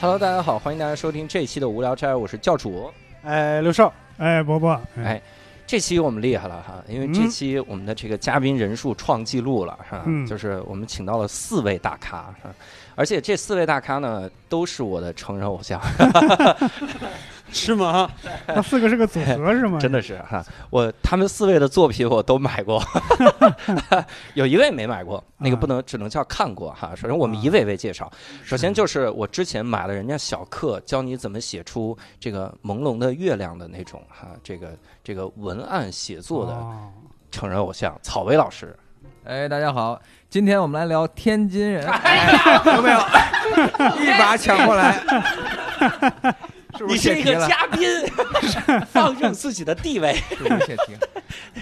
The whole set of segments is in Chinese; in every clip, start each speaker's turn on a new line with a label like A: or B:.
A: Hello，大家好，欢迎大家收听这一期的无聊斋，我是教主。
B: 哎，刘少，
C: 哎，伯伯，
A: 哎这期我们厉害了哈，因为这期我们的这个嘉宾人数创纪录了哈，
C: 嗯
A: 就是我们请到了四位大咖哈，而且这四位大咖呢都是我的成人偶像，
B: 是吗？
C: 他四个是个组合是吗？
A: 哎
D: 哎
C: 哦
A: 真的是哈，我他们四位的作品我都买过， 有一位没买过，那个不能只能叫看过哈。首先我们一位位介绍，首先就是我之前买了人家小课教你怎么写出这个朦胧的月亮的那种哈，这个这个文案写作的
C: 哦
A: 成人偶像草薇老师，
E: 哎，大家好，今天我们来聊天津人。
A: 哎
F: 有没有？一把抢过来，是不
A: 你是
F: 是解
A: 一
F: 题
A: 个
F: 了？
A: 嘉宾，放任自己的地位
F: 是不是解题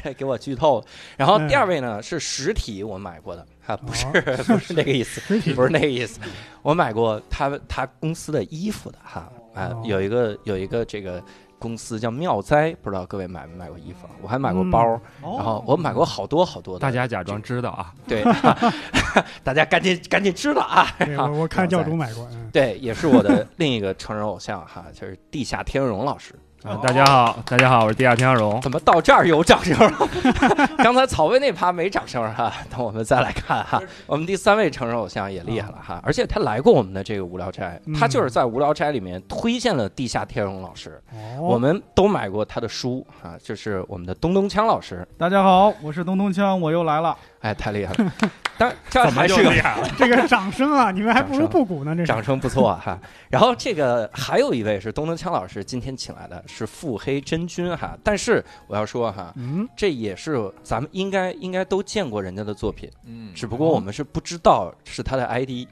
F: 了？
A: 给我剧透了。然后
C: 嗯哦
A: 第二位呢是实体我买过的哈，不是 不是那个意思。
C: 实体
A: 不是那个意思，我买过他他公司的衣服的哈，啊
C: 哦，
A: 有一个有一个这个公司叫妙哉，不知道各位买没买过衣服啊？我还买过
C: 嗯
A: 包，然后我买过好多好多的，
F: 大家假装知道啊，
A: 对，哈哈 大家赶紧赶紧知道啊！
C: 对我我看教主买过， 嗯
A: 对，也是我的另一个成人偶像哈，就是地下天鹅绒老师。
E: 哦
F: 啊大家好，大家好，我是地下天 鹅绒。
A: 怎么到这儿有掌声了？ 刚才草薇那趴没掌声哈，等我们再来看哈。我们第三位成人偶像也厉害了哈，而且他来过我们的这个无聊斋，
C: 嗯
A: 他就是在无聊斋里面推荐了地下天龙老师，
C: 哦，
A: 我们都买过他的书啊，就是我们的东东锵老师，
D: 大家好，我是东东锵，我又来了。
A: 哎，太厉害 了。当然，这还是个
F: 害了？
C: 这个掌声啊，你们还不如不鼓呢，这
A: 掌
C: 是。
A: 声不错啊哈。然后这个还有一位是东东锵老师，今天请来的是腹黑真君哈，但是我要说哈。
C: 嗯，
A: 这也是咱们应该应该都见过人家的作品，
E: 嗯，
A: 只不过我们是不知道是他的 ID。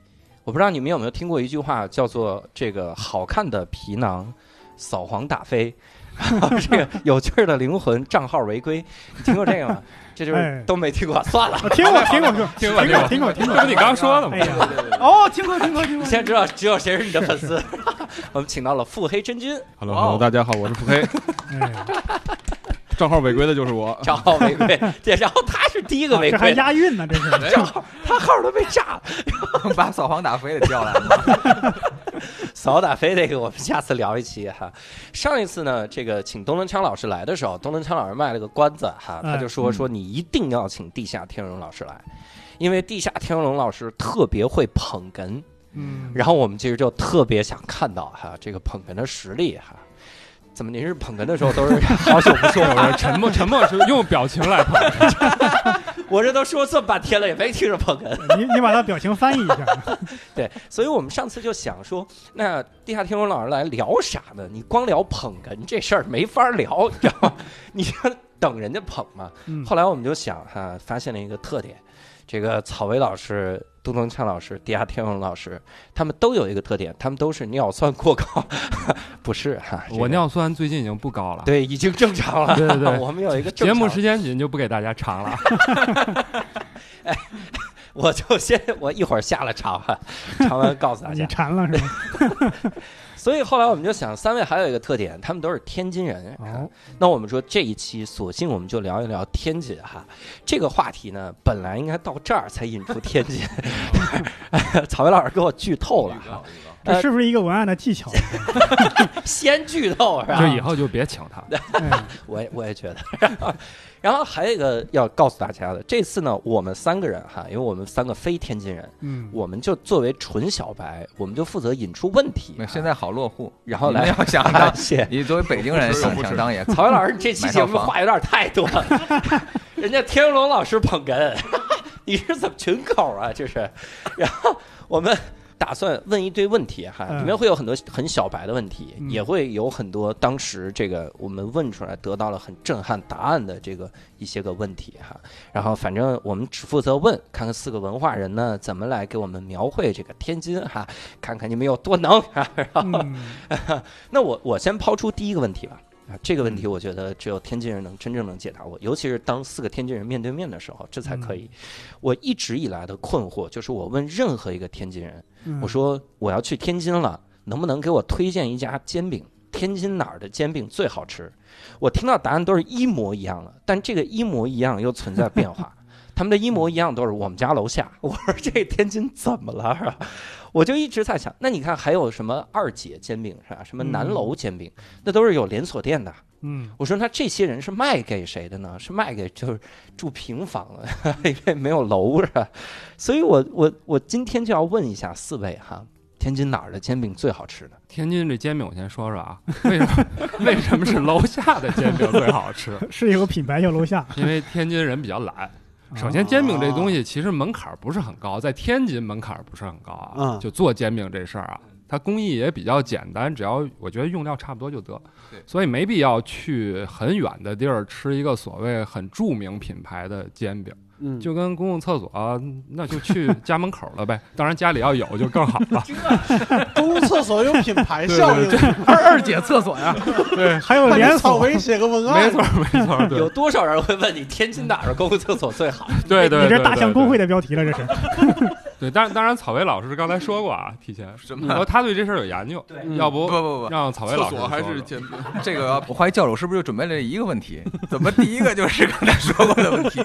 A: 我不知道你们有没有听过一句话，叫做“这个好看的皮囊扫黄打非”， 然后这 个有趣儿的灵魂账号违规，你听过这个吗？这就是
C: 哎
A: 都没听过，算了。
C: 我听过，听过，听
F: 听
C: 过，
F: 过
C: 听过，听过，听过。
F: 你刚说了
C: 哎
F: 吗？
C: 呀，
D: 哦，听过，听过，听过。
A: 你现在知道只有谁是你的粉丝。 我们请到了腹黑真君，
G: Hello Hello，大家好，
E: 哦
G: 我是腹黑，
C: 哎，
G: 账号违规的就 是我。
A: 账号违规，对，然后他是第一个违
C: 啊这还
A: 规的，
C: 押韵呢，这是。
A: 账号他号都被炸了。
E: 把扫黄打非的叫来 了。
A: 扫打飞这个，我们下次聊一期哈。上一次呢，这个请东伦昌老师来的时候，东伦昌老师卖了个关子哈，
C: 哎
A: 他就说说你一定要请地下天龙老师来，因为地下天龙老师特别会捧哏，
C: 嗯，
A: 然后我们其实就特别想看到哈这个捧哏的实力哈。怎么您是捧哏的时候都是 好久不说
F: 我
A: 话？
F: 是沉默，沉默是 用表
H: 啊
F: 情来捧。
A: 我这都说这么半天了，也没听着捧哏。
C: 你你把他表情翻译一下。
A: 对，所以我们上次就想说，那地下天龙老师来聊啥呢？你光聊捧哏这事儿没法聊，你知道吗？ 你就等人家捧嘛。
C: 嗯，
A: 后来我们就想哈、发现了一个特点，这个草薇老师、杜东畅老师、地下天龙老师，他们都有一个特点，他们都是尿酸过高， 不是哈、这个
F: 我尿酸最近已经不高
A: 啊
F: 了。
A: 对已经正常了。
F: 对对对
A: 我们有一个正
F: 节目
A: 常
F: 时间紧就不给大家长 了，
A: 哎我就先我一会儿下了场 哈，长完告诉大
C: 你
A: 家。
C: 馋了是吧？
A: 所以后来我们就想，三位还有一个特点，他们都是天津人。啊
C: 哦，
A: 那我们说这一期，索性我们就聊一聊天津哈。这个话题呢，本来应该到这儿才引出天津，
F: 哦
A: 草莓老师给我剧透了哈，
C: 这是不是一个文案的技 巧？
A: 先剧透
E: 啊
A: 是
F: 就
A: 吧？
F: 以后就别请他。
C: 哎
A: 我也我也觉得。然后还有一个要告诉大家的，这次呢，我们三个人哈，因为我们三个非天津人，
C: 嗯，
A: 我们就作为纯小白，我们就负责引出问题
E: 没有
F: 啊
A: 哈。
E: 现在好落户，
A: 然后
E: 你们
A: 来
E: 要 想
A: 感
E: 当，
A: 谢
E: 你作为北京人
G: 有
E: 想
G: 不是
E: 想当也，
A: 草莓老师，你这期
E: 买
A: 节
E: 套
A: 目
E: 房
A: 话有点太多了， 人家天龙老师捧哏， 你是怎么群口啊？这是，然后我们打算问一堆问题哈，
C: 嗯
A: 里面会有很多很小白的问题，
C: 嗯
A: 也会有很多当时这个我们问出来得到了很震撼答案的这个一些个问题哈。然后反正我们只负责问，看看四个文化人呢怎么来给我们描绘这个天津哈，看看你们有多能啊。然后
C: 嗯，
A: 那我我先抛出第一个问题吧。啊，这个问题我觉得只有天津人能真正能解答我，尤其是当四个天津人面对面的时候，这才可以。我一直以来的困惑就是，我问任何一个天津人，
C: 嗯
A: 我，说我要去天津了，能不能给我推荐一家煎饼？天津哪儿的煎饼最好吃？我听到答案都是一模一样的，但这个一模一样又存在变化。他们的一模一样，都是我们家楼下。我说这天津怎么了？是吧？我就一直在想，那你看还有什么二姐煎饼是吧？什么南楼煎饼，那都是有连锁店的。
C: 嗯，
A: 我说那这些人是卖给谁的呢？是卖给就是住平房的， 因为没有楼是吧？所以我我我今天就要问一下四位哈，天津哪儿的煎饼最好吃呢？
H: 天津这煎饼，我先说说啊，为什么 为什么是楼下的煎饼最好吃？
C: 是有个品牌叫楼下。
H: 因为天津人比较懒。首先，煎饼这
B: 哦
H: 东西其实门槛儿不是很高，在天津门槛儿不是很高啊。
B: 嗯
H: 就做煎饼这事儿啊，它工艺也比较简单，只要我觉得用料差不多就得
F: 对，
H: 所以没必要去很远的地儿吃一个所谓很著名品牌的煎饼。
B: 嗯，
H: 就跟公共厕所、啊那就去家门口了呗。当然家里要有就更好了。
B: 公共厕所有品 牌效应，
E: 二二姐厕所 呀，
H: 对，
C: 啊还有连
B: 草
C: 锁，
B: 莓写个文
H: 没
B: 案，
H: 错儿没错儿，
A: 有
H: 对
A: 多少人会问你天津哪儿的公共厕所最好？
H: 对对对。
C: 你这
H: 对
C: 大象公会的
H: 对
C: 标题了，这是。
H: 对，当然当然，草莓老师刚才说过啊，提前
F: 什
H: 然
F: 么？
H: 后他对这事儿有研究，
B: 嗯
H: 要
F: 不
H: 不
F: 不不
H: 让草
F: 不，
H: 莓
F: 厕
H: 老师
F: 所还是
H: 说说
F: 煎饼？
E: 这个
F: 啊我怀疑教主是不是就准备了一个问题？怎么第一个就是刚才说过的问题？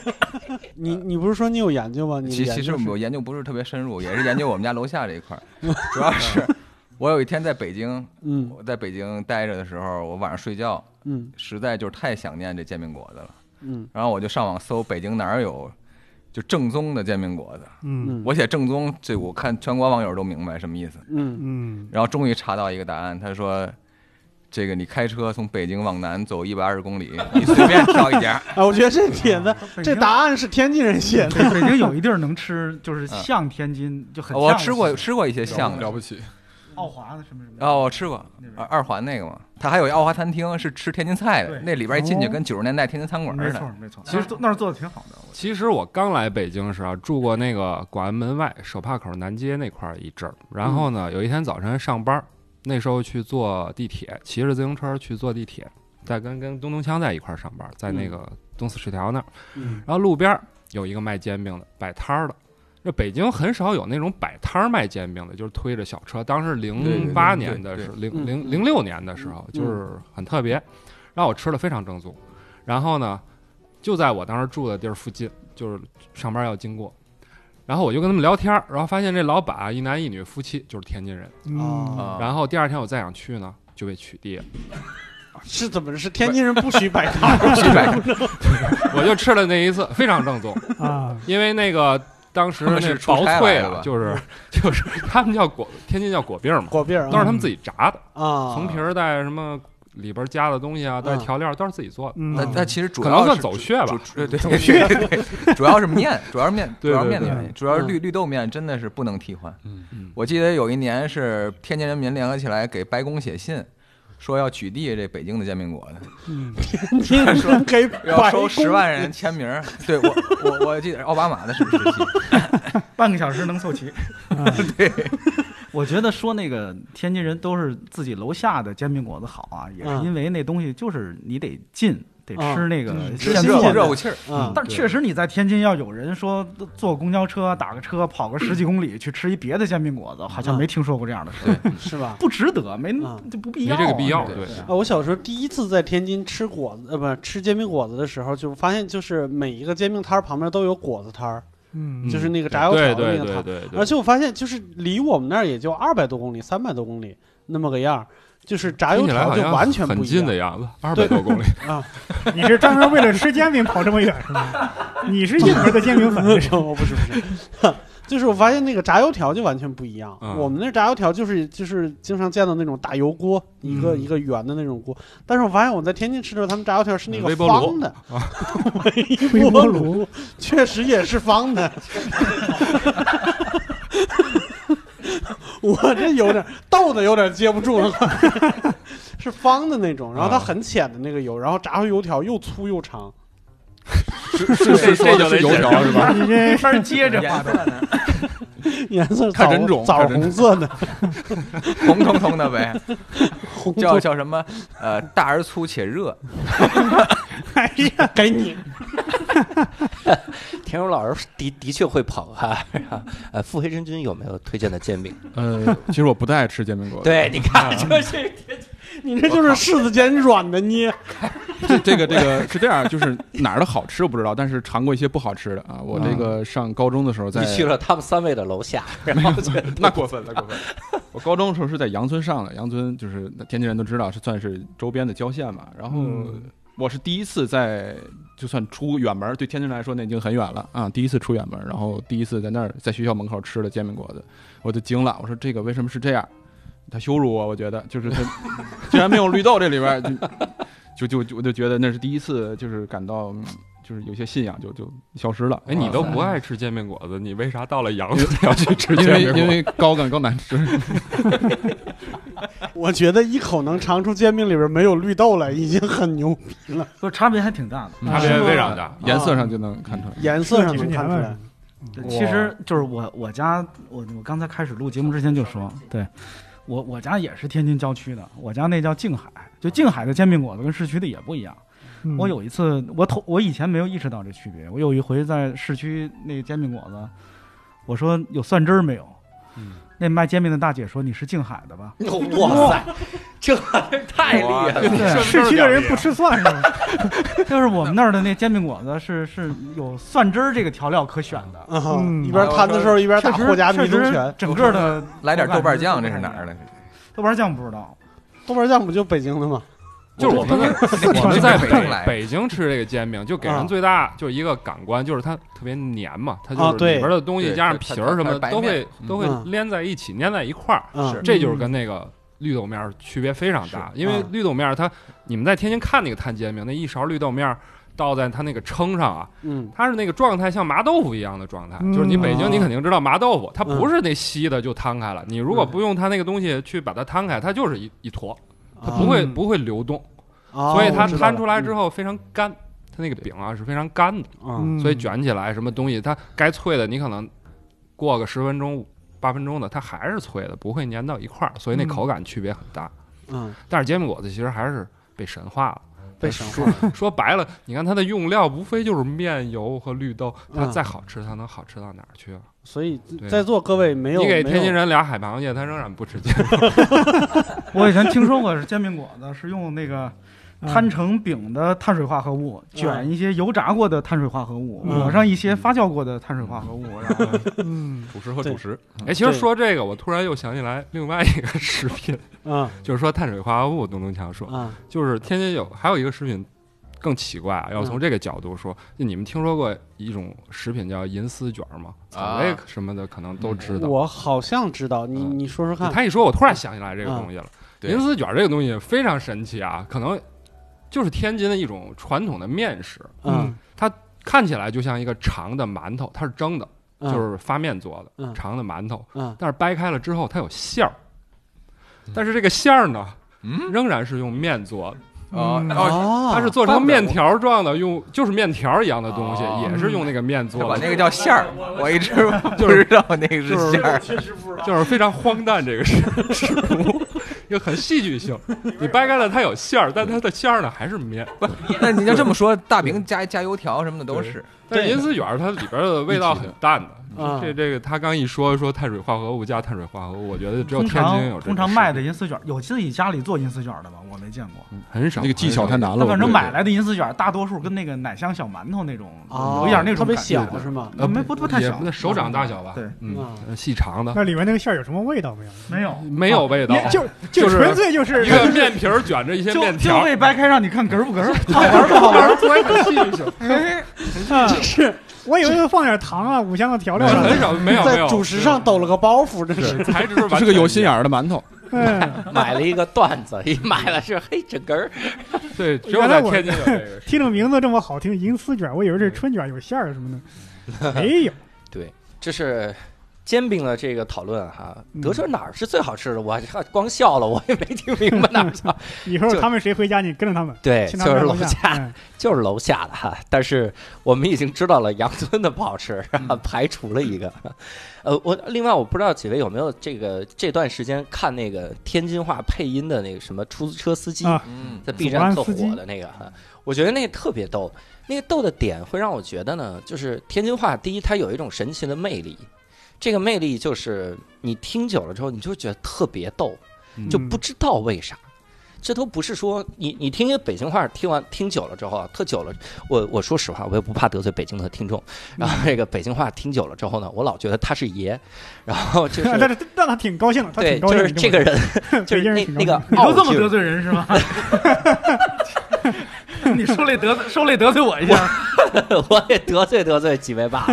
B: 你你不是说你有研究吗？你
F: 其其实我研究不是特别深入，也是研究我们家楼下这一块儿，主要是我有一天在北京，
B: 嗯
F: 我在北京待着的时候，我晚上睡觉
B: 嗯
F: 实在就是太想念这煎饼果子了，
B: 嗯
F: 然后我就上网搜北京哪儿有就正宗的煎饼果子。
C: 嗯
B: 嗯
F: 我写正宗，这我看全国网友都明白什么意思。
B: 嗯
C: 嗯，
F: 然后终于查到一个答案，他说。这个你开车从北京往南走一百二十公里，你随便挑一家，
B: 哎，我觉得这帖子这答案是天津人写的，
D: 北北京有一地儿能吃，就是
F: 啊
D: 像天津，就 很像
F: 我吃过吃过一些
H: 嗯
F: 像的
G: 了，不起，
D: 奥华的什么什么，
F: 哦，我吃过
D: 那边
F: 二二环那个嘛，它还有一奥华餐厅是吃天津菜的
D: 对，
F: 那里边一进去
C: 哦
F: 跟九十年代天津餐馆
D: 没
F: 似
D: 错
F: 的。
D: 没错，
H: 其实
D: 那儿做的挺好的，我
H: 其实我刚来北京时啊，住过那个广安门外手帕口南街那块儿一阵儿。然后呢，有一天早晨上班儿，那时候去坐地铁，骑着自行车去坐地铁，在跟跟东东锵在一块儿上班，在那个东四十条那儿。
B: 嗯
H: 然后路边儿有一个卖煎饼的，摆摊儿的。这北京很少有那种摆摊儿卖煎饼的，就是推着小车。当时
F: 对
H: 零
F: 对
H: 八
F: 对
H: 年的
F: 对
H: 时候，零
B: 嗯
H: 零零六年的时候，就是很特别，让我吃的非常正宗。然后呢，就在我当时住的地儿附近，就是上班要经过。然后我就跟他们聊天儿，然后发现这老板啊一男一女夫妻就是天津人。
C: 嗯，
F: 啊
H: 然后第二天我再想去呢，就被取缔了。
B: 是怎么是天津人不许摆摊 儿？
F: 几百 个
H: 我就吃了那一次，非常正宗。
C: 啊，
H: 因为那个当时
F: 他们
H: 那
F: 是出
H: 薄
F: 差
H: 脆
F: 来的
H: 啊，
F: 吧
H: 就是 就是他们叫果，天津叫果饼嘛，
B: 果篦儿
H: 都是
B: 啊
H: 他们自己炸的，
B: 啊，
H: 层皮儿带什么里边加的东西啊，带
B: 嗯
H: 调料都是自己做的，
C: 嗯
F: 那那其实主
H: 可能
F: 要
H: 算
F: 是
H: 走穴吧
F: 主。对对对对，主要是面，主要是面，主
H: 对对
F: 要是面的
C: 对
F: 原因，主要是
B: 嗯
F: 绿绿豆面真的是不能替换。
G: 嗯
H: 嗯
F: 我记得有一年是天津人民联合起来给白宫写信，说要取缔这北京的煎饼果子，
C: 嗯
B: 天津人 给
F: 要
B: 摆
F: 收
B: 公
F: 十万人签名儿。 对我我我记得奥巴马的是 不是时期？
D: 半个小时能凑齐。
C: 啊
D: 我觉得说那个天津人都是自己楼下的煎饼果子好啊，也是
B: 嗯
D: 因为那东西就是你得近，得
B: 啊
D: 吃那个
C: 嗯
D: 新
F: 热
D: 鲜
F: 乎
D: 的
F: 热乎气儿，
B: 啊，
D: 但确实你在天津要有人说坐公交车打个车跑个十几公里去吃一别的煎饼果子，好像没听说过这样的事儿，
B: 是吧？
D: 不值得，没
B: 嗯
D: 就不必要啊，
H: 没这个必要
D: 对
H: 对
B: 啊，我小时候第一次在天津吃果子，呃，不是吃煎饼果子的时候，就发现就是每一个煎饼摊儿旁边都有果子摊儿，
C: 嗯，
B: 就是那个炸油条的
H: 对
B: 那
H: 对
B: 个摊
H: 对
B: 儿。
H: 对对
B: 而，且我发现，就是离我们那儿也就二百多公里、三百多公里那么个样儿，就是炸油
H: 听起来
B: 条
H: 好
B: 就
H: 像
B: 完全
H: 很
B: 不一
H: 近
B: 样
H: 的样子，二
B: 对
H: 百多公里。
B: 啊！
C: 你是专门为了吃煎饼跑这么远是吗？你是硬核的煎 饼粉， 这是
B: 我不是不是，就是我发现那个炸油条就完全不一样。
H: 嗯
B: 我们那炸油条就是就是经常见到那种大油锅，一个、
G: 嗯
B: 一个圆的那种锅，但是我发现我在天津吃的时候，他们炸油条是那
H: 微
B: 个
H: 波炉
B: 方的，
C: 微波炉
B: 炉 确实也是方 的。我这有点逗的，有点接不住了， 是方的那种，然后
G: 嗯
B: 它很浅的那个油，然后炸出油条又粗又长，
G: 是是说的是油条是吧？
C: 你这 嗯
D: 没法接着
F: 颜
D: 话
F: 色
D: 筒。
F: 呢
B: 颜色
G: 看
B: 枣
G: 人种
B: 枣
G: 看人
B: 红色 的，
F: 红彤彤的呗。
B: 红
F: 叫
B: 豆
F: 叫什么？呃，大而粗且热。
C: 哎呀，
B: 给你，
A: 田茹老师的的确会捧哈、呃，腹黑真君有没有推荐的煎饼？
G: 呃，其实我不太爱吃煎饼果子，
A: 对，你看，这是
B: 你这就是柿子捡软的捏，
G: 这这个这个是这样，就是哪儿的好吃我不知道，但是尝过一些不好吃的啊。我这个上高中的时候在
A: 你去了他们三位的楼下，然后就
G: 那过分了，过分了。我高中的时候是在杨村上的，杨村就是天津人都知道是算是周边的郊县嘛。然后我是第一次在就算出远门，对天津人来说那已经很远了啊，第一次出远门，然后第一次在那儿在学校门口吃的煎饼果子，我就惊了，我说这个为什么是这样？他羞辱我，我觉得就是他居然没有绿豆这里边儿，就就就我就觉得那是第一次，就是感到嗯就是有些信仰就就消失了。
H: 哎，你都不爱吃煎饼果子，你为啥到了阳朔要去吃
G: 因
H: 煎
G: 为
H: 饼果子？
G: 因为高跟高难吃，
B: 我觉得一口能尝出煎饼里边没有绿豆来，已经很牛逼，
D: 就差别还挺大的。
H: 嗯差别非常大。
G: 颜色上就能看出
F: 啊
G: 来。
B: 颜色上
C: 几十
B: 啊能
C: 年
B: 看出来
C: 了。
D: 对其实就是我我家我我刚才开始录节目之前就说，对我我家也是天津郊区的，我家那叫静海，就静海的煎饼果子跟市区的也不一样。
C: 嗯
D: 我有一次，我头我以前没有意识到这区别。我有一回在市区那煎饼果子，我说有蒜汁儿没有？那卖煎饼的大姐说你是静海的吧？
A: 哇塞，这太厉害 了！
D: 对，
C: 市区的人不吃蒜是 吗？
D: 就是我们那儿的那煎饼果子是是有蒜汁儿这个调料可选的。
B: 嗯，
C: 嗯
B: 一边摊的时候一边打
D: 确实
B: 霍家迷
D: 确
B: 踪
D: 实
B: 拳，
D: 整个的
F: 来点豆瓣酱，这是哪儿 的？
D: 豆瓣酱不知
H: 嗯
D: 道，
B: 豆瓣酱不就北京的吗？
H: 就是我们我们在
F: 四川人来
B: 哎
H: 北北京吃这个煎饼，就给人最大就一个感官，就是它特别黏嘛，它
B: 啊
H: 就是
B: 对
H: 里边的东西
F: 对
H: 加上
F: 它它
H: 皮儿什么
F: 它
H: 的
F: 白
H: 都
F: 面
H: 会都会
B: 嗯
H: 连在一起，粘在一块儿。
B: 嗯
F: 是
H: 这就是跟那个绿豆面儿区别非常大，因为
B: 嗯
H: 绿豆面儿它，你们在天津看那个摊煎饼，那一勺绿豆面儿倒在它那个称上啊，
B: 嗯，
H: 它是那个状态像麻豆腐一样的状态，
C: 嗯
H: 就是你北
B: 哦
H: 京你肯定知道麻豆腐，它
B: 嗯
H: 不是那稀的就摊开了，你如果不用它那个东西去把它摊开，它就是一一坨，它不会
C: 嗯
H: 不会流动，
B: 啊，
H: 所以它
B: 我知道了
H: 摊出来之，后非常干。它那个饼啊是非常干的，
B: 嗯，
H: 啊所以卷起来什么东西，它该脆的你可能过个十分钟、八分钟的，它还是脆的，不会粘到一块儿，所以那
C: 嗯
H: 口感区别很大。
B: 嗯，
H: 但是煎饼果子其实还是被神化了。
B: 被神化
H: 说 说白了，你看它的用料无非就是面油和绿豆，它
B: 嗯
H: 再好吃，它能好吃到哪儿去啊？
B: 所以
H: 对
B: 在座各位没有
H: 你给天
B: 没
H: 津
B: 有
H: 人俩海螃蟹，他仍然不吃煎。
D: 嗯我以前听说过是煎饼果子是用那个
C: 嗯
D: 摊成饼的碳水化合物，卷一些油炸过的碳水化合物，
B: 嗯
D: 抹上一些发酵过的碳水化合物，然后
C: 嗯，
G: 主食和主食，
H: 哎，其实
B: 对
H: 说这个，我突然又想起来另外一个食品，
B: 嗯
H: 就是说碳水化合物。东东强说，
B: 嗯
H: 就是天津有还有一个食品更奇怪啊，要从
F: 嗯
H: 这个角度说，就你们听说过一种食品叫银丝卷儿吗？草
F: 啊嗯
H: 莓什么的可能都知道。
B: 我好像知道，你
H: 嗯
B: 你说说看，
H: 他一说，我突然想起来这个东西了。
F: 嗯对
H: 银丝卷这个东西非常神奇啊，可能就是天津的一种传统的面食，
B: 嗯，
H: 看起来就像一个长的馒头，它是蒸的，
B: 嗯
H: 就是发面做的、
B: 嗯
H: 长的馒头，
B: 嗯
H: 但是掰开了之后它有馅儿，但是这个馅儿呢，
F: 嗯
H: 仍然是用面做的，
F: 哦
G: 嗯
F: 哦，
B: 哦，
H: 它是做成面条状的，用就是面条一样的东西，
F: 哦
H: 也是用那个面
G: 嗯
H: 做
F: 管
H: 的，
F: 那个叫馅儿，我一直不知道那个是馅儿。
H: 就是非常荒诞这个食 食物，又很戏剧性。你掰开了它有馅儿，但它的馅儿呢还是面。
F: 那你就这么 说，大饼加加油条什么的都是。
H: 但是银丝卷儿它里边儿的味道很淡的。
B: 嗯
H: 这这个他刚一说说碳水化合物加碳水化合物，我觉得只有
D: 通
H: 天津有
D: 常
H: 这个
D: 通常
H: 事
D: 卖的银丝卷，有自己家里做银丝卷的吗？我没见过。
H: 嗯很少，
G: 那个技巧太
H: 很少。
G: 难了。
D: 那反
G: 我
D: 正
G: 觉得
D: 买来的银丝卷，大多数跟那个奶香小馒头那种
B: 哦
D: 有一点那
B: 特
D: 种
B: 别
D: 感觉
B: 小是吗？
H: 呃，
D: 没不不太
H: 也
D: 小
H: 那手掌大小吧？
D: 对，
H: 嗯
B: 嗯，
H: 呃细长的，
C: 那里面那个馅儿有什么味道没有？
D: 没有，
H: 没有味道啊
C: 也，就
H: 就
C: 就是纯粹就是
H: 一个面皮儿卷着一些
D: 就
H: 面
D: 就
H: 条儿，
D: 被掰开让你看嗝不嗝，
B: 好玩不好玩？
H: 所以很戏剧性。
C: 啊，
B: 是
C: 我以为会放点糖啊、五香的调料上
H: 很少，没有没
B: 在
H: 有，
B: 主食上抖了个包袱，这是
H: 是材质
G: 这
H: 完
G: 是个有心
H: 新
G: 眼儿的馒头，
C: 嗯，
A: 买了一个段子，一买了是嘿这根儿，
H: 对，只有
C: 原来
H: 在
C: 我
H: 天津有这个。
C: 听着名字这么好听，银丝卷，我以为是春卷有馅儿什么的，没有。
A: 这是。煎饼的这个讨论哈，
C: 嗯
A: 德州哪儿是最好吃的？我还光笑了，我也没听明白哪儿叫。
C: 以后
A: 就
C: 他们谁回家，你跟着他们。
A: 对，
C: 去
A: 就
C: 他们
A: 是楼
C: 楼
A: 下，
C: 嗯
A: 就是楼下的哈，但是我们已经知道了杨村的不好吃， 排除了一个。呃，我另外我不知道几位有没有这个这段时间看那个天津话配音的那个什么出租车司机，
C: 啊
F: 嗯，
A: 在 B
C: 左
A: 站
C: 岸
A: 特
C: 司机
A: 火的那个，哈我觉得那个特别逗。那个逗的点会让我觉得呢，就是天津话，第一它有一种神奇的魅力，这个魅力
C: 嗯
A: 就是你听久了之后，你就觉得特别逗，就不知道为啥。这都不是说你你听一个北京话，听完听久了之后啊，特久了，我我说实话，我也不怕得罪北京的听 众。然后这个北京话听久了之后呢，我老觉得他是爷，然 后就
C: 但
A: 是
C: 是但他挺高兴的，他
A: 对，
C: 挺高
A: 就
C: 兴的。
A: 是这个人，
C: 人
A: 就是那那个
D: 你
A: 傲
D: 都这么
A: 劲儿
D: 得罪人是吗？ 你受累得罪受累得罪我一下，
A: 我也得罪得罪几位爸。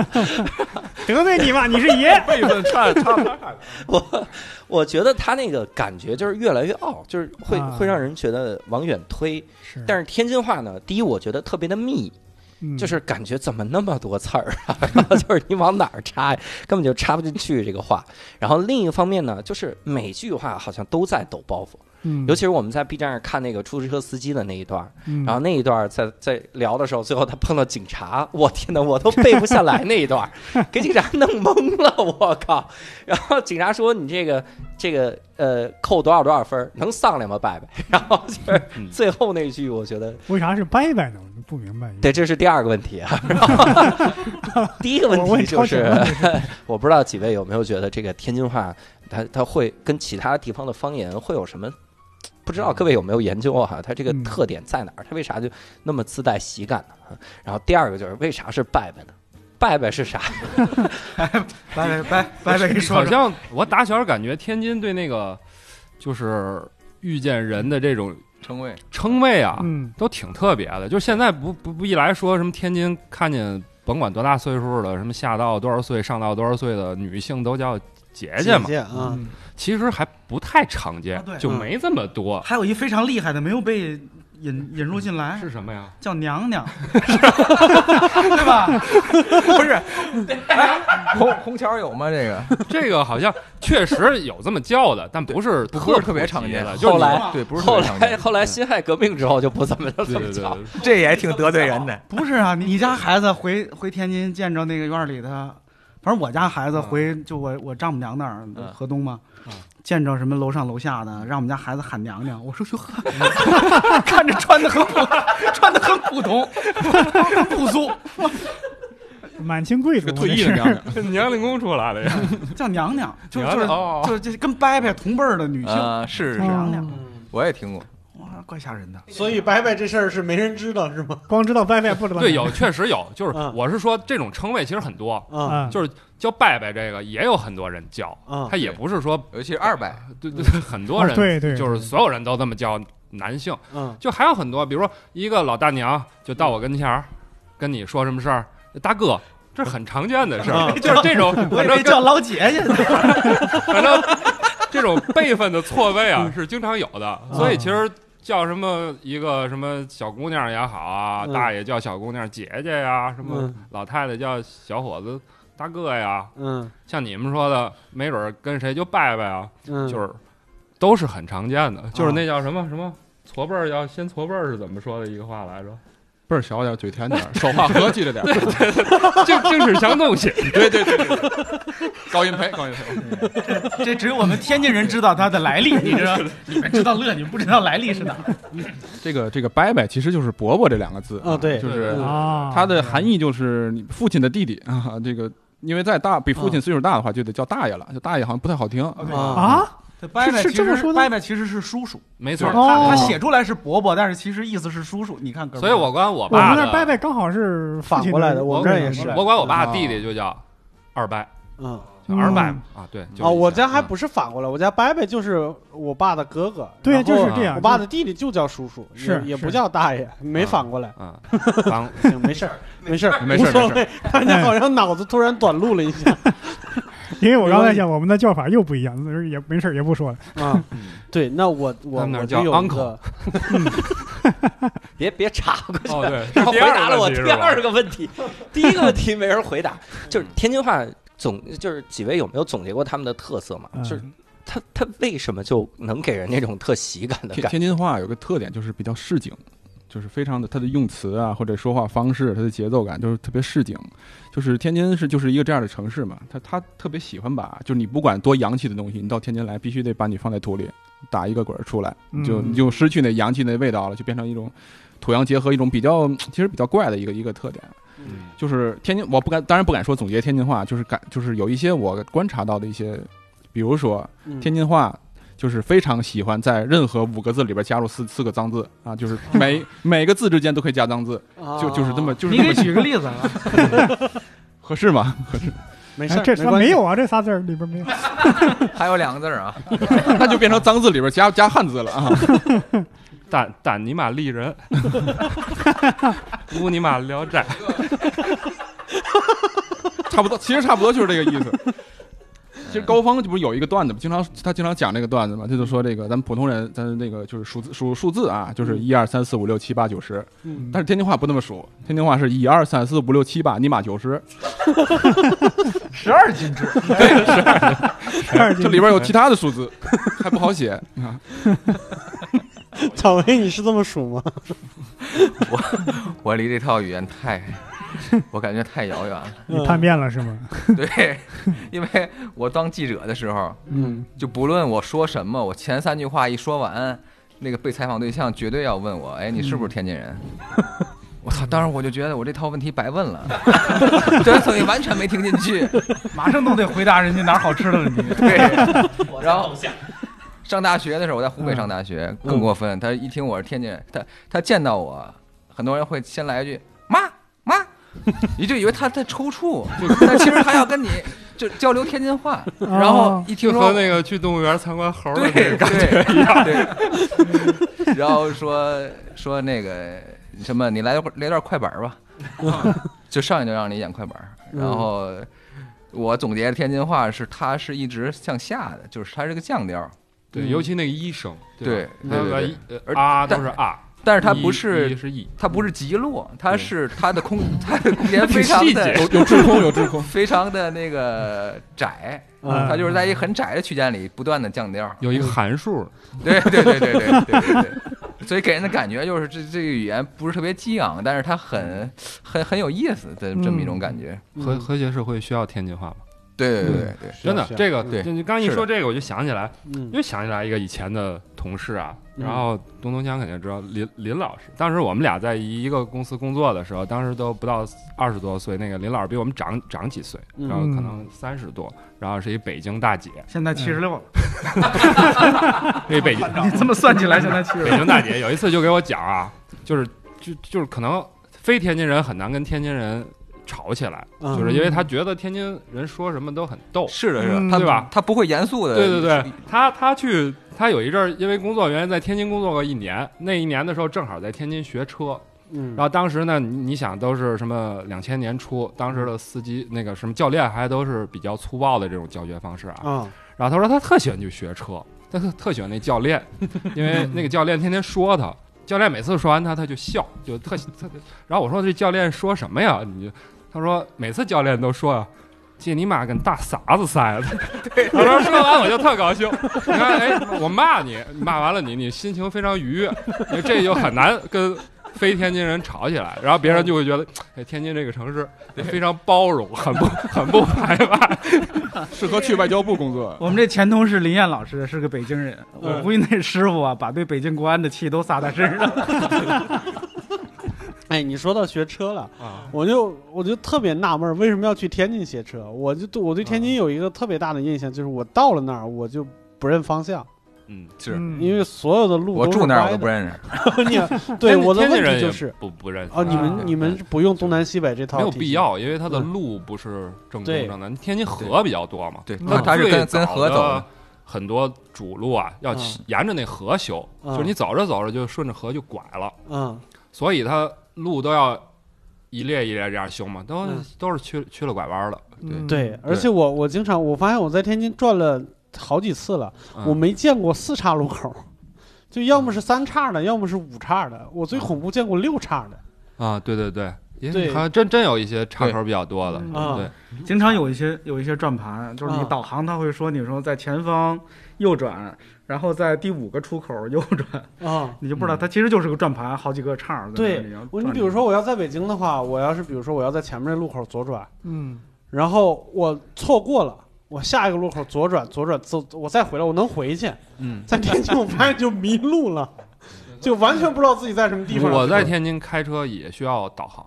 C: 得罪你嘛，你是 爷，
G: 辈分差差不多。
A: 我我觉得他那个感觉就是越来越傲，就是会、
C: 啊
A: 会让人觉得往远推。
C: 是嗯
A: 但是天津话呢，第一我觉得特别的密，
C: 是
A: 就是感觉怎么那么多刺儿啊，然后就是你往哪儿插呀，根本就插不进去这个话。然后另一方面呢，就是每句话好像都在抖包袱，
C: 嗯，
A: 尤其是我们在 B 站上看那个出租车司机的那一段儿，
C: 嗯
A: 然后那一段儿在在聊的时候，最后他碰到警察，我天哪，我都背不下来那一段 儿，给警察弄懵了，我靠！然后警察说：“你这个这个呃，扣多少多少分儿，能上来吗，伯伯？” 然后就是
H: 嗯
A: 最后那句，我觉得
C: 为啥是拜拜呢？我就不明白。
A: 对，这是第二个问题啊。 然后 第一个问
C: 我问
A: 题就
C: 超前
A: 是
C: 了，
A: 我不知道几位有没有觉得这个天津话，它它会跟其他地方的方言会有什么？不知道各位有没有研究啊？哈它这个
C: 嗯
A: 特点在哪儿？它为啥就那么自带喜感呢？啊然后第二个就是为啥是拜拜呢？拜拜是啥？
D: 拜拜拜拜拜，给
H: 好
D: 说说。
H: 像我打小感觉天津对那个就是遇见人的这种
F: 称谓，
H: 称谓啊，
C: 嗯，
H: 都挺特别的。就是现在不不不一来说什么天津看见甭管多大岁数的，什么下到多少岁、上到多少岁的女性都叫姐姐嘛，
B: 啊，
C: 嗯
H: 其实还不太常见
D: 啊对，
H: 就没这么多。
D: 还有一非常厉害的没有被引引入进来，
H: 是什么呀？
D: 叫娘娘，对吧？
F: 不是？红红桥有吗？这个
H: 这个好像确实有这么叫的，但不是
F: 不是特别
H: 普及
F: 常见
H: 的。就是
A: 后
H: 你
A: 来
F: 对，不是特
A: 后
F: 别常见
A: 来后来辛亥革命之后就不怎么着
H: 嗯对
A: 这
H: 对
A: 么
H: 对
A: 叫。
H: 对，
F: 这也挺得罪人的。
D: 不是啊，你你家孩子回回天津见着那个院里的，反正我家孩子回就我我丈母娘那儿
F: 嗯
D: 河东嘛
F: 嗯，
D: 见着什么楼上楼下的，让我们家孩子喊娘娘，我说哟， 看着穿的很普，穿的很普通，不俗，
C: 满清贵族
G: 这
C: 嘛
G: 个退役
C: 这
G: 的
C: 是
G: 娘娘，
H: 娘令公出来的呀。
D: 叫娘娘，就
H: 娘
D: 就是
H: 娘哦
D: 就是这跟伯伯同辈儿的女性，
F: 啊，是是，
D: 娘
C: 哦
D: 娘，
F: 我也听过。
C: 嗯
D: 哇，怪吓人的。
B: 所以拜拜这事儿是没人知道是吗？
C: 光知道拜拜不知道
H: 对，
C: 娘
H: 有确实有，就是
B: 嗯
H: 我是说这种称谓其实很多，
B: 啊
C: 啊，
H: 就是叫拜拜这个也有很多人叫，
B: 啊
C: 嗯
H: 他也不是说
F: 尤其是二百，
H: 对对对很多
C: 哦
H: 人
C: 对对
H: 就
C: 对
H: 是所有人都这么叫男性，
B: 啊
H: 就还有很多，比如说一个老大娘就到我跟前儿，跟你说什么事儿，大哥，这很常见的事儿，
B: 嗯
H: 就是这种，
D: 我
H: 反
D: 以
H: 正
D: 为叫老姐姐呢，
H: 反正这种辈分的错位
B: 嗯
H: 啊是经常有的，所以其实。叫什么一个什么小姑娘也好啊，
B: 嗯
H: 大爷叫小姑娘姐姐呀，什么
B: 嗯
H: 老太太叫小伙子大哥呀，
B: 嗯
H: 像你们说的，没准儿跟谁就拜拜啊，
B: 嗯，啊
H: 就是都是很常见的，就是那叫什么什么搓背儿，要先搓背儿是怎么说的一个话来着？
G: 倍儿小点儿，嘴甜点儿，手话和气着 点儿，
H: 就就是相东西，
G: 对对对对对，高音培，高音培。
D: 这只有我们天津人知道它的来历，你 知道？你们知道乐，你们不知道来历是哪儿？
G: 这个这个伯伯其实就是伯伯这两个字
C: 哦
B: 啊对
G: 就是
B: 嗯
C: 啊，
G: 它的含义就是你父亲的弟弟啊，这个。因为再大比
C: 哦
G: 父亲岁数大的话，就得叫大爷了，就大爷好像不太好听。
A: 嗯
B: 啊
C: 啊，
D: 这伯伯
C: 是是
D: 其
C: 这么
D: 实
C: 说的
D: 伯伯其实是叔叔，
H: 没错儿。
C: 哦
D: 他他写出来是伯伯，但是其实意思是叔叔。你看，哥们儿
H: 所以我管我
C: 我们
H: 爸
C: 那儿拜
H: 的，
C: 拜刚好是父亲
B: 反过来的，
C: 我
B: 我们这儿也是
D: 我
H: 我管我爸弟弟就叫二伯，
B: 啊嗯
H: 叫二伯啊，对。就是
B: 啊，我
H: 这
B: 家
H: 样嗯
B: 还不是反过来，我家伯伯就是我爸的哥哥，
C: 对
B: 然后
C: 就是这样
B: 我爸的弟弟就叫叔叔，也
C: 是
B: 也不
C: 是
B: 叫大爷，没
H: 啊
B: 反过来。
H: 啊，帮
B: 行，没事儿，没事儿，
G: 没事儿
B: 无所
G: 没
B: 谓。大家好像脑子突然短路了一下
C: 因为我刚才想我们的叫法又不一样，也没事儿也不说了，
B: 啊。对，那我
H: 他
B: 我
H: 们那儿
B: 我
H: 叫
B: 就有一
H: uncle
B: 个
A: 别别插过去，
H: 哦 对，
A: 然 后回答了我第
H: 第
A: 二个问题， 第一个问题没人回答，就是天津话总就是几位有没有总结过他们的特色嘛？
C: 嗯
A: 就是他他为什么就能给人那种特喜感的 感
G: 天
A: 觉？
G: 天津话有个特点就是比较市井，就是非常的它的用词啊，或者说话方式，它的节奏感就是特别市井。就是天津是就是一个这样的城市嘛，它它特别喜欢把，就是你不管多洋气的东西，你到天津来必须得把你放在土里打一个滚儿出来，你就
C: 嗯
G: 你就失去那洋气的味道了，就变成一种土洋结合，一种比较其实比较怪的一个一个特点。就是天津，我不敢，当然不敢说总结天津话，就是感，就是有一些我观察到的一些，比如说
B: 嗯
G: 天津话就是非常喜欢在任何五个字里边加入四四个脏字啊，就是每每个字之间都可以加脏字，
B: 啊
G: 就就是这么就是
D: 你
G: 这
D: 给
G: 么
D: 举个例子啊？
G: 合适吗？
B: 没事
C: 哎
B: 儿，
C: 这
B: 没关系
C: 没有啊，这仨字儿里边没有。
F: 还有两个字儿啊，
G: 那就变成脏字里边加加汉字了 啊！
H: 胆胆尼玛利人，乌尼玛聊斋，
G: 差不多，其实差不多就是这个意思。其实高峰这不是有一个段子吗？经常他经常讲这个段子嘛，他就说这个咱们普通人，咱那个就是数字数数字啊，
H: 嗯
G: 就是一二三四五六七八九十。
B: 嗯
G: 但是天津话不那么数，天津话是一二三四五六七八，尼玛九十，
F: 十二进制，
G: 这里边有其他的 数字，还不好写。你看，
C: 嗯
B: 草莓，你是这么数吗？
F: 我离这套语言太， 我感觉太遥远了。
C: 你叛变了是吗？
F: 对，因为我当记者的时候，
B: 嗯，
F: 就不论我说什么，我前三句话一说完，那个被采访对象绝对要问我，哎，你是不是天津人？ 我操！当时我就觉得我这套问题白问了，这东西完全没听进去。
D: 马上都得回答人家哪儿好吃的问 题。
F: 对，然后 上大学的时候，我在湖北上大学，更过分。他一听我是天津人，他他见到我，很多人会先来一句“妈妈”，你就以为他在抽搐，但其实他要跟你就交流天津话。然后一听
H: 就
F: 说
H: 和那个去动物园参观猴儿的那
F: 对
H: 个
F: 对一样，对。 然后说说那个什么，你来来段快板吧，就上来就让你演快板。然后我总结天津话是，它是一直向下的，就是它是个降调，
H: 对，尤其那个医生，
F: 对
H: 吧
F: 对对
H: 啊那
F: 对
H: 个
F: 而
H: 呃啊
F: 但
H: 都是啊，
F: 但是它不
H: 一
F: 是
H: 一是一，
F: 它不是极落，它是它的空它的空 间非常的
G: 有有制空，有制空。
F: 非常的那个窄，
C: 嗯
F: 它就是在一个很窄的区间里不断的降调。
H: 有一个函数，
F: 对对对对对对对对， 所以给人的感觉就是这这个语言不是特别激昂，但是它很很很有意思的这么一种感觉。
H: 和和谐社会需要天津话吗？
F: 对对对对对，
H: 真的，
B: 是啊
H: 这个
F: 对
H: 就你刚一
F: 是的
H: 说这个，我就想起来，
B: 嗯
H: 又想起来一个以前的同事啊，
B: 嗯
H: 然后东东强肯定知道林林老师，当时我们俩在一个公司工作的时候，当时都不到二十多岁，那个林老师比我们长长几岁，
B: 嗯
H: 然后可能三十多，然后是一北京大姐，
D: 现在七十六了，
H: 那北京
B: 嗯
D: 你这么算起来，现在七十
H: 北
D: 六。
H: 京大姐有一次就给我讲啊，就是就就是可能非天津人很难跟天津人吵起来，
B: 嗯
H: 就是因为她觉得天津人说什么都很逗，
F: 是的，是
C: 嗯
F: 的，它
H: 对吧？
F: 它不会严肃的，
H: 对对对，他他去他有一阵儿，因为工作原因在天津工作过一年，那一年的时候正好在天津学车，
B: 嗯
H: 然后当时呢，你你想都是什么两千年初，当时的司机那个什么教练还都是比较粗暴的这种教学方式啊。
B: 啊，
H: 然后他说他特喜欢去学车，他特特喜欢那教练，因为那个教练天天说他。教练每次说完他，他就笑，就特特。然后我说这教练说什么呀？你就他说每次教练都说呀，这你妈跟大傻子似的。我说说完我就特高兴，你看，哎，我骂你，骂完了你，你心情非常愉悦，这就很难跟非天津人吵起来，然后别人就会觉得，哎，天津这个城市非常包容，很不很不排外，
G: 适合去外交部工作。
D: 我们这前同事林燕老师是个北京人，我
B: 嗯
D: 估计那师傅啊，把对北京国安的气都撒在身上。
B: 哎，你说到学车了
H: 啊，
B: 我就我就特别纳闷儿，为什么要去天津学车？我就对我对
H: 啊
B: 天津有一个特别大的印象，就是我到了那儿我就不认方向，
H: 嗯，
F: 是
B: 因为所有的路
F: 我
B: 都是
F: 住那儿我
B: 歪
F: 都不
B: 的
F: 认识，
B: 你 对
H: 天津
B: 我的
H: 哎
B: 问
H: 天津
B: 题
H: 人
B: 就
H: 也
B: 是
H: 不不认识
B: 哦，你
D: 啊
B: 们你们不用东南西北这套，
H: 没有必。要，因为它的路不是正
B: 对
H: 宗正的，天津河比较多嘛，
F: 对，
C: 嗯
F: 它它是跟跟河走的，。
H: 很多主路啊，要
B: 嗯
H: 沿着那河修，
B: 嗯
H: 就是你走着走着就顺着河就拐了，
B: 嗯，
H: 所以它路都要一列一列这样修嘛，都、都是去去了拐弯了。
C: 嗯
B: 对，而且我我经常我发现我在天津转了好几次了，
H: 嗯
B: 我没见过四岔路口，就要么是三岔的，要么是五岔的。我
H: 嗯
B: 最恐怖见过六岔的。
H: 啊，对对对，因
B: 对
H: 为好像真真有一些插头比较多的，
C: 嗯
B: 啊
H: 对，
D: 经常有一些有一些转盘，就是你
B: 啊
D: 导航他会说你说在前方右转，然后在第五个出口右转，
B: 啊、
D: 你就不知道它其实就是个转盘，好几个叉儿在那
B: 对
D: 里。然后
B: 我
D: 转
B: 你比如说我要在北京的话，我要是比如说我要在前面这路口左转，
C: 嗯，
B: 然后我错过了。我下一个路口左转，左转走，我再回来，我能回去。
H: 嗯，
B: 在天津我发现就迷路了，就完全不知道自己在什么地方。
H: 我在天津开车也需要导航，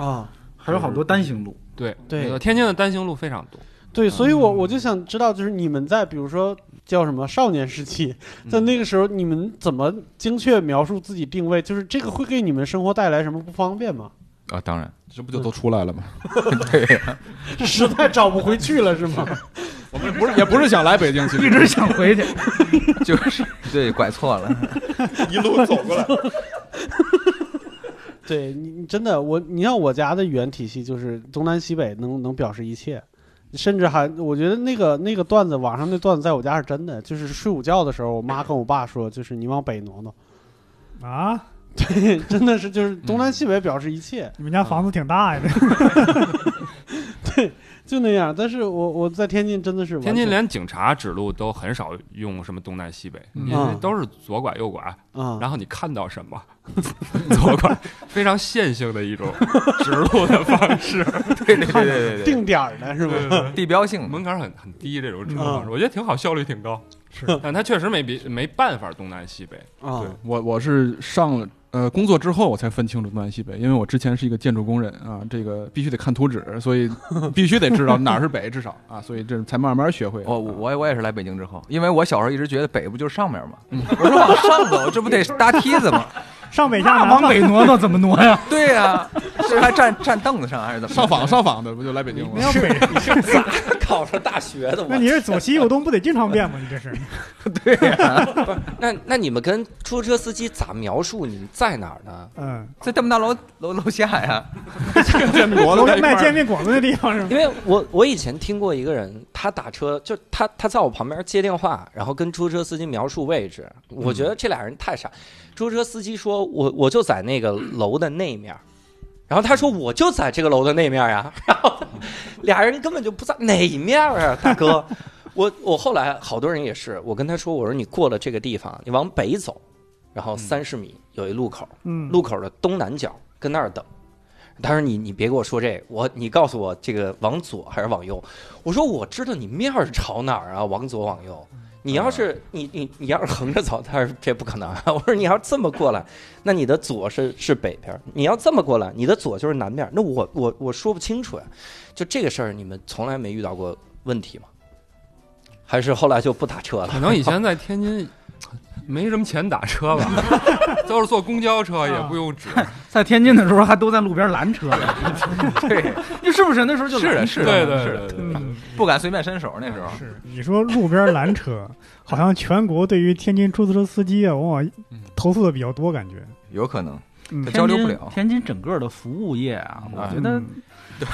B: 啊，
D: 还有好多单行路，
H: 对
B: 对
H: 那个天津的单行路非常多，嗯
B: 对，所以我我就想知道，就是你们在比如说叫什么少年时期，
H: 嗯
B: 在那个时候你们怎么精确描述自己定位？就是这个会给你们生活带来什么不方便吗？
F: 啊，当然，
G: 这不就都出来了吗？
B: 实在找不回去了是吗？
G: 我们不是也不是想来北京，其
D: 一
G: 实
D: 直想回去，
F: 就是对，拐错了。
G: 一路走过来。
B: 对你你真的我，你像我家的语言体系就是东南西北能能表示一切，甚至还我觉得那个那个段子，网上那段子在我家是真的，就是睡午觉的时候，我妈跟我爸说，就是你往北挪挪，
C: 啊！
B: 对，真的是就是东南西北表示一切，
C: 你们家房子挺大 呀，
B: 就那样。但是我我在天津真的是完
H: 天津
B: 全
H: 连警察指路都很少用什么东南西北，
F: 嗯
H: 因为都是左拐右拐，
B: 啊，
H: 然后你看到什么 左拐，非常线性的一种指路的方式，
F: 对对对对对对，
B: 定点儿的是吧？
F: 地标性嘛
H: 门。槛很很低，这种指路方式我觉得挺好，效率挺高。是，但它确实没别没办法东南西北，
B: 啊
G: 对，我我是上了呃工作之后我才分清楚东南西北，因为我之前是一个建筑工人啊，这个必须得看图纸，所以必须得知道哪儿是北，至少啊，所以这才慢慢学会的。
F: 我我也我也是来北京之后，因为我小时候一直觉得北不就是上面吗？我说往上走，这不得搭梯子吗？
C: 上北下
D: 那
C: 南
D: 往北挪挪怎么挪呀？
F: 对呀、是还站站凳子上还是怎么着？
G: 上访上访的不就来北京
C: 没
G: 吗？
C: 有北，
A: 考上大学的
C: 那
A: 我。
C: 你是左西右东不得经常变吗？你这 是
A: 那那你们跟出租车司机咋描述你们在哪儿呢？
C: 嗯，
F: 在这么大楼楼楼下呀，
G: 建国
C: 我
G: 都在
C: 们
G: 一
C: 卖
G: 块
C: 煎
G: 儿。
C: 饼果子的地方 是吗？
A: 因为我我以前听过一个人，他打车就他他在我旁边接电话，然后跟出租车司机描述位置，我觉得
C: 嗯
A: 这俩人太傻。出租车司机说我我就在那个楼的那面儿，然后他说我就在这个楼的那面儿呀， 然后俩人根本就不在哪一面儿啊，大哥。我我后来好多人也是，我跟他说我说你过了这个地方，你往北走，然后三十米有一路口，
C: 嗯，
A: 路口的东南角，跟那儿等。他说你你别给我说这，我你告诉我这个往左还是往右？我说我知道你面儿朝哪儿啊，往左往右。你要是你你你要是横着走，他说这不可能啊。 我说你要这么过来，那你的左是是北边儿；你要这么过来，你的左就是南边儿。那我我我说不清楚呀、啊就这个事儿，你们从来没遇到过问题吗？还是后来就不打车了？
H: 可能以 前在天津没什么钱打车吧，都是坐公交车，也不用指。
D: 在天津的时候还都在路边拦车呢，
F: 对，
D: 是不是？那时候就是拦
F: 的，
D: 车
F: 是
H: 对
F: 的，是
H: 对
F: 的，
H: 对对，
C: 嗯，
F: 不敢随便伸手那时候。
C: 是你说路边拦车，好像全国对于天津出租车司机啊，往往投诉的比较多，感觉。
F: 有可能
C: 嗯
F: 他交
D: 天
F: 流不
D: 津
F: 了。
D: 天津整个的服务业啊，我
F: 哎
D: 觉得
C: 嗯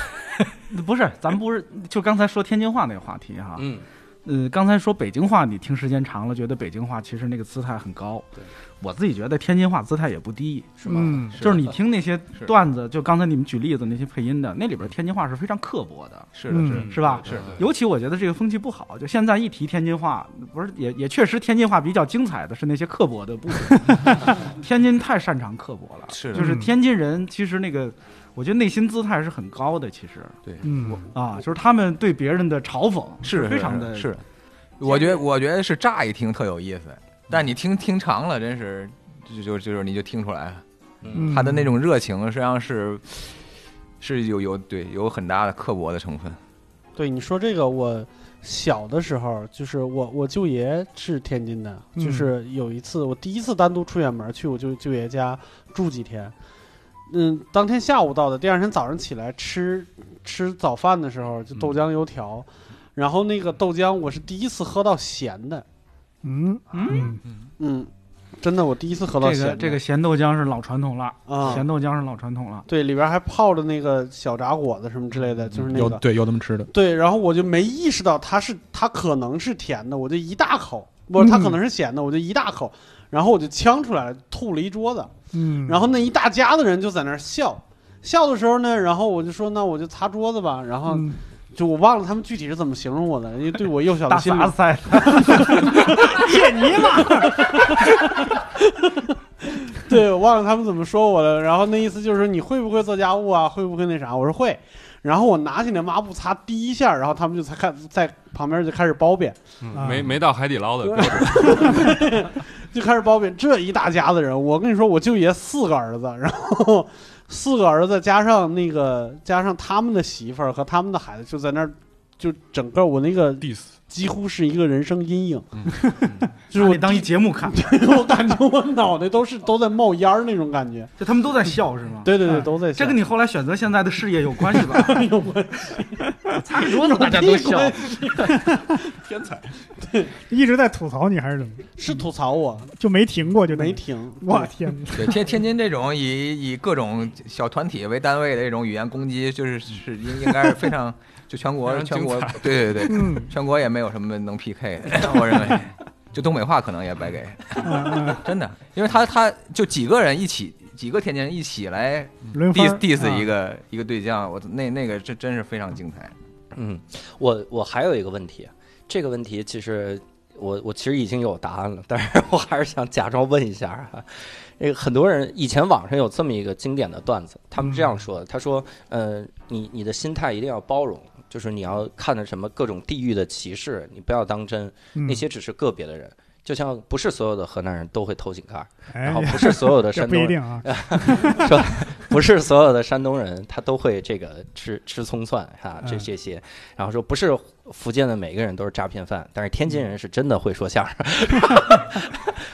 D: 不是，咱不是就刚才说天津话那个话题哈，
A: 嗯，
D: 呃，刚才说北京话，你听时间长了，觉得北京话其实那个姿态很高。
A: 对，
D: 我自己觉得天津话姿态也不低，
A: 是吗？
C: 嗯，
D: 就是你听那些
F: 是
D: 段子，就刚才你们举例子那些配音的，那里边天津话是非常刻薄的。
F: 是
C: 嗯
F: 的，是的，
D: 是吧
F: 是的，
D: 尤其我觉得这个风气不好，就现在一提天津话，不是也也确实天津话比较精彩的是那些刻薄的部分， 天津太擅长刻薄 了，
F: 是的
D: 就是
C: 嗯
D: 天津人其实那个，我觉得内心姿态是很高的，其实
C: 嗯，
D: 啊，就是他们对别人的嘲讽
F: 是
D: 非常的
F: 是。我觉得我觉得是乍一听特有意思，但你听听长了，真是就就就是你就听出来了，
C: 嗯
F: 他的那种热情实际上是是有有对有很大的刻薄的成分。
B: 对你说这个，我小的时候就是我我舅爷是天津的，
C: 嗯
B: 就是有一次我第一次单独出远门去我舅舅爷家住几天，嗯，当天下午到的，第二天早上起来吃吃早饭的时候就豆浆油条，然后那个豆浆我是第一次喝到咸的，
C: 嗯嗯
B: 嗯，真的我第一次喝到
D: 这
B: 咸
D: 个
B: 的，
D: 这个咸豆浆是老传统了，
B: 啊
D: 咸豆浆是老传统了。
B: 对里边还泡着那个小炸果子什么之类的，就是那
G: 嗯有
B: 个
G: 对有那么吃的，
B: 对，然后我就没意识到它是它可能是甜的，我就一大口，不是它可
C: 嗯
B: 能是咸的，我就一大口，然后我就呛出来了，吐了一桌子，
C: 嗯，
B: 然后那一大家子人就在那儿笑，笑的时候呢，然后我就说那我就擦桌子吧，然后
C: 嗯
B: 就我忘了他们具体是怎么形容我的，因为对我幼小
D: 大
B: 的心
D: 撒
B: 灵，
D: 塞，
B: 对我忘了他们怎么说我了，然后那意思就是你会不会做家务啊，会不会那啥，我说会。然后我拿起那抹布擦第一下，然后他们就才看在旁边就开始褒贬，
C: 啊
H: 嗯没没到海底捞的标准。
B: 就开始包庇这一大家子人。我跟你说，我舅爷四个儿子，然后四个儿子加上那个加上他们的媳妇儿和他们的孩子，就在那儿就整个我那个
G: diss
B: 几乎是一个人生阴影，就是
D: 把
B: 我
D: 你当一节目看，
B: 我感觉我脑袋都是都在冒烟儿那种感觉。
D: 就他们都在笑是吗？
B: 对对对，
D: 哎
B: 都在
D: 这跟你后来选择现在的事业有关系吧？
B: 有关
D: 擦桌子大家都
B: 有
D: 笑，
B: 关
G: 天才，
C: 一直在吐槽你还是怎么？
B: 是吐槽我
C: 就没停过，就
B: 没。停，
C: 我天，
F: 对天天津这种以以各种小团体为单位的这种语言攻击，就是是应应该是非常就全国
G: 非常
F: 全
G: 精
F: 国
G: 彩
F: 对对对，
C: 嗯，
F: 全国也没有什么能 PK 的， 我认为，就东北话可能也白给， 真的，因为他他就几个人一起，几个天津人一起来
C: 轮番
F: diss
C: 儿
F: diss
D: 嗯
C: 啊
F: 一个一个对象，我那那个真真是非常精彩。
A: 嗯，我我还有一个问题，这个问题其实我我其实已经有答案了，但是 我还是想假装问一下啊。那个很多人以前网上有这么一个经典的段子，他们这
C: 嗯
A: 样说的：他说，呃，你你的心态一定要包容，就是你要看的什么各种地域的歧视，你不要当真，
C: 嗯
A: 那些只是个别的人。就像不是所有的河南人都会偷井盖儿，然
C: 哎
A: 后，不是所有的
C: 这
A: 山
C: 不
A: 东
C: 一定
A: 人
C: 啊。
A: 不是所有的山东人他都会这个吃吃葱蒜哈、这
C: 嗯
A: 这些，然后说不是福建的每个人都是诈骗犯，但是天津人是真的会说相声。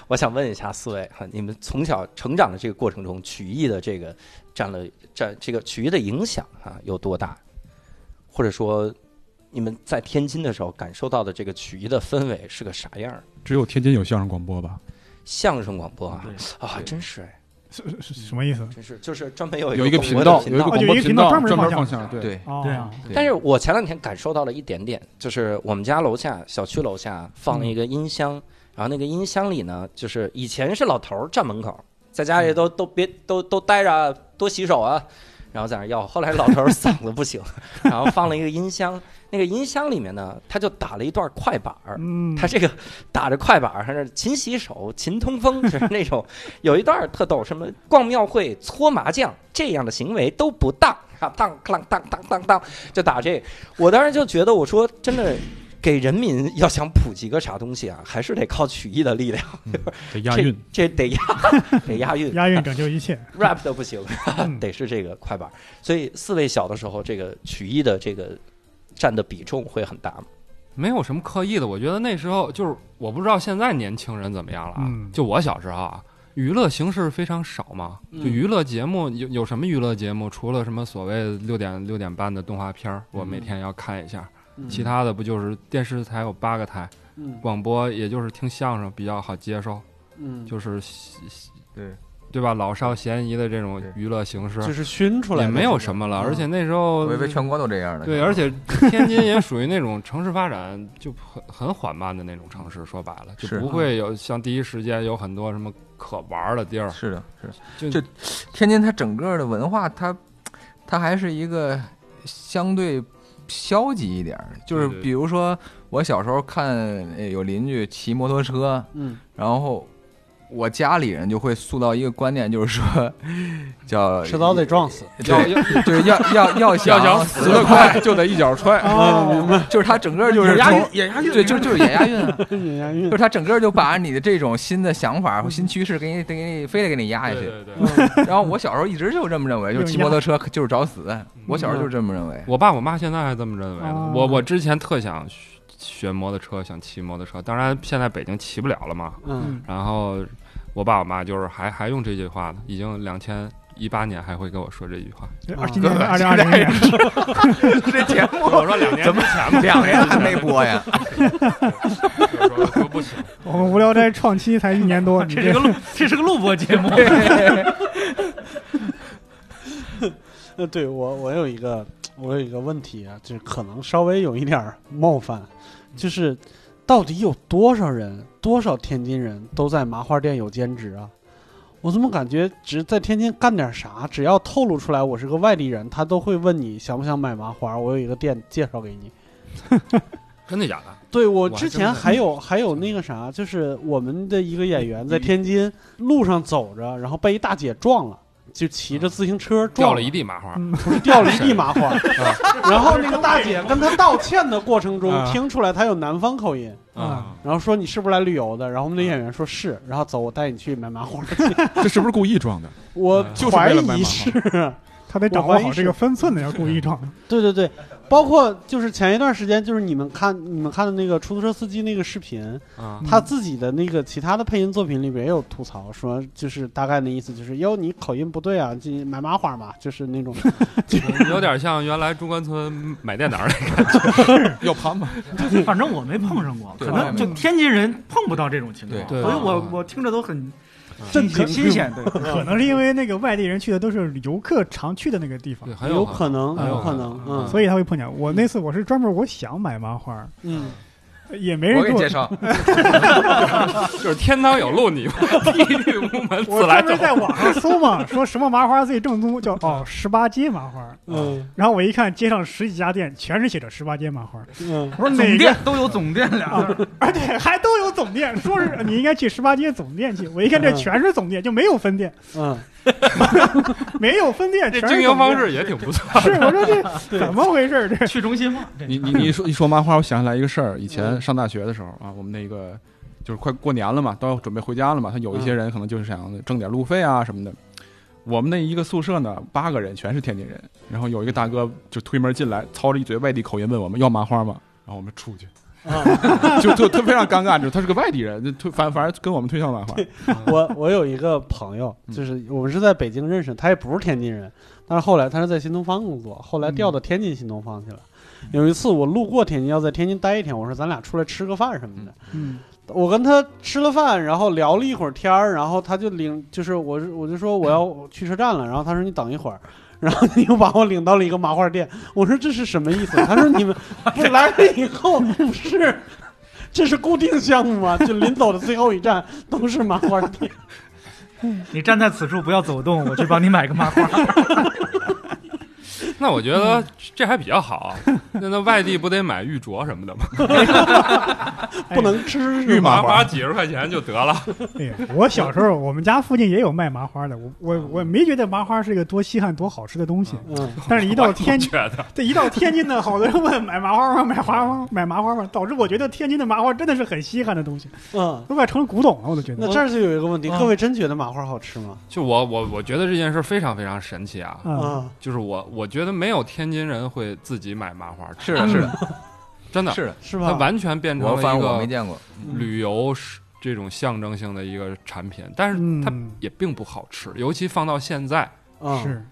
A: 我想问一下四位哈，你们从小成长的这个过程中，曲艺的这个占了占这个曲艺的影响哈、有多大？或者说你们在天津的时候感受到的这个曲艺的氛围是个啥样儿？
G: 只有天津有相声广播吧？
A: 相声广播啊
D: 对
A: 啊，
F: 对
A: 真是哎，
C: 是是是什么意思？
A: 真是就是专门有
G: 有一个
A: 广
G: 频
A: 播的
G: 道，有
A: 频
G: 一个
A: 道
G: 广
C: 有
G: 播
C: 一个
G: 频
C: 频道专门
G: 专门
C: 放
G: 放
C: 相
G: 相声。对，
F: 对，
C: 哦
D: 对啊，
F: 对
A: 但是我前两天感受到了一点点，就是我们家楼下小区楼下放了一个音箱，然后那个音箱里呢，就是以前是老头儿站门口，在家里都、都别都都待着啊，多洗手啊，然后在那儿要。后来老头儿嗓子不行，然后放了一个音箱，那个音箱里面呢，他就打了一段快板儿。
C: 嗯，
A: 他这个打着快板儿，还是勤洗手、勤通风， 就是那种有一段儿特逗，什么逛庙会、搓麻将这样的行为都不当啊，当当当当当当，就打这个。我当时就觉得，我说真的，给人民要想普及个啥东西啊，还是得靠曲艺的力量，
G: 得押韵。
A: 这得 押得押韵
C: 押韵拯救一切。
A: ，rap 的不行，
C: 嗯
A: 得是这个快板儿。所以四位小的时候，这个曲艺的这个占的比重会很大吗？
H: 没有什么刻意的。我觉得那时候就是，我不知道现在年轻人怎么样了啊。
C: 嗯
H: 就我小时候啊，娱乐形式非常少嘛，
B: 嗯
H: 就娱乐节目有有什么娱乐节目？除了什么所谓六点六点半的动画片儿，我每天要看一下。
B: 嗯
H: 其他的不就是电视台有八个台，
B: 嗯
H: 广播也就是听相声比较好接受，
B: 嗯，
H: 就是喜喜
F: 对
H: 对吧？老少咸宜的这种
F: 对
H: 娱乐形式
B: 就是熏出来
H: 也
B: 的
H: 没有什么了。
B: 嗯
H: 而且那时候
F: 我以为全国都这样呢。
H: 对，而且天津也属于那种城市发展就很很缓慢的那种城市，说白了就是不会有像第一时间有很多什么可玩儿的地儿。
F: 是的，是的
H: 就
F: 就天津它整个的文化，它它还是一个相对消极一点儿，就是
H: 对对
F: 比如说我小时候看呃有邻居骑摩托车，
B: 嗯，
F: 然后我家里人就会塑造一个观念，就是说叫
B: 嗯迟早得撞死。
F: 要要对要要要
G: 要想死
F: 死
G: 得
F: 得
G: 快，就得一脚踹。
B: 啊， 明白
F: 就是他整个就
D: 也
F: 是
D: 押韵
F: 从，
D: 也押韵，
F: 对，就是就是也押韵啊，
B: 你押
F: 就
B: 韵
F: 是。他整个就把你的这种新的想法或新趋势给你得给你非得给你压下
H: 对
F: 去。
H: 对对，
F: 然后我小时候一直就这么认为，就是骑摩托车就是找死。我小时候就是这么认 为。
H: 我爸我妈现在还这么认为呢
C: 哦。
H: 我我之前特想学学摩托车，想骑摩托车，当然现在北京骑不了了嘛。
B: 嗯，
H: 然后我爸我妈就是还还用这句话呢，已经两千一八年还会跟我说这句话。
C: 二啊今年二零二零年，
F: 这节 目
H: 我说两年之前吧，
F: 两年还没播 呀，
H: 我说说不行。
C: 我们无聊斋创期才一年多，你
D: 这是
C: 这
D: 个录，这是个录播节目。
B: 呃，对我我有一个我有一个问题啊，就是可能稍微有一点儿冒犯，
H: 嗯
B: 就是到底有多少人，多少天津人都在麻花店有兼职啊？我怎么感觉只在天津干点啥，只要透露出来我是个外地人，他都会问你想不想买麻花？我有一个店介绍给你。
H: 真的假的？
B: 对我
H: 哇
B: 之
H: 真
B: 前
H: 的
B: 还有还有那个啥，就是我们的一个演员在天津路上走着，然后被一大姐撞了，就骑着自行车
H: 嗯掉
B: 撞
H: 了一地麻花。
B: 不是掉了一地麻花。然后那个大姐跟他道歉的过程中
H: 啊，
B: 听出来他有南方口音，
H: 啊，
B: 然后说你是不是来旅游的？然后我们的演员说是，然后走，我带你去买麻花。
G: 这是不是故意撞的？
B: 我
G: 就是
B: 怀
G: 为了买
B: 疑
G: 麻
B: 是，
C: 他得掌握好这个分寸的，要故意撞。
B: 对对对，包括就是前一段时间，就是你们看你们看的那个出租车司机那个视频，
H: 啊，
B: 他自己的那个其他的配音作品里边也有吐槽，说就是大概的意思就是，哟，你口音不对啊，这买麻花嘛，就是那种，
H: 嗯有点像原来中关村买电脑儿那
G: 要盘吗？
D: 反正我没碰上过，
F: 对
D: 可
F: 我
D: 能
F: 也
D: 就
F: 没
D: 天津人碰不到这种情况，
H: 对
D: 所以我
H: 啊
D: 我听着都很
C: 这可
D: 新鲜。对，
C: 可能是因为那个外地人去的都是游客常去的那个地方
H: 个，，很
B: 有
H: 可
B: 可能，
C: 很有
B: 有
C: 可
B: 可能，
H: 能
B: 嗯
C: 所以他会碰见。我那次我是专门我想买麻花，
B: 嗯，
C: 也没
F: 我
C: 人
F: 给
C: 给
F: 你
C: 我
F: 介，绍，
H: 就是天堂有路你们地狱无门
C: 我
H: 自来
C: 专门。
H: 走
C: 在网上搜嘛，说什么麻花最正宗，叫哦十八街麻花。
B: 嗯
C: 然后我一看，街上十几家店全是写着十八街麻花，
B: 嗯，
D: 不是
C: 哪
D: 总
C: 个啊
D: 店都有总店俩字儿，
C: 而且还都有总店，说是你应该去十八街总店去。我一看这全是总店，就没有分店，
B: 嗯，
C: 没有分店，
H: 这
C: 全是
H: 经营
C: 总
H: 方
C: 店。
H: 式也挺不错。
C: 是，我说这怎么回事儿？这
D: 去中心化。
G: 你你你说一说麻花，我想起来一个事儿。以
H: 嗯
G: 前上大学的时候啊，我们那个就是快过年了嘛，都要准备回家了嘛。他有一
H: 嗯
G: 些人可能就是想挣点路费啊什么的。我们那一个宿舍呢，八个人全是天津人，然后有一个大哥就推门进来，操着一嘴外地口音问我们要麻花吗？然后我们出去，
H: 啊
G: 就就特非常尴尬，就是他是个外地人，就推反反而跟我们推 销麻花。
B: 我我有一个朋友，就是我们是在北京认识，他也不是天津人，但是后来他是在新东方工作，后来调到天津新东方去了。有一次我路过天津，要在天津待一天，我说咱俩出来吃个饭什么的。
C: 嗯，
B: 我跟他吃了饭，然后聊了一会儿天儿，然后他就领，就是我我就说我要去车站了，然后他说你等一会儿。然后你又把我领到了一个麻花店，我说这是什么意思？他说你们不是来了以后不是，这是固定项目吗？就临走的最后一站都是麻花店。
D: 你站在此处不要走动，我去帮你买个麻花。
H: 那我觉得这还比较好。那那外地不得买玉镯什么的吗？
B: 不能吃
H: 玉
B: 是吗？
H: 麻花几十块钱就得了。
C: 哎呀，我小时候我们家附近也有卖麻花的，我我我没觉得麻花是一个多稀罕、多好吃的东西，
B: 嗯，
C: 但是一到天
H: 我觉得
C: 这一到天津呢，好多人问买麻花吗？买花吗？买麻花吗？导致我觉得天津的麻花真的是很稀罕的东西，
B: 嗯，
C: 都快成古董了，我都觉
B: 那
C: 得。
B: 这儿就有一个问题，
D: 嗯
B: 各位真觉得麻花好吃吗？
H: 就我我我觉得这件事非常非常神奇啊！
C: 啊，
B: 啊，
H: 就是我我觉得没有天津人会自己买麻花，
F: 是的，是
C: 嗯
F: 的，
H: 真的，
F: 是的，
B: 是
H: 它
B: 吧？
H: 完全变成
F: 我
H: 嗯了
F: 反
H: 一
F: 正我没
H: 个
F: 见过，
H: 旅游是这种象征性的一个产品，但是它
C: 嗯，
H: 也并不好吃，尤其放到现在，
B: 嗯，
C: 是，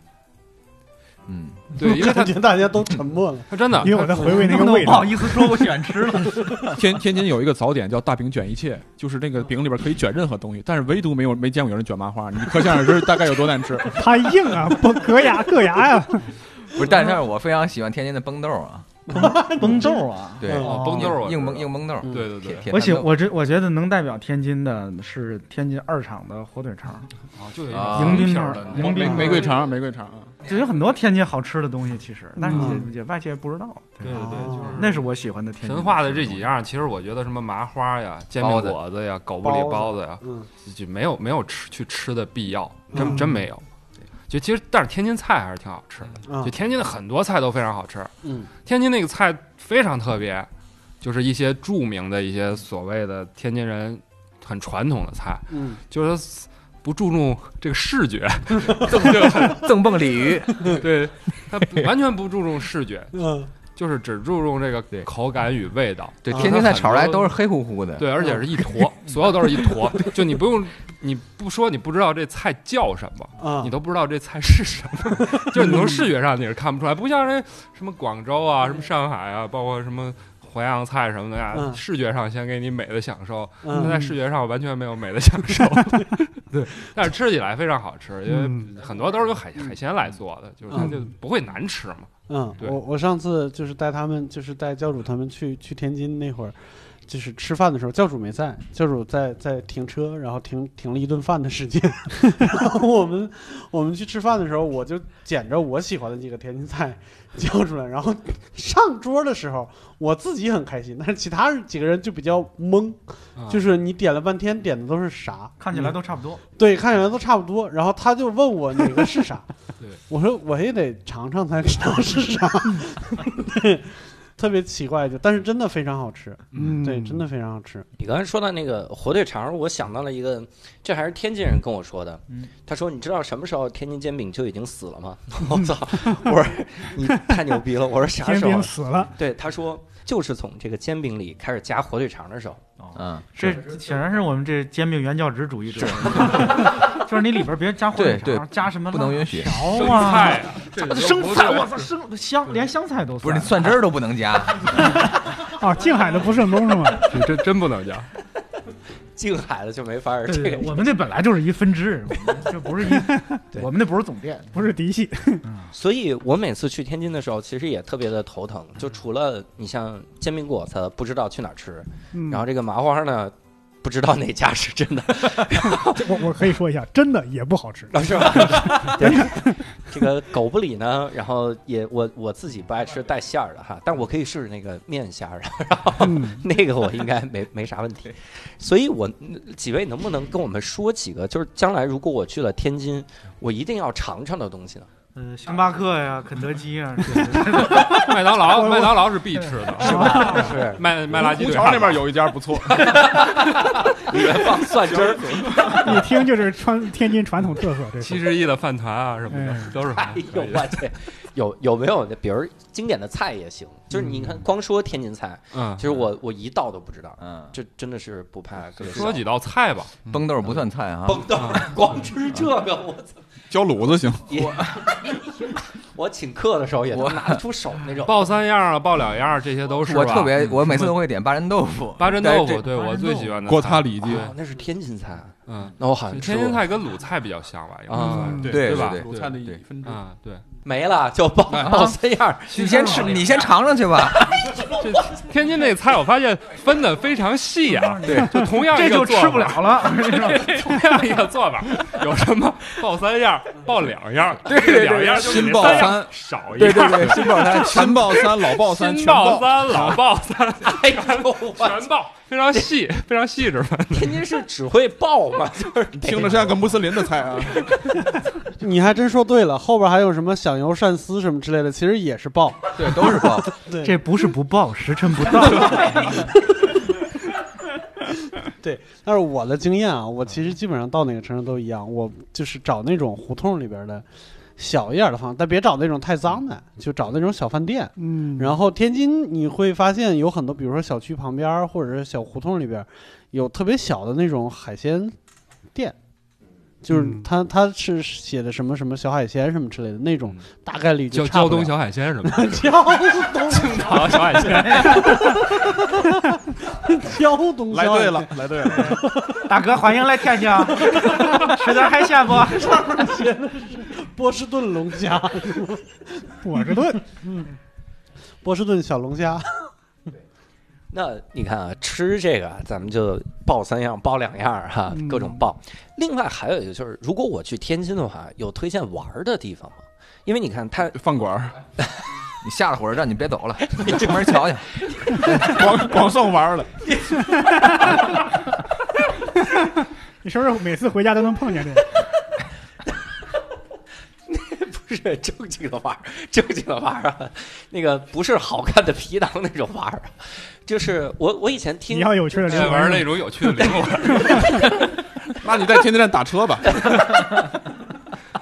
F: 嗯，
H: 对，因 为它
B: 感 觉大家都沉默了。
H: 它真的
C: 因为我在回味那
D: 能不
C: 个
D: 能
C: 味
D: 不好
C: 道。
D: 意思说我选吃了？
G: 天天津有一个早点叫大饼卷一切，就是那个饼里边可以卷任何东西，但是唯独没有没见过有人卷麻花，你可想而知大概有多难吃。
C: 它硬啊，不硌牙，硌牙呀。
F: 不是，但是我非常喜欢天津的崩豆啊，
D: 崩豆啊！
F: 对，
B: 哦
H: 崩豆啊，
F: 硬崩
H: 知道
F: 硬崩豆，
B: 嗯
H: 对对
F: 铁
H: 对，
F: 铁
D: 我
F: 盘
D: 喜
F: 豆
D: 我这我觉得能代表天津的是天津二厂的火腿肠，
H: 啊，就有一
F: 啊
H: 个
F: 迎
D: 宾
H: 皮
D: 那
H: 儿
D: 儿
H: 的那
D: 迎
H: 种
D: 宾
G: 玫
D: 那儿
G: 玫瑰肠，玫瑰肠，啊
D: 就有很多天津好吃的东西，其实，但是
B: 嗯
D: 也也外界不知道。
H: 对对对，就是
D: 那是我喜欢的天津
H: 神话的这几样，其实我觉得什么麻花呀、煎饼果子呀、狗不理包子呀，
B: 嗯，
H: 就没有没有吃去吃的必要，真、
C: 嗯
H: 真没有。就其实，但是天津菜还是挺好吃的。
D: 嗯
B: 啊
H: 就天津的很多菜都非常好吃，
B: 嗯
H: 天津那个菜非常特别，就是一些著名的一些所谓的天津人很传统的菜，
B: 嗯，
H: 就是不注重这个 视觉，这么就
F: 赠蹦鲤鱼，
H: 对他不完全不注重视觉，
B: 嗯
H: 就是只注重这个
F: 对
H: 口感与味道。
F: 对，
B: 啊
F: 天津菜炒出来都是黑乎乎的，
H: 对，而且是一坨， 所有都是一坨。就你不用，你不说，你不知道这菜叫什么，
B: 啊
H: 你，都不知道这菜是什么。 就是你从视觉上你是看不出来，不像人什么广州啊、什么上海啊，包括什么淮扬菜什么的呀、
B: 嗯
H: 视觉上先给你美的享受，但
B: 嗯
H: 在视觉上完全没有美的享受。 对，但是吃起来非常好吃，因
C: 嗯
H: 为很多都是由海海鲜来做的，就是它
B: 嗯
H: 就不会难吃嘛。
B: 嗯，
H: 对
B: 我我上次就是带他们，就是带教主他们去去天津那会儿，就是吃饭的时候，教主没在，教主在在停车，然后停停了一顿饭的时间。 然后我们我们去吃饭的时候，我就捡着我喜欢的几个天津菜叫出来，然后上桌的时候，我自己很开心，但是其他几个人就比较懵，
H: 啊
B: 就是你点了半天点的都是啥，
D: 看起来都差不多。
B: 对，看起来都差不多。然后他就问我哪个是啥
H: 对，
B: 我说我也得尝尝才知道是啥。对，特别奇怪，就但是真的非常好吃，
C: 嗯，
B: 对，真的非常好吃。
A: 你刚才说到那个火腿肠儿，我想到了一个，这还是天津人跟我说的。
E: 嗯
A: 他说：“你知道什么时候天津煎饼就已经死了吗？” 我操！我说：“你太牛逼了！”我说：“啥
C: 嗯 煎
A: 时候啊
C: 饼死了，？”
A: 对，他说：“就是从这个煎饼里开始加火腿肠的时候。
F: 嗯，
D: 这显然是我们这煎饼原教旨主义者，就是你里边别加火腿
F: 对
D: 肠，加什么
F: 不能允许
D: 辣条啊，
G: 这
D: 生菜，我操，生香连香菜都
F: 不是那蒜汁儿都不能加，
C: 啊，静海的不正宗是吗？
H: 这真真不能加。”
A: 静海的就没法儿，
D: 对
A: 这
D: 对
A: 个
D: 对，我们这本来就是一分支，我们这不是一，
A: 对
D: 我们那不是总店，
C: 不是嫡系，
A: 所以我每次去天津的时候，其实也特别的头疼。就除了你像煎饼果子，不知道去哪儿吃，
C: 嗯
A: 然后这个麻花呢，不知道哪家是真的，
C: 这我我可以说一下，真的也不好吃。
A: 啊是吧？ 对，这个狗不理呢，然后也我我自己不爱吃带馅儿的哈，但我可以试试那个面馅儿的，
C: 嗯，
A: 那个我应该没没啥问题。所以我，嗯几位能不能跟我们说几个，就是将来如果我去了天津，我一定要尝尝的东西呢？
D: 呃，星巴克呀，肯德基呀，对对对
H: 麦当劳，麦当劳是必吃的，啊
A: 是吧？是
H: 卖卖垃圾
G: 胡
H: 堆
G: 桥那边有一家不错，
A: 里面放蒜汁儿，
C: 一听就是川天津传统特色，这
H: 七
C: 是
H: 十亿的饭团啊什么
C: 嗯
H: 的，都是
A: 哎
H: 很
A: 呦
H: 可以的
A: 我去，有有没有比如经典的菜也行？就是你看，光说天津菜，
H: 嗯
A: 其，实我我一道都不知道，
F: 嗯，
A: 这真的是不怕各位
H: 说嗯几道菜吧，
F: 崩豆儿不算菜啊，
A: 崩豆儿，光吃这个我操！
G: 浇卤子行。
A: 我我请客的时候也能拿得出手那种。
H: 爆三样啊，爆两样啊，这些都是吧。
F: 我特别，我每次
H: 什
F: 都
H: 么
F: 会点八珍豆腐，
H: 八珍豆
F: 但是
H: 腐，对
D: 八珍
H: 我
D: 豆
H: 最
D: 腐
H: 喜欢的
G: 锅塌
H: 菜
G: 里脊，
A: 哦那是天津菜，
H: 嗯，
A: 那我好像吃
H: 天津
A: 过
H: 菜跟鲁菜比较像吧？应该
A: 啊
H: 算是
C: 对
F: 对
H: 吧？
F: 对
G: 鲁菜的
H: 对
G: 一分支。
H: 啊，对，
A: 没了，
H: 哎
A: 就爆
H: 啊
A: 爆三样 儿。
F: 这你先吃，你先尝尝去吧。
H: 这天津那菜我发现分的非常细啊，对，就同样
D: 这
H: 一个
D: 就
H: 做
D: 吃不
H: 法
D: 了了。我跟你 说
H: 同样一个做法，有什么爆三样、爆两样，对对两样就是
F: 新
H: 那
F: 爆
H: 三样
F: 三
H: 少一
F: 对
H: 样，
F: 对对，新爆三全爆三，老爆
H: 新爆三、老爆三、
A: 哎呦，我
H: 全爆，非常细，非常细致。
A: 天津是只会爆吗？就是
G: 听着像个穆斯林的菜啊，
B: 你还真说对了，后边还有什么响油鳝丝什么之类的，其实也是爆。
F: 对，都是爆。
B: 对，
D: 这不是不报，时辰不到。
B: 但是我的经验啊，我其实基本上到哪个城市都一样，我就是找那种胡同里边的小一点的饭，但别找那种太脏的，就找那种小饭店。
C: 嗯，
B: 然后天津你会发现有很多，比如说小区旁边儿或者是小胡同里边儿，有特别小的那种海鲜店，就是
C: 嗯
B: 它它是写的什么什么小海鲜什么之类的那种，大概率就
H: 叫
B: 差
H: 胶
B: 不
H: 东
B: 了。
H: 小海鲜什么的，
B: 胶东
H: 青岛小海鲜，
B: 胶东
G: 来
B: 小海
G: 对
B: 鲜
G: 了，来对了，
D: 大哥，欢迎来 天津，啊吃点海鲜不？
B: 波士顿龙虾，
C: 波士顿，
B: 波士顿小龙虾，
A: 那你看啊，吃这个咱们就爆三样，爆两样儿哈、
C: 嗯
A: 各种爆。另外还有一个就是，如果我去天津的话，有推荐玩儿的地方吗？因为你看它
G: 饭馆儿
F: 你下了火车站，你别走 了，你出门瞧瞧。
G: 光光送玩儿了，
C: 你是不是每次回家都能碰见这个？
A: 不是正经的玩儿， 正经的玩儿啊，那个不是好看的皮囊那种玩儿，啊就是我我以前听
C: 你要有趣的灵
H: 这玩意儿
C: 魂，
H: 那种有趣的零活 儿，
G: 那你在天津站打车吧，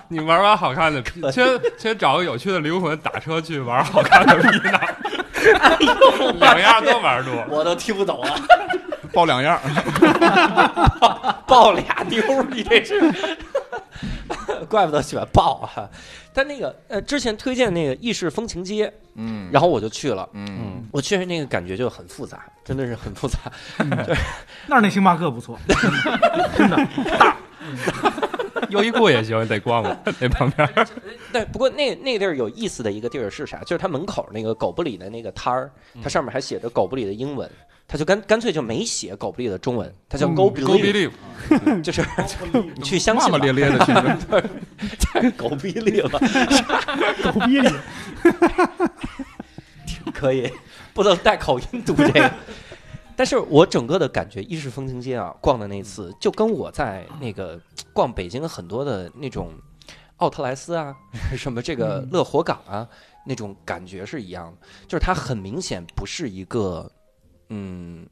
H: 你玩玩好看的，先先找个有趣的灵魂，打车去玩好看的皮 囊，两样都玩住。
A: 我都听不懂啊了，
G: 报两样儿。
A: 爆俩妞儿，你这是， 怪不得喜欢爆啊。但那个呃，之前推荐那个意式风情街，
F: 嗯，
A: 然后我就去了，
F: 嗯，
A: 我去那个感觉就很复杂，真的是很复杂。
D: 那儿那星巴克不错，
H: 优衣库也行，得逛 逛那旁边儿。
A: 但不过那那地儿有意思的一个地儿是啥？就是它门口那个狗不理的那个摊儿，它上面还写着狗不理的英文，它就干干脆就没写狗不理的中文，它叫
C: 嗯
A: Go 不
H: 勾比
A: 理，嗯
H: 利，
A: 就是你去相
G: 骂
A: 信
G: 骂咧咧 的去，
A: 吧， 狗不理 了，
C: 狗逼里，
A: 可以，不能带口音读这个。但是我整个的感觉，意式风情街啊，逛的那次，就跟我在那个逛
F: 嗯
A: 北京很多的那种奥特莱斯啊，什么这个乐活港啊，那种感觉是一样的，就是它很明显不是一个，嗯，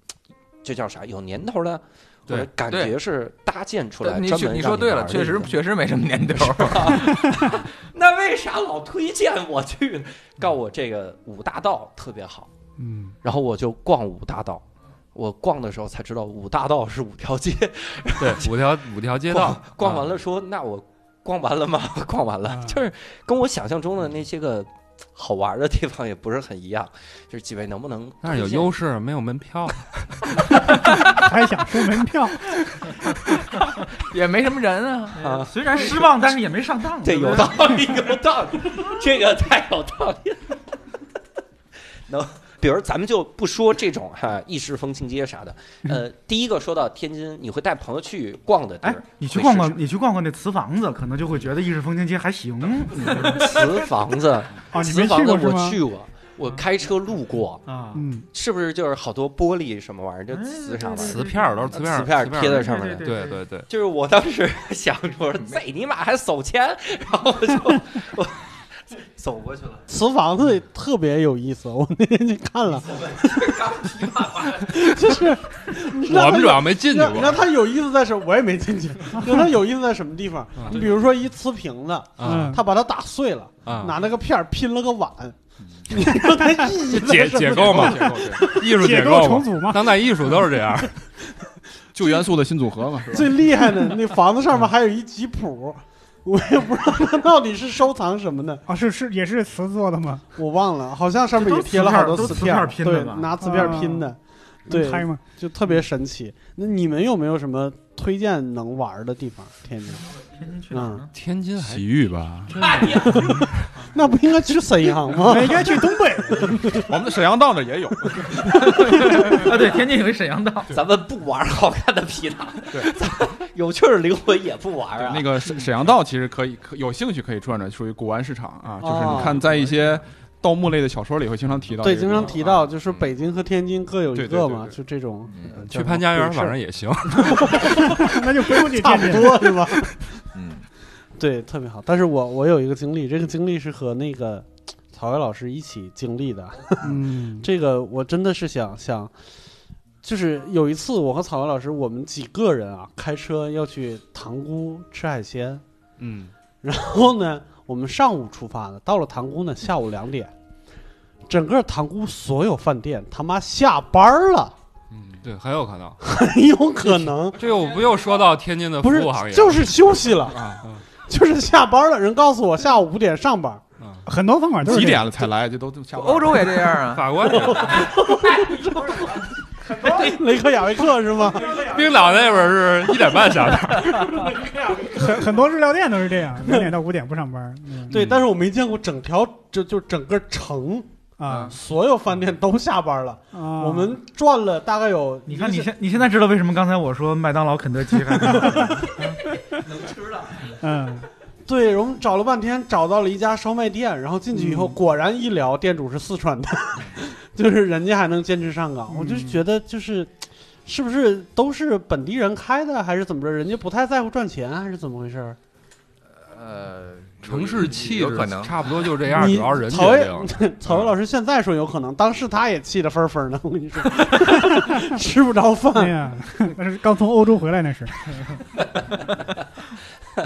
A: 这叫啥？有年头的，
H: 对
A: 或者感觉是搭建出来。
F: 呃对你
A: 专门
F: 你
A: 让
F: 说对
A: 玩
F: 了，
A: 的
F: 确
A: 一
F: 实
A: 个
F: 确实没什么年头儿。
A: 那为啥老推荐我去呢？告诉我这个五大道特别好，
C: 嗯，
A: 然后我就逛五大道。我逛的时候才知道五大道是五条街，
H: 对，五条五条街道啊嗯
A: 逛逛完了说、那我逛完了吗？ 逛完了，
C: 啊
A: 就是跟我想象中的那些个好玩的地方也不是很一样。就是几位能不能？
H: 但是有优势，没有门票。
C: 还想收门票，
F: 也没什么人啊。
A: 啊
D: 虽然失望，但是也没上 当。
A: 这
D: 对不对
A: 有道理，有道理，这个太有道理了。能，比如咱们就不说这种哈、一时风情街啥的。呃，第一个说到天津，你会带朋友去逛的地
D: 哎
A: 儿，，
D: 你去逛
A: 会
D: 逛，
A: 是
D: 你去逛逛那瓷房子，可能就会觉得意式风情街 还行。你知道吗
A: 瓷房子，
D: 哦
C: 啊，你
A: 瓷
C: 没
A: 房
C: 去
A: 子
C: 过是
A: 我
C: 吗？
A: 去过，我开车路过，
D: 啊，
C: 嗯，
A: 是不是就是好多玻璃什么玩意儿，就
D: 哎
A: 瓷上面
D: 对对对。
H: 瓷片儿都是瓷片儿，
A: 瓷片儿贴在上面的，
D: 对对
H: 对对对，
A: 就是我当时 想着我说这尼玛还手牵，然后我就我走过去了。
B: 瓷房子特别有意思，我那天去看 了，就是你知道
H: 我
B: 它
H: 们主要没进去
B: 让让
H: 过。
B: 它有意思在什么？我也没进去。
C: 嗯
B: 让它有意思在什么地方？你比如说一瓷瓶子，
C: 嗯
H: 啊
B: 他把它打碎了，
H: 啊，
B: 拿那个片儿拼了个碗。你说它意义在
H: 解
B: 什么
H: 解构嘛，艺术
C: 解构
H: 构
C: 重
H: 嘛，
C: 组嘛，
H: 当代艺术都是这 样。
G: 旧元素的新组合嘛，是吧？
B: 最厉害的那房子上面还有一吉普，我也不知道它到底是收藏什么的，
C: 啊，是是也是瓷做的吗？
B: 我忘了，好像上面也贴了好多
D: 都
B: 瓷
D: 瓷
B: 片
D: 片
B: 儿，
D: 儿都瓷片儿
B: 对
D: 拼的吧，嗯
B: 拿瓷片儿拼的，对
C: 能，拍吗？
B: 就特别神奇。那你们有没有什么推荐能玩的地方？天津，嗯
D: 天津去
C: 嗯
D: 哪儿呢？
H: 天津还
G: 洗浴吧，
B: 那不应该去沈阳吗？
C: 应该去东北，
G: 我们的沈阳道那也有，
D: 啊，对，天津有一沈阳道，
A: 咱们不玩好看的皮囊，
G: 对
A: 咱们 有趣儿的灵魂也不玩
B: 哎
G: 对
A: 啊。
G: 那个沈沈阳道其实可以，可有兴趣可以转转，属于古玩市场啊，就是
B: 哦
G: 你看在一些盗墓类的小说里会经常提到这
B: 对，
G: 个地方，
B: 经常提到，
G: 啊
B: 就是北京和天津各有一
G: 对
B: 个
G: 对对
B: 嘛，
G: 对对
B: 就这种
F: 嗯
H: 去潘家园，晚上
B: 也
H: 也行。
C: 那就不用去
B: 差
C: 天
B: 不
C: 津。
B: 多是吧？
F: 嗯，
B: 对，特别好。但是我我有一个经历，这个经历是和那个曹巍老师一起经历的。
C: 嗯，
B: 这个我真的是想想，就是有一次我和草原老师，我们几个人啊，开车要去塘沽吃海鲜，
H: 嗯，
B: 然后呢，我们上午出发的，到了塘沽呢，下午两点，整个塘沽所有饭店他妈下班了，
H: 嗯对，很有可能。
B: 很有可能
H: 这又不又说到天津的服
B: 不是
H: 务行业，
B: 就是休息了，
H: 啊，
B: 就是下班了。人告诉我下午五点上班，
C: 很多饭馆都是
G: 几
C: 这样
G: 点了才来，这都都下班了
F: 欧洲也这样 啊。
H: 法国也是
B: 雷克雅未克是吗？
H: 冰岛那边儿是一点半下班，
C: 很很多日料店都是这样，两点到五点不上班。嗯
B: 对，但是我没见过整条就就整个城
C: 啊
B: 所有饭店都下班了。
C: 啊，
B: 我们转了大概有，
D: 你看你现你现在知道为什么刚才我说麦当劳、肯德基还是
C: 嗯，
B: 对，我们找了半天，找到了一家烧麦店，然后进去以后，
C: 嗯
B: 果然一聊，店主是四川的， 就是人家还能坚持上岗，我就
C: 嗯
B: 觉得就是。是不是都是本地人开的，还是怎么着？人家不太在乎赚钱，啊还是怎么回事儿？
F: 呃，
H: 城市气
F: 有
H: 质
F: 可能。
H: 差不多就这样，
B: 你
H: 主要人
B: 曹
H: 决
B: 巍
H: 定。
B: 草薇老师现在说有可能，当时他也气得分分呢。我跟你说， 吃不着
C: 哎
B: 饭。
C: 呀，那是刚从欧洲回来，那是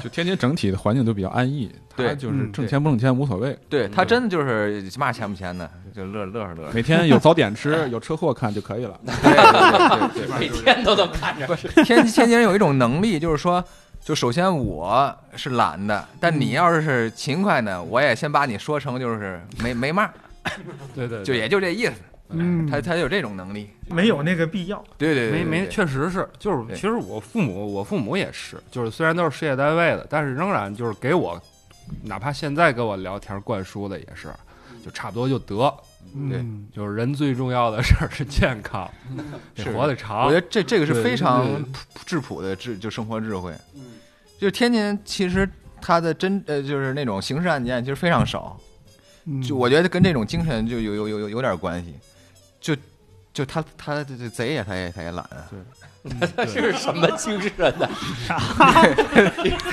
G: 就天津整体的环境都比较安逸，它
F: 对
G: 就是
C: 嗯
G: 挣钱不挣钱无所谓，
F: 对他真的就是嘛钱不钱的，就乐乐呵 乐呵。
G: 每天有早点吃， 有车祸看就可以了。
F: 对对对对对
A: 每天都能看着，
F: 天天津人有一种能力，就是说，就首先我是懒的，但你要是勤快呢，我也先把你说成就是没没嘛，
H: 对对，
F: 就也就这意思。
C: 嗯
F: 他他有这种能力。
D: 没有那个必要？
F: 对对
H: 没
F: 对，
H: 没，
F: 对
H: 确实是，就是
F: 对
H: 其实我父母，我父母也是，就是虽然都是事业单位的，但是仍然就是给我，哪怕现在跟我聊天灌输的也是，就差不多就得，
C: 嗯，
H: 就是人最重要的事儿是 健康，得
F: 是
H: 活得
F: 我
H: 长
F: 觉。得这这个是
H: 对
F: 非常
H: 对
F: 普质朴的智，就生活智慧。就天津其实它的真呃就是那种刑事案件其实非常少，
C: 嗯
F: 就我觉得跟这种精神就有有有有有点关系。就就他他这这贼也他也他也懒，啊
A: 这是什么精神呢？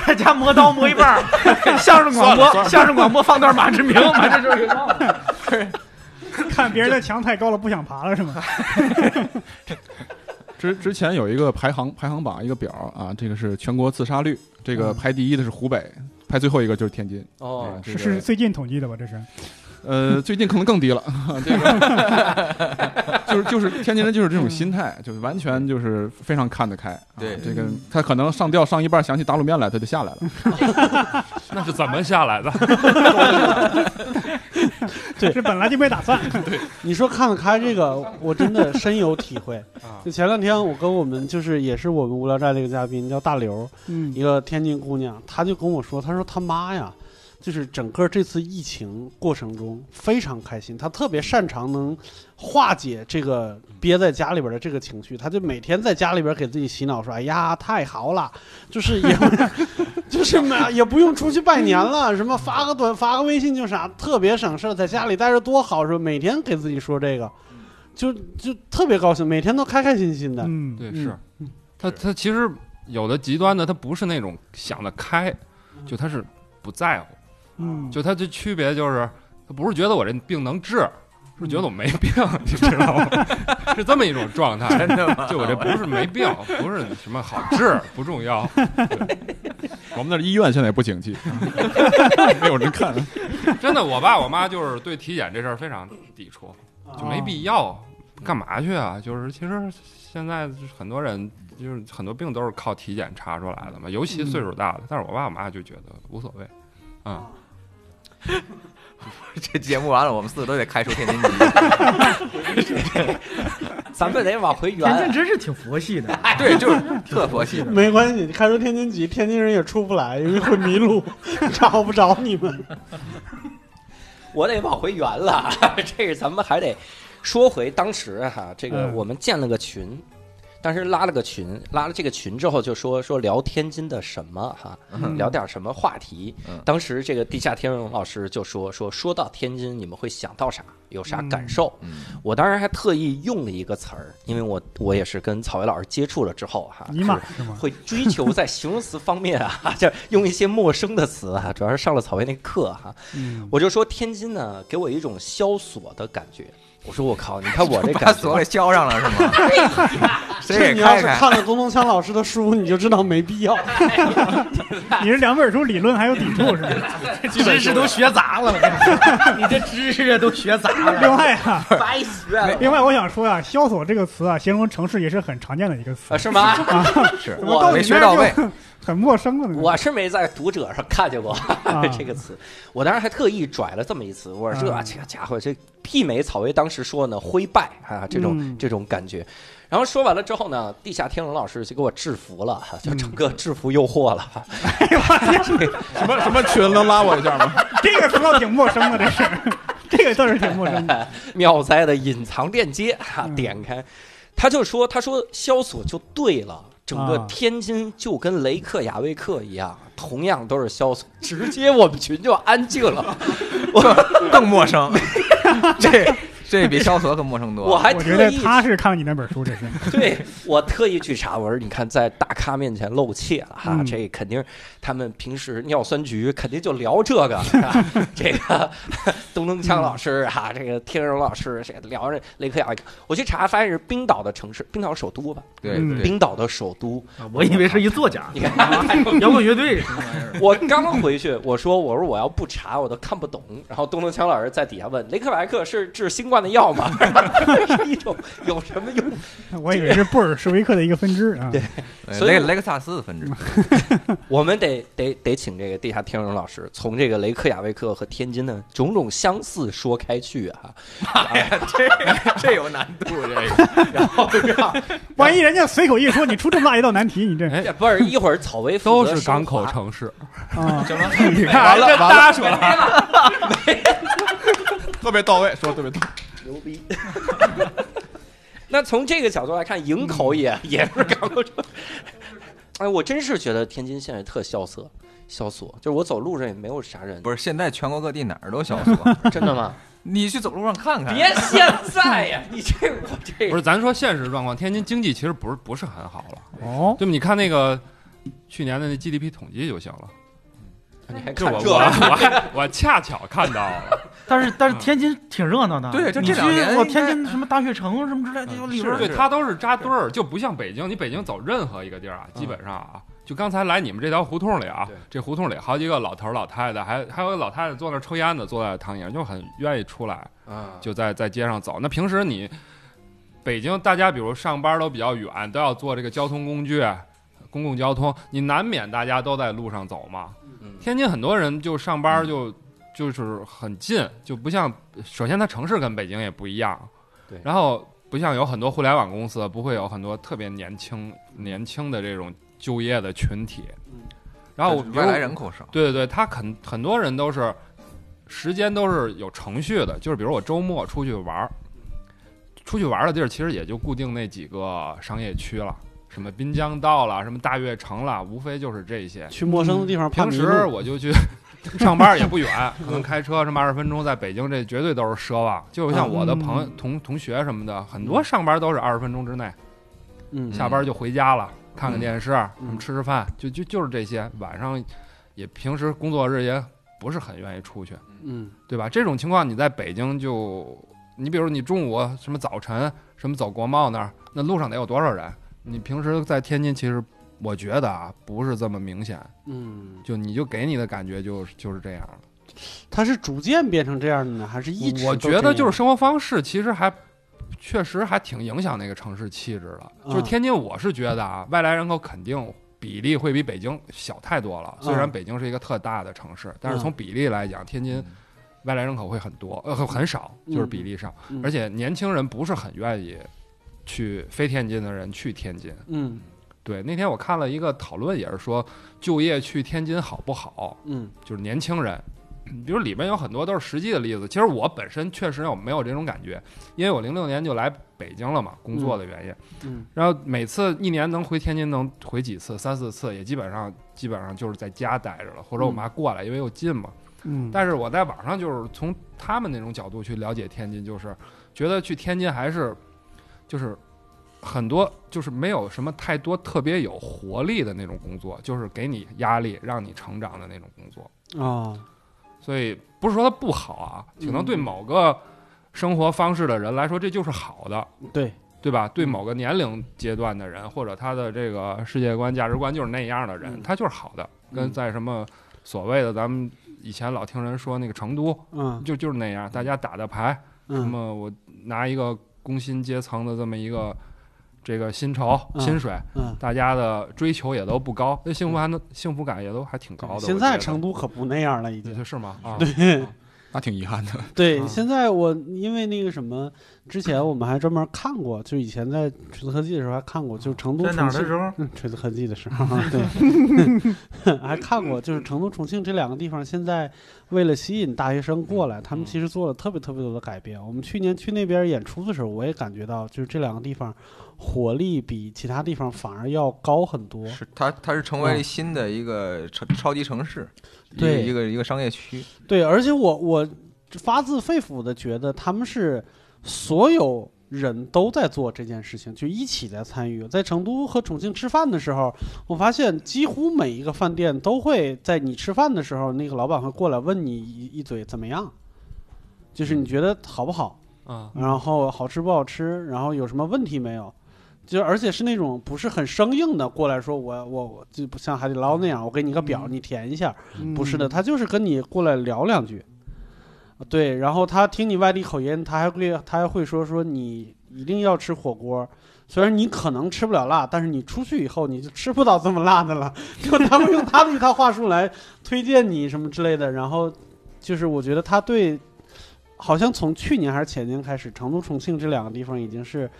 D: 在家磨刀磨一半 儿，相声广播，相声广播放段马志明，马志明
C: 看别人的墙太高了，不想爬了是吗？
G: 之之前有一个排行排行榜一个表啊，这个是全国自杀率，这个
C: 嗯
G: 排第一的是湖北，排最后一个就是天津。哎
A: 哦，
G: 这
C: 是
G: 个
C: 是最近统计的吧？这是
G: 呃，最近可能更低了。 这个就是就是天津人就是这种心态，就是完全就是非常看得开。啊
F: 对
G: 这个他可能上吊上一半，想起打卤面来，他就下来了。
H: 那是怎么 下来的？
C: 这本来就没打 算。
B: 你说看得开这个，我真的深有体会。就前两天我跟我们就是也是我们无聊斋的一个嘉宾叫大刘，
C: 嗯
B: 一个天津姑娘，她就跟我说，她说她妈呀，就是整个这次疫情过程中非常开心，她特别擅长能化解这个憋在家里边的这个情绪，她就每天在家里边给自己洗脑说，哎呀太好了，就是也 就是嘛也不用出去拜年了，什么发个短发个微信就啥，特别省事儿，在家里待着多好，说每天给自己说这个。就就特别高兴，每天都开开心心的。
C: 嗯，
H: 对，
B: 嗯
H: 是，他他其实有的极端的，他不是那种想得开，就他是不在乎，
C: 嗯，
H: 就他这区别就是，他不是觉得我这病能治，是觉得我没病，你知道吗？ 是这么一种状态，真的 吗？就我这不是没病，不是什么好治，不重要，
G: 我们那儿医院现在也不景气，没有人看。
H: 真的。我爸我妈就是对体检这事儿非常抵触，就没必要，干嘛去啊？就是其实现在就是很多人就是很多病都是靠体检查出来的嘛，尤其岁数大的。但是我爸我妈就觉得无所谓，啊、
F: 这节目完了，我们四个都得开除天津籍。
A: 咱们得往回
D: 天津
A: 圆。
D: 真是挺佛系的，
F: 对，就是特佛系。
B: 没关系，开出天津籍，天津人也出不来，因为会迷路，找不着你们。
A: 我得往回圆了， 这是咱们还得说回当时哈、这个
C: 嗯
A: 我们建了个群，当时拉了个群，拉了这个群之后就说说聊天津的什么哈、
C: 嗯
A: 聊点什么话题
F: 嗯。
A: 当时这个地下天文老师就说说说到天津，你们会想到啥？有啥感受？
F: 嗯，
A: 我当时还特意用了一个词儿，因为我我也是跟草莓老师接触了之后哈、
C: 嗯尼玛是吗？
A: 会追求在形容词方面啊， 就是用一些陌生的词啊，主要是上了草莓那课哈、
C: 嗯，
A: 我就说天津呢，给我一种萧索的感觉。我说我靠，你看我这
F: 把
A: 感
F: 锁 给
A: 觉，
F: 交上了是吗？谁
B: 这
F: 给
B: 你要
F: 开
B: 是
F: 开？
B: 看了龚东强老师的书，你就知道没必要。
C: 你这两本书理论还有抵触是吗？
D: 知识都学杂了， 你这知识都学杂
C: 另
D: 了。
C: 外啊，
A: 白学了
C: 另外我想说啊，萧索这个词啊，形容城市也是很常见的一个词
A: 啊？，是吗？
F: 是
C: 怎么到
A: 我
C: 你
F: 没
C: 这
F: 学
C: 儿
F: 到位
C: 就， 很陌生了呢。
A: 我是没在读者上看见过
C: 啊
A: 这个词，我当时还特意拽了这么一词，我说这
C: 啊
A: 这家伙这媲美草薇当时说呢灰败啊这种
C: 嗯
A: 这种感觉。然后说完了之后呢，地下天龙老师就给我制服了，就整个
C: 嗯
A: 制服诱惑了。
G: 什么什么群能拉我一 下吗？
C: 这个词倒挺陌生的，这是， 这个倒是挺陌生的。
A: 妙哉的隐藏链接哈，
C: 嗯
A: 点开，他就说他说萧索就对了。整个
C: 啊
A: 天津就跟雷克雅未克一样，同样都是萧索，直接我们群就安静了。
F: 更更陌生。这这比萧索更陌生 多。
A: 我还
C: 我觉
A: 特
C: 得
A: 意
C: 他是看了你那本书，这是。
A: 对我特意去查，我说你看在大咖面前露怯了哈，
C: 嗯
A: 这肯定是他们平时尿酸局肯定就聊这个，是吧这个 东东强老师哈、这个天荣老师，这个聊着雷克雅未克，我去查发现是冰岛的城市，冰岛首都吧，
F: 对
C: 嗯
F: 对，
A: 冰岛的首都，
D: 我以为是一作家，
A: 你看。
D: 摇滚乐队什么玩意儿？
A: 我刚回去，我说我说我要不查我都看不懂。然后东东强老师在底下问：“雷克雅未克是治新冠的药吗？” 是一种有什么用？
C: 我以为是布尔什维克的一个分支啊。
A: 对
F: 对
A: 所以
F: 雷
A: 我
F: 雷克萨斯的分支。
A: 我们得得得请这个地下天文老师从这个雷克雅未克和天津的种种相似说开去啊。
F: 这有难度，这个。
C: 万一人家随口一说，你出这么大一道难题，你这
A: 这 不是一会儿草薇负
H: 都
A: 责
H: 是港口
A: 升华
H: 城市，
C: 啊，
H: 你看这搭出来了，
G: 特别到位，说的特别到位。
A: 牛逼。那从这个角度来看，营嗯 口也、也是港口城。哎，我真是觉得天津现在特萧瑟，萧索，就是我走路上也没有啥人。
F: 不是，现在全国各地哪儿都小缩，
A: 是真的吗？
F: 你去走路上看看。
A: 别 现在呀，你这我这
H: 不是，咱说现实状况，天津经济其实不是不是很好了。
C: 哦，
H: 对吧？你看那个去年的那 GDP 统计就行了。
A: 你还
H: 这
A: 看
H: 我
A: 这
H: 我我还我恰巧看到了，
D: 但是但是天津挺热闹的，
F: 对就
D: 你
F: 这
D: 去
F: 两年
D: 我
F: 应该
D: 天津什么大学城什么之类的，
H: 嗯
D: 有里
F: 是
D: 边儿
H: 对，它都是扎堆儿，就不像北京，你北京走任何一个地儿啊，基本上啊，就刚才来你们这条胡同里啊
A: 对，
H: 这胡同里好几个老头儿老太太，还还有个老太太坐那儿抽烟的，坐在躺椅上，就很愿意出来，
A: 啊，
H: 就在在街上走。那平时你北京大家比如上班都比较远，都要坐这个交通工具。公共交通，你难免大家都在路上走嘛，
A: 嗯
H: 天津很多人就上班就、就是很近，就不像首先它城市跟北京也不一样，
A: 对
H: 然后不像有很多互联网公司不会有很多特别年轻年轻的这种就业的群体，
A: 嗯
H: 然后比如
F: 外来人口少，
H: 对对对，他很很多人都是时间都是有程序的，就是比如我周末出去玩儿，出去玩儿的地儿其实也就固定那几个商业区了，什么滨江道啦，什么大悦城啦，无非就是这些。
B: 去陌生的地方怕
H: 嗯平
B: 迷
H: 时
B: 路，
H: 我就去 上班也不远，可能开车什么二十分钟，在北京这绝对都是奢望。就像我的朋友、同同学什么的，很多上班都是二十分钟之内，
B: 嗯，
H: 下班就回家了，看看电视，啊
B: 嗯
H: 什么吃吃饭，就就就是这些。晚上也平时工作日也不是很愿意出去，
B: 嗯
H: 对吧？这种情况你在北京就，你比如你中午什么早晨什么走国贸那儿，那路上得有多少人？你平时在天津其实我觉得啊，不是这么明显。
B: 嗯，
H: 就你就给你的感觉就是就是这样。
B: 它是逐渐变成这样的呢，还是一直
H: 我
B: 都
H: 觉
B: 这
H: 得
B: 样
H: 就是生活方式其实还确实还挺影响那个城市气质的。就是
B: 嗯
H: 天津，我是觉得啊，外来人口肯定比例会比北京小太多了。虽然
B: 嗯
H: 北京是一个特大的城市，但是
B: 嗯
H: 从比例来讲，天津外来人口会很多，呃，很很少，就是比例上，
B: 嗯
H: 而且年轻人不是很愿意去非天津的人去天津。
B: 嗯
H: 对，那天我看了一个讨论，也是说就业去天津好不好？
B: 嗯
H: 就是年轻人，嗯比如里面有很多都是实际的例子。其实我本身确实有没有这种感觉，因为我零六年就来北京了嘛，工作的原因。
B: 嗯
H: 然后每次一年能回天津能回几次，三四次，也基本上基本上就是在家待着了，或者我妈过来，因为又近嘛。
C: 嗯，
H: 但是我在网上就是从他们那种角度去了解天津，就是觉得去天津还是就是很多就是没有什么太多特别有活力的那种工作，就是给你压力让你成长的那种工作。
B: 啊
H: 所以不是说它不好啊，
B: 嗯
H: 可能对某个生活方式的人来说，这就是好的，
B: 对，
H: 对吧？
B: 嗯
H: 对某个年龄阶段的人，或者他的这个世界观、价值观就是那样的人，
B: 嗯
H: 他就是好的。跟
B: 嗯
H: 在什么所谓的咱们以前老听人说那个成都，
B: 嗯
H: 就就是那样，大家打打牌，那
B: 嗯
H: 么我拿一个工薪阶层的这么一个这个薪酬、
B: 嗯
H: 薪水，
B: 嗯，
H: 大家的追求也都不高，那幸福还能幸福感也都还挺高的。
B: 现在
H: 成
B: 成都可不那样了，已 经。
H: 是吗？啊，
B: 对
G: 那挺遗憾的。
B: 对，
H: 啊
B: 现在我因为那个什么，之前我们还专门看过，就以前在锤子科技的时候还看过，就成都
D: 在
B: 重
D: 哪儿的
B: 庆
D: 时候，
B: 嗯，锤子科技的时候，对， 还看过，就是成都、重庆这两个地方，现在为了吸引大学生过来，他们其实做了特别特别多的改变。我们去年去那边演出的时候，我也感觉到，就是这两个地方火力比其他地方反而要高很
H: 嗯
B: 多。
F: 是它它是成为新的一个超超级城市，一个
B: 对
F: 一个一个商业区，
B: 对，而且我我发自肺腑的觉得他们是所有人都在做这件事情，就一起在参与。在成都和重庆吃饭的时候，我发现几乎每一个饭店都会在你吃饭的时候，那个老板会过来问你一一嘴怎么样，就是你觉得好不好，
H: 啊，
B: 然后好吃不好吃，然后有什么问题没有。就而且是那种不是很生硬的过来说我我我就不像海底捞那样，我给你个表，你填一下，
D: 嗯
B: 不
H: 嗯
B: 是的，他就是跟你过来聊两句，对，然后他听你外地口音，他还会他还会说说你一定要吃火锅，虽然你可能吃不了辣，但是你出去以后你就吃不到这么辣的了， 就他会用他的一套话术来推荐你什么之类的，然后就是我觉得他对，好像从去年还是前年开始，成都、重庆这两个地方已经是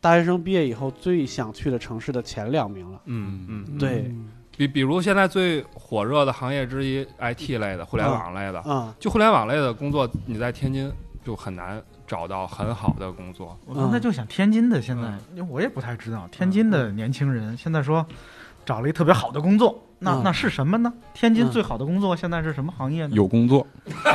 B: 大学生毕业以后最想去的城市的前两名了，
H: 嗯嗯。
C: 嗯
B: 对，
H: 比比如现在最火热的行业之一，IT 类的、互联网类的，
B: 啊、
H: 就互联网类的工作，你在天津就很难找到很好的工作。
D: 我刚才就想天津的现在，因为我也不太知道天津的年轻人现在说找了一特别好的工作，那、
B: 嗯
D: 那是什么呢？天津
B: 嗯
D: 最好的工作现在是什么行业呢？
G: 有工作。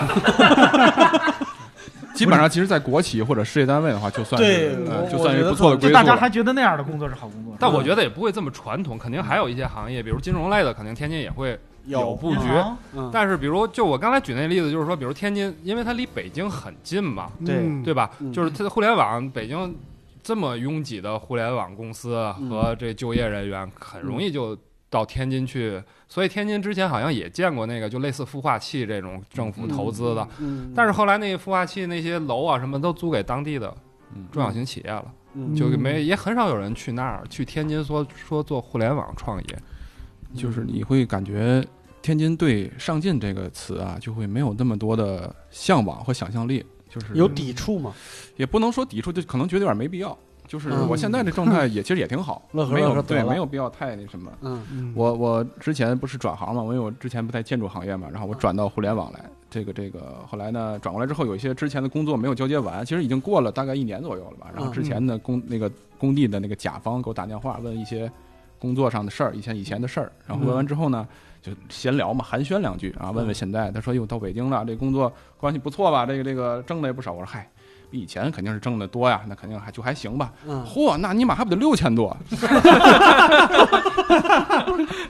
G: 基本上，其实，在国企或者事业单位的话，就算
B: 对
G: 是、呃
B: 我
G: 就算
B: 我觉
G: 是
B: 得
G: 不错的
D: 就
G: 归宿
D: 大家
G: 了。
D: 还觉得那样的工作是好工作，
H: 但我觉得也不会这么传统，肯定还有一些行业，比如金融类的，肯定天津也会有布
D: 是吧
H: 局。
D: 银行
B: 嗯，
H: 但是，比如就我刚才举那例子，就是说，比如天津，因为它离北京很近嘛，
B: 对
H: 对吧？
B: 嗯
H: 就是它的互联网，北京这么拥挤的互联网公司
B: 嗯
H: 和这就业人员，很容易就到天津去。所以天津之前好像也见过那个，就类似孵化器这种政府投资的，
B: 嗯，
H: 但是后来那个孵化器那些楼啊什么都租给当地的
G: 嗯
H: 中小型企业了，
B: 嗯
H: 就没也很少有人去那儿去天津说说做互联网创业。
B: 嗯
G: 就是你会感觉天津对“上进”这个词啊，就会没有那么多的向往和想象力，就是
B: 有抵触嘛？
G: 也不能说抵触，就可能觉得有点没必要。就是
B: 嗯
G: 我现在这状态也其实也挺好，
B: 乐呵
G: 没
B: 乐呵
G: 有
B: 得
G: 对
B: 了
G: 没有必要太那什么。
B: 嗯
C: 嗯
G: 我我之前不是转行嘛，我因为我之前不在建筑行业嘛，然后我转到互联网来。这个这个，后来呢，转过来之后，有一些之前的工作没有交接完，其实已经过了大概一年左右了吧。然后之前的工那个工地的那个甲方给我打电话问一些工作上的事儿，以前以前的事儿。然后问完之后呢，就闲聊嘛，寒暄两句啊，问问现在。他说：“哟，到北京了，这工作关系不错吧？这个这个挣的也不少。”我说：“嗨，比以前肯定是挣的多呀，那肯定还就还行吧。”
B: 嗯，
G: 嚯，那尼玛还不得六千多？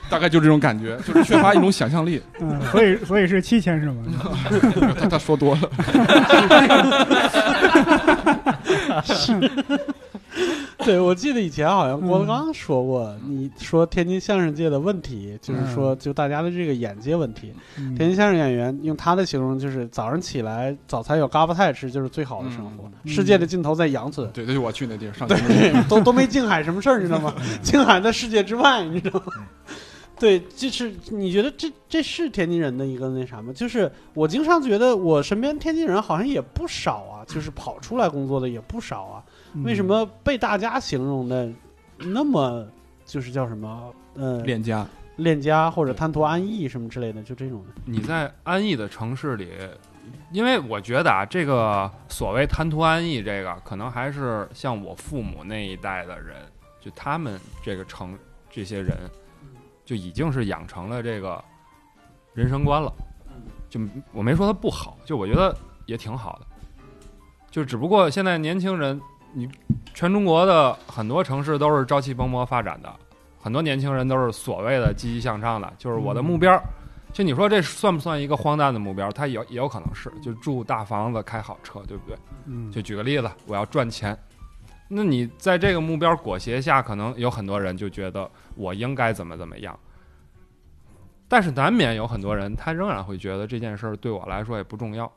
G: 大概就这种感觉，就是缺乏一种想象力。
C: 嗯，所以所以是七千是吗？
G: 他他说多了，
B: 对，我记得以前好像
G: 嗯
B: 郭德纲说过，你说天津相声界的问题，
G: 嗯
B: 就是说就大家的这个眼界问题。
C: 嗯
B: 天津相声演员用他的形容就是，早上起来早餐有嘎巴菜吃，就是最好的生活。
C: 嗯
B: 世界的尽头在羊村。
G: 对，这就我去那地儿上节目。
B: 对，都 都没静海什么事儿，你知道吗？静海在世界之外，你知道吗？对，就是你觉得这这是天津人的一个那啥吗？就是我经常觉得我身边天津人好像也不少啊，就是跑出来工作的也不少啊，
D: 嗯
B: 为什？么被大家形容的那么就是叫什么呃
G: 链家，
B: 恋家或者贪图安逸什么之类的，就这种的。
H: 你在安逸的城市里，因为我觉得啊，这个所谓贪图安逸，这个可能还是像我父母那一代的人，就他们这个城这些人，就已经是养成了这个人生观了。就我没说他不好，就我觉得也挺好的。就只不过现在年轻人，你全中国的很多城市都是朝气蓬勃发展的，很多年轻人都是所谓的积极向上的，就是我的目标。就你说这算不算一个荒诞的目标？它也有也有可能是，就住大房子、开好车，对不对？
C: 嗯
H: 就举个例子，我要赚钱。那你在这个目标裹挟下，可能有很多人就觉得我应该怎么怎么样，但是难免有很多人他仍然会觉得这件事儿对我来说也不重要，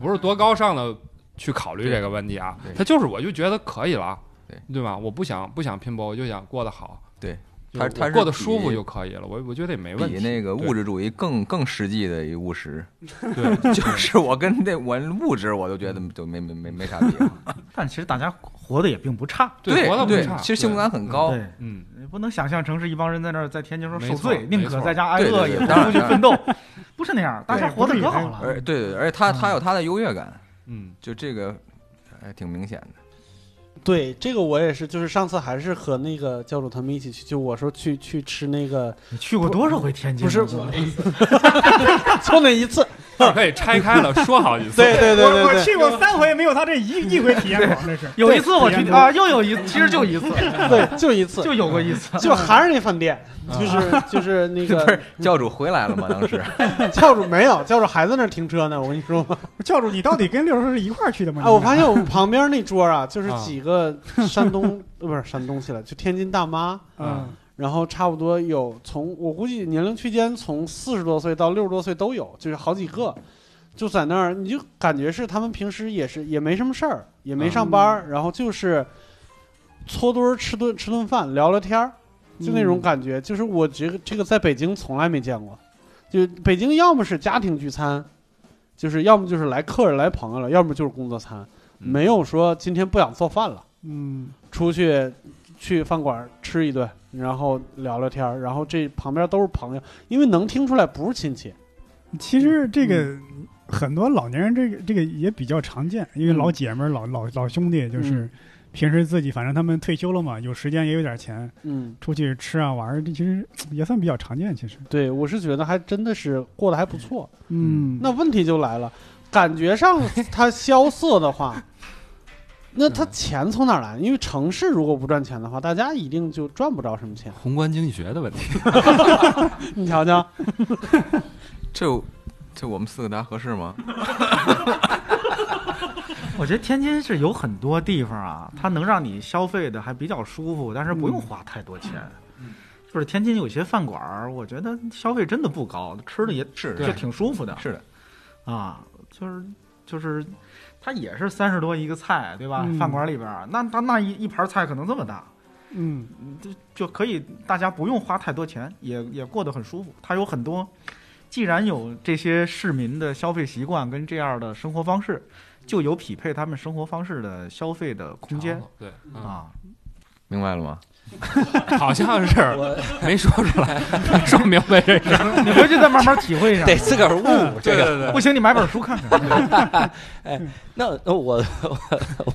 H: 不是多高尚的去考虑这个问题啊
F: 对，对
H: 他就是我就觉得可以了，
F: 对
H: 对吧？我不想不想拼搏，我就想过得好，
F: 对
H: 就
F: 他
H: 我
F: 他是
H: 过得
F: 比
H: 舒服就可以了，我我觉得也没问
F: 比
H: 题。
F: 那个
H: 对
F: 物质主义更更实际的一务实，
H: 对，
F: 就是我跟那我物质我都觉得就没没没没啥比。
D: 嗯但其实大家活得也并不差。
F: 对
H: 活得不
F: 对
H: 差，
F: 其实幸福感很高。
D: 对，
H: 嗯，
D: 你不能想象城市一帮人在那儿在天津时候受
H: 没
D: 罪，
H: 错
D: 宁可在家挨饿
F: 没错
D: 也不
F: 对对对
D: 出去奋斗，不是那样，大家活得可好
C: 对
D: 了。
F: 而对对，而且他他有他的优越感，
H: 嗯，
F: 就这个还挺明显的。
B: 对，这个我也是，就是上次还是和那个教主他们一起去，就我说去去吃那个
D: 你去过多少回天津？
B: 不是
D: 你
B: 我， 就那一次。
H: 可以拆开了说好几次。
B: 对对对
C: 我我
B: 对
C: 去过三回，没有他这一一回体验好，这是
D: 有一次我去
C: 体验过
D: 啊，又有一，其实就一次，
B: 对，对，就一次，
D: 就有过一次。
B: 就啊还是那饭店，就是就是 那
F: 不
B: 个
F: 是教主回来了吗？当时
B: 教主没有，教主还在那儿停车呢。我跟你说吗？
C: 教主，你到底跟六叔是一块儿去的吗？
B: 哎，我发现我们旁边那桌啊，就是
H: 啊
B: 几个山东， 呃不是山东去了，就天津大妈，
C: 嗯
B: 然后差不多有从我估计年龄区间从四十多岁到六十多岁都有，就是好几个，就在那儿，你就感觉是他们平时也是也没什么事儿，也没上班儿，然后就是搓堆儿吃顿吃顿饭，聊聊天儿，就那种感觉，就是我这个这个在北京从来没见过，就北京要么是家庭聚餐，就是要么就是来客人来朋友了，要么就是工作餐，
H: 嗯
B: 没有说今天不想做饭了。
C: 嗯
B: 出去去饭馆吃一顿，然后聊聊天儿，然后这旁边都是朋友，因为能听出来不是亲戚。
C: 其实这个
B: 嗯嗯
C: 很多老年人，这个这个也比较常见，因为老姐们儿、老老老兄弟，就是平时自己反正他们退休了嘛，有时间也有点钱，
B: 嗯，
C: 出去吃啊玩儿，这其实也算比较常见。其实，
B: 对，我是觉得还真的是过得还不错。
C: 嗯，
B: 那问题就来了，感觉上它萧瑟的话，那它钱从哪儿来？因为城市如果不赚钱的话，大家一定就赚不着什么钱。
H: 宏观经济学的问题，
B: 你瞧瞧，
F: 这这我们四个答合适吗？
D: 我觉得天津是有很多地方啊，
F: 嗯
D: 它能让你消费的还比较舒服，但是不用花太多钱。
F: 嗯
D: 就是天津有些饭馆儿，我觉得消费真的不高，吃的也
F: 嗯是
D: 就挺舒服的。
F: 是的，
D: 啊，就是就是，它也是三十多一个菜，对吧？
C: 嗯
D: 饭馆里边儿，那它那一一盘菜可能这么大，
C: 嗯
D: 就可以大家不用花太多钱，也也过得很舒服。它有很多，既然有这些市民的消费习惯跟这样的生活方式，就有匹配他们生活方式的消费的空间
H: 对，嗯，
D: 啊。
F: 明白了吗？
H: 好像是没说出来，没说明白这事儿。
D: 你回去再慢慢体会一下。
A: 得自个儿悟这个。
H: 对
D: 不行，你买本书看 看。
A: 那那我我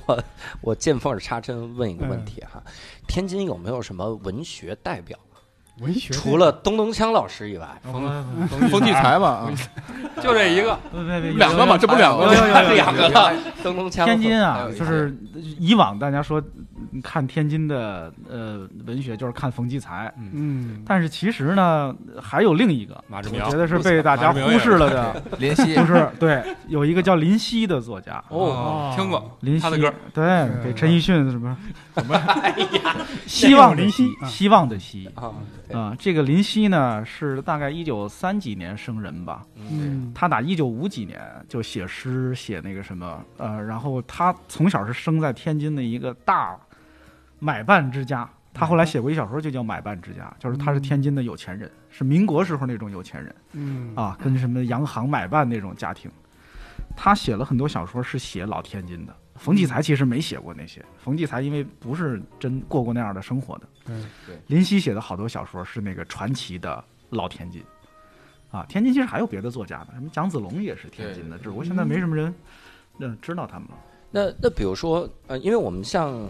A: 我我见缝儿插针问一个
D: 嗯
A: 问题哈，天津有没有什么文学代表？
C: 文学
A: 除了东东锵老师以外，
G: 风气才吧，啊
H: 对，就这一个，
D: 别别别
G: 两个嘛，这不两个
D: 有有有有
G: 吗？
D: 有
A: 两个东东锵，
D: 啊天津
F: 还
D: 啊
F: 有，一
D: 就是以往大家说嗯看天津的呃文学就是看冯骥才，
C: 嗯，
D: 但是其实呢还有另一个，
H: 马
D: 我
H: 志明
D: 觉得是被大家
H: 马志明
D: 忽
H: 也是
D: 视了的，
F: 林夕
D: 就是对有一个叫林夕的作家，啊
H: 哦，听过
D: 林夕
H: 他的歌，
D: 对，给陈奕迅什么什么，希
C: 羡慕
D: 望的
C: 林
D: 希
C: 夕啊
D: 希望的希
A: 啊，对
D: 啊，这个林夕呢是大概一九三几年生人吧，
A: 嗯，
C: 嗯
D: 他打一九五几年就写诗，写那个什么，呃，然后他从小是生在天津的一个大买办之家。他后来写过一小说，就叫《买办之家》，就是他是天津的有钱人，是民国时候那种有钱人
C: 嗯
D: 啊，跟什么洋行买办那种家庭。他写了很多小说，是写老天津的。冯骥才其实没写过那些，冯骥才因为不是真过过那样的生活的。
C: 对
D: 林夕写的好多小说是那个传奇的老天津，啊，天津其实还有别的作家的，什么蒋子龙也是天津的，只不过现在没什么人，嗯，知道他们了。
A: 那那比如说，呃，因为我们像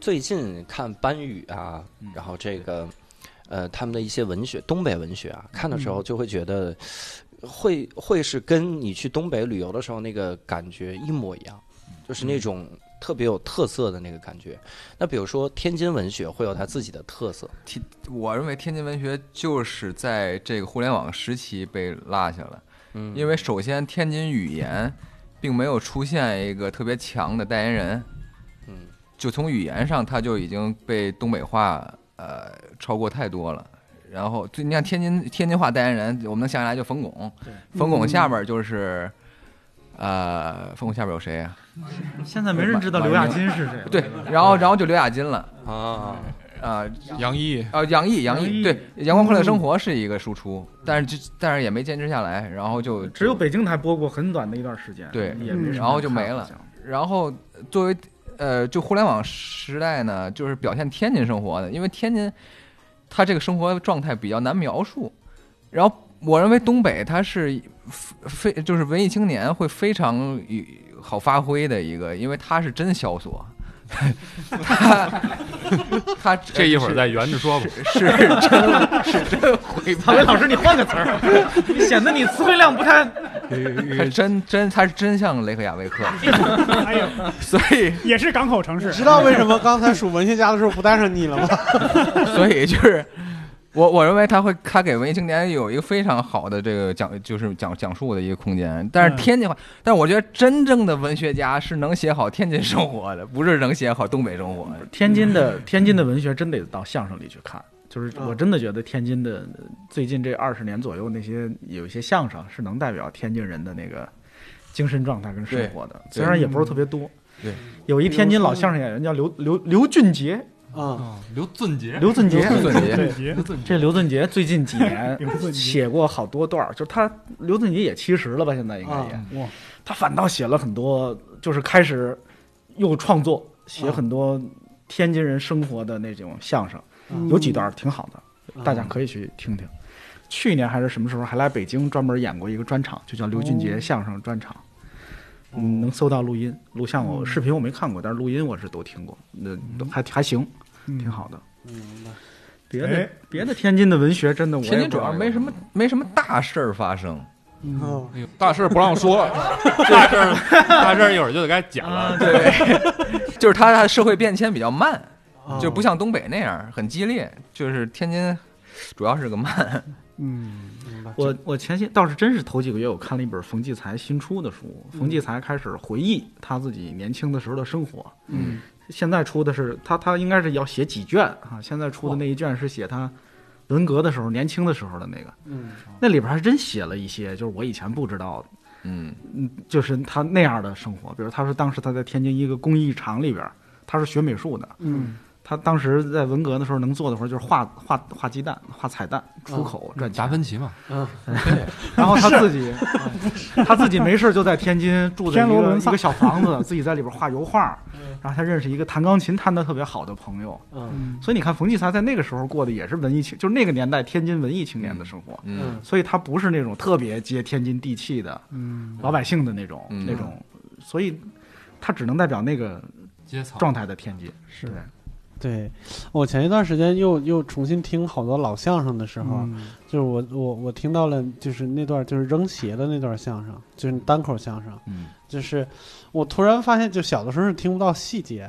A: 最近看班宇啊，然后这个，呃，他们的一些文学，东北文学啊，看的时候就会觉得，会会是跟你去东北旅游的时候那个感觉一模一样，就是那种特别有特色的那个感觉。那比如说天津文学会有它自己的特色，
F: 我认为天津文学就是在这个互联网时期被落下了，
A: 嗯，
F: 因为首先天津语言并没有出现一个特别强的代言人，
A: 嗯，
F: 就从语言上它就已经被东北话呃超过太多了。然后就你看天津天津话代言人，我们能想起来就冯巩，冯
A: 嗯
F: 巩下边就是。呃，冯巩下边有谁呀、
D: 现在没人知道刘亚金是谁了。
F: 哎对，然后然后就刘亚金了
A: 啊，
F: 啊、
G: 杨毅，
F: 啊，杨毅，杨
D: 杨
F: 毅，
D: 毅
F: 对，《阳光快乐生活》是一个输出，但是就但是也没坚持下来，然后就
D: 只有，北京台播过很短的一段时间，
F: 对
D: 也没什么人看
F: 然后就没了
D: 好像
F: 然后作为呃，就互联网时代呢，就是表现天津生活的，因为天津它这个生活状态比较难描述，然后我认为东北它是非就是文艺青年会非常好发挥的一个，因为它是真萧索。他他
H: 这一会儿再圆着说吧。
F: 是真是真回
D: 郝伟老师，你换个词儿，显得你词汇量不太。
F: 他真真他是真像雷克雅未克，
C: 哎呦，
F: 所以
C: 也是港口城市，
B: 知道为什么刚才数文学家的时候不带上你了吗？
F: 所以就是我我认为他会他给文艺青年有一个非常好的这个讲就是讲讲述的一个空间，但是
C: 嗯
F: 天津话，但我觉得真正的文学家是能写好天津生活的，不是能写好东北生活的。
D: 天津的天津的文学真得到相声里去看，就是我真的觉得天津的呃最近这二十年左右那些有一些相声是能代表天津人的那个精神状态跟生活的，虽然也不是特别多。
F: 对，
D: 有一天津老相声演员叫刘刘刘俊杰，
B: 啊，
H: 刘俊杰，
D: 刘俊杰，
F: 对
C: 对杰，
D: 这刘俊杰最近几年
C: 刘俊杰
D: 写过好多段儿，就是他刘俊杰也七十了吧，现在应该也。
B: 啊
C: 哇，
D: 他反倒写了很多，就是开始又创作，写很多天津人生活的那种相声，
B: 嗯
D: 有几段挺好的，
C: 啊
B: 嗯
D: 大家可以去听听。
C: 哦
D: 去年还是什么时候还来北京专门演过一个专场，就叫刘俊杰相声专场。嗯能搜到录音、录像
C: 嗯
D: 我。视频我没看过，但是录音我是都听过，那都还还行，挺好的。
B: 嗯，
D: 别
C: 哎
D: 的别的天津的文学真的我也
F: 天津
D: 不
F: 主
D: 知道
F: 要
D: 有
F: 没什么没什么大事儿发生，
B: 哦，
H: 哎呦
G: 大事儿不 让说，
H: 大事儿，大事儿一会儿就得该讲
D: 啊
H: 了。
F: 对， 就是它的社会变迁比较慢，就不
B: 像
F: 像东北那样很激烈，就是天津主要是个慢。
C: 嗯，
D: 我我前些倒是真是头几个月，我看了一本冯骥才新出的书，
F: 嗯
D: 冯骥才开始回忆他自己年轻的时候的生活。
C: 嗯，
D: 现在出的是他他应该是要写几卷啊，现在出的那一卷是写他文革的时候年轻的时候的那个，
B: 嗯
D: 那里边还真写了一些就是我以前不知道的，
F: 嗯，
D: 嗯，就是他那样的生活。比如他说当时他在天津一个工艺厂里边，他是学美术的，
C: 嗯，
D: 他当时在文革的时候能做的活儿就是画画画鸡蛋、画彩蛋
C: 嗯
D: 出口赚钱
H: 达。芬奇嘛，
B: 嗯，
D: 然后他自己，他自己没事就在天津住在一
C: 天罗嗯
D: 个
C: 轮
D: 一
C: 萨
D: 个小房子，自己在里边画油画。然后他认识一个弹钢琴弹得特别好的朋友，
B: 嗯
D: 所以你看冯骥才在那个时候过的也是文艺青，就是那个年代天津文艺青年的生活。
F: 嗯，
D: 所以他不是那种特别接天津地气的
C: 嗯，
D: 老百姓的那种
F: 嗯
D: 那种，所以他只能代表那个
H: 街草
D: 状态的天津。
C: 是
D: 对
B: 对，我前一段时间又又重新听好多老相声的时候，啊
C: 嗯
B: 就是我我我听到了就是那段就是扔鞋的那段相声，就是单口相声，
D: 嗯，
B: 就是我突然发现，就小的时候是听不到细节，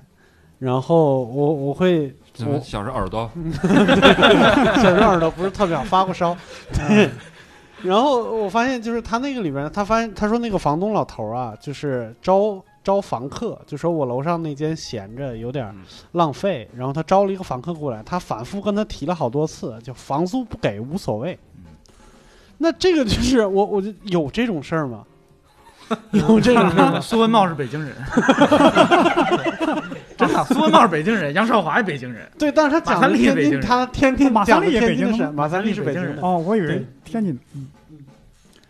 B: 然后我我会
H: 什么
B: 我嗯
H: 小时候耳朵，
B: 小时候耳朵不是特别好，发过烧。对 然后我发现，就是他那个里边，他发现他说那个房东老头儿啊，就是招招房客，就说我楼上那间闲着有点儿浪费，然后他招了一个房客过来，他反复跟他提了好多次，就房租不给无所谓
D: 嗯。
B: 那这个就是我，我就有这种事儿吗？ 有这种事儿吗？
D: 苏文茂是 北京人，真的，苏文茂是北京人，杨少华也北京人。
B: 对，但是他讲的
D: 马三立
B: 天
D: 北京
B: 津，
D: 人
B: 他天天
C: 马
B: 讲
C: 三
B: 的
C: 立也
B: 天
C: 北
B: 津的
C: 京
B: 事
C: 的
B: 儿，
C: 吗
B: 马三立是
D: 马
B: 北
D: 三立北京
B: 京
D: 人
B: 人。
C: 哦，我以
B: 对
C: 为天津的，嗯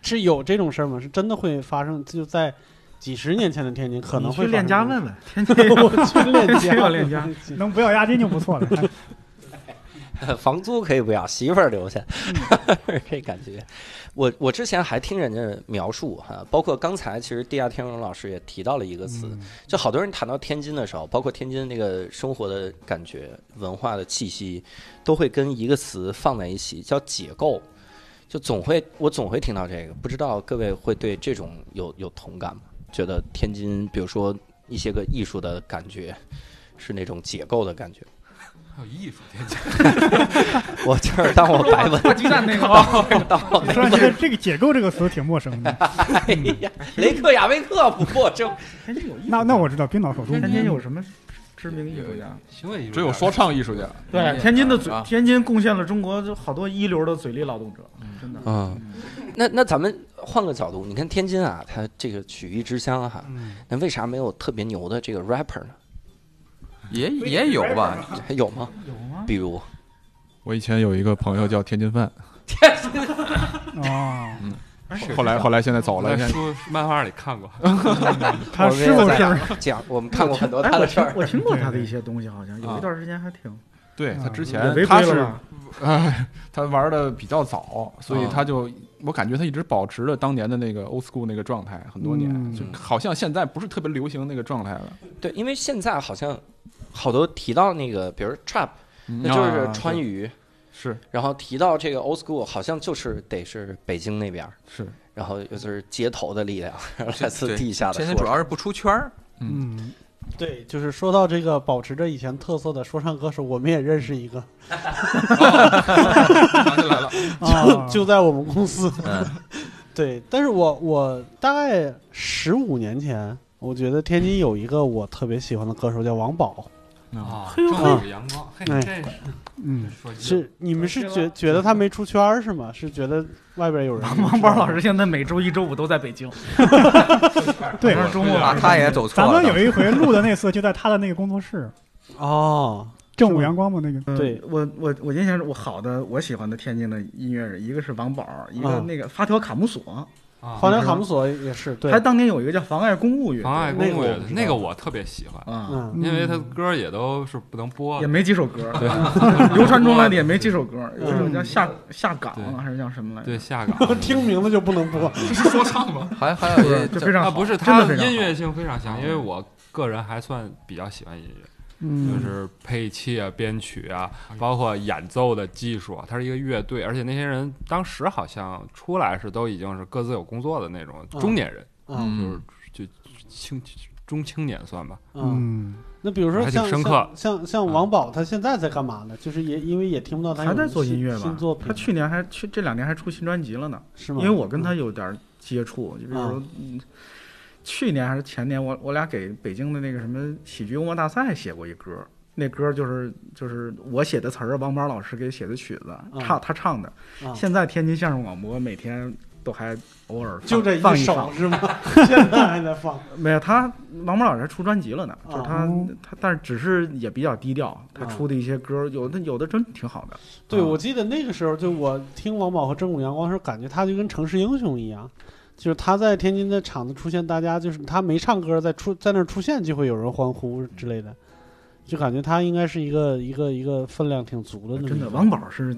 B: 是有这种事儿吗？是真的会发生？就在几十年前的天津，可能会
D: 你去链 家
B: 发
D: 问
B: 生
D: 问，天津
B: 这种事。我去链
D: 去
B: 家，
D: 要 链家。
C: 能不要押金就不错了。还
A: 房租可以不要，媳妇儿留下， 这感觉。我我之前还听人家描述哈、包括刚才其实地下天龙老师也提到了一个词，就好多人谈到天津的时候，包括天津那个生活的感觉、文化的气息，都会跟一个词放在一起，叫解构。就总会我总会听到这个，不知道各位会对这种有有同感吗？觉得天津，比如说一些个艺术的感觉，是那种解构的感觉。
H: 还有艺术天津，
A: 我就是当我白问，
D: 鸡蛋那个
A: 当我
C: 突然觉得这个“解构”这个词挺陌生的。
A: 哎呀，雷克雅未克不破 这
D: 天津有艺术
C: 那那我知嗯道冰岛首都。
D: 天津有什么知名艺术家？
H: 行为艺术
G: 只有说唱艺术家。
D: 对，天津的嘴
F: 啊，
D: 天津贡献了中国就好多一流的嘴力劳动者，真的。
A: 嗯，那那咱们换个角度，你看天津啊，它这个曲艺之乡哈、
C: 嗯
A: 那为啥没有特别牛的这个 rapper 呢？
F: 也也有吧，
A: 还有吗？
D: 有吗？
A: 比如
G: 我以前有一个朋友叫天津饭，
C: 哦，
G: 后来后来现在走
H: 我
G: 了
F: 哎
H: 在。
G: 现在
H: 书漫画里看过，
C: 他
A: 我们
C: 是
A: 也
C: 否
A: 在
C: 是？
A: 讲，我们 看过很多
D: 哎
A: 他
D: 我
A: 的事
D: 听
A: 儿。啊
D: 我听过他的一些东西，好像有一段时间还挺
G: 对他之
D: 也
G: 前
D: 违
G: 他
D: 规了
G: 是
D: 吧？
G: 哎，他玩的比较早，所以他就我感觉他一直保持着当年的那个 old school 那个状态，很多年，
C: 嗯
G: 就好像现在不是特别流行那个状态了。
A: 对，因为现在好像好多提到那个，比如 trap，那就是川渝，
G: 是
A: 然后提到这个 old school，好像就是得是北京那边儿，
G: 是，
A: 然后又就是街头的力量，然后来自
F: 对
A: 地下的
F: 天
A: 说
F: 津
A: 唱。
F: 主要是不出圈儿，
C: 嗯，
B: 对，就是说到这个保持着以前特色的说唱歌手，我们也认识一个，
F: 想起来了，
C: 哦
B: 就在我们公司。
F: 嗯，
B: 对，但是我我大概十五年前，我觉得天津有一个我特别喜欢的歌手叫王宝，
H: 啊，
B: 嘿呦
H: 正午阳光，嘿，
B: 哎
H: 这是
C: 嗯，
H: 说这
B: 是你们是觉觉得他没出圈儿是吗？是觉得外边有人？
D: 嗯王宝老师现在每周一周五都在北京，
C: 对，
D: 周末
F: 啊，他也走错
C: 咱
F: 了
C: 们，有一回录的那次就在他的那个工作室，
B: 哦，
C: 正午阳光嘛，那个
D: 嗯
B: 对
D: 我，我我印象中我好的我喜欢的天津的音乐人，一个是王宝，一个
B: 啊
D: 那个发条卡姆索，
H: 啊
B: 房梁卡姆索也是对
D: 还，当年有一个叫妨碍公务乐队
H: 妨碍
B: 那
H: 公务
B: 个
H: 乐
B: 我不
H: 队
B: 知
H: 那个
B: 道
H: 我特别喜欢，
D: 啊，
B: 嗯，
H: 因为他歌儿也都是不能播
D: 也
H: 的，
D: 没几首歌，
H: 对
D: 流传中来的也没几首歌，有一首叫
C: 嗯
D: 下下岗啊
H: 对
D: 还是叫什么来着？
H: 对下 岗
B: 听名字就不能播，
G: 这是说唱吗？
F: 好像还有一
D: 就
F: 叫
D: 非常
H: 啊
D: 好
H: 不是
D: 真
H: 他
D: 的非常
H: 音
D: 好
H: 乐性非常
B: 嗯
H: 强，因为我个人还算比较喜欢音乐。就
C: 嗯，
H: 是配器啊、编曲啊，包括演奏的技术啊，它是一个乐队，而且那些人当时好像出来是都已经是各自有工作的那种
B: 嗯
H: 中年人，
B: 嗯
H: 就是就青中青年算吧。
B: 嗯，
C: 嗯，
B: 那比如说
H: 还挺
B: 像
H: 深刻
B: 像像像王宝，他现在在干嘛呢？就是也因为也听不到他有
D: 嗯还在做音乐
B: 新
D: 吧
B: 新作？品，
D: 他去年还去这两年还出新专辑了呢，
B: 是吗？啊
D: 因为我跟他有点儿接触，就比如说嗯去年还是前年，我我俩给北京的那个什么喜剧幽默大赛写过一歌儿，那歌儿就是就是我写的词儿，王宝老师给写的曲子，唱他唱的。
B: 啊
D: 现在天津相声广播每天都还偶尔放
B: 就这
D: 放一放
B: 首，是吗？ 现在还在放，
D: 没有他，王蒙老师还出专辑了呢，
B: 哦
D: 就是他、他，但是只是也比较低调，他出的一些歌，有的有的真挺好的。
B: 啊对，
D: 嗯
B: 我记得那个时候，就我听王宝和正午阳光的时候，感觉他就跟城市英雄一样，就是他在天津的场子出现，大家就是他没唱歌，在出在那儿出现就会有人欢呼之类的，就感觉他应该是一个一个一个分量挺足的那么一个。
D: 真的，王宝是，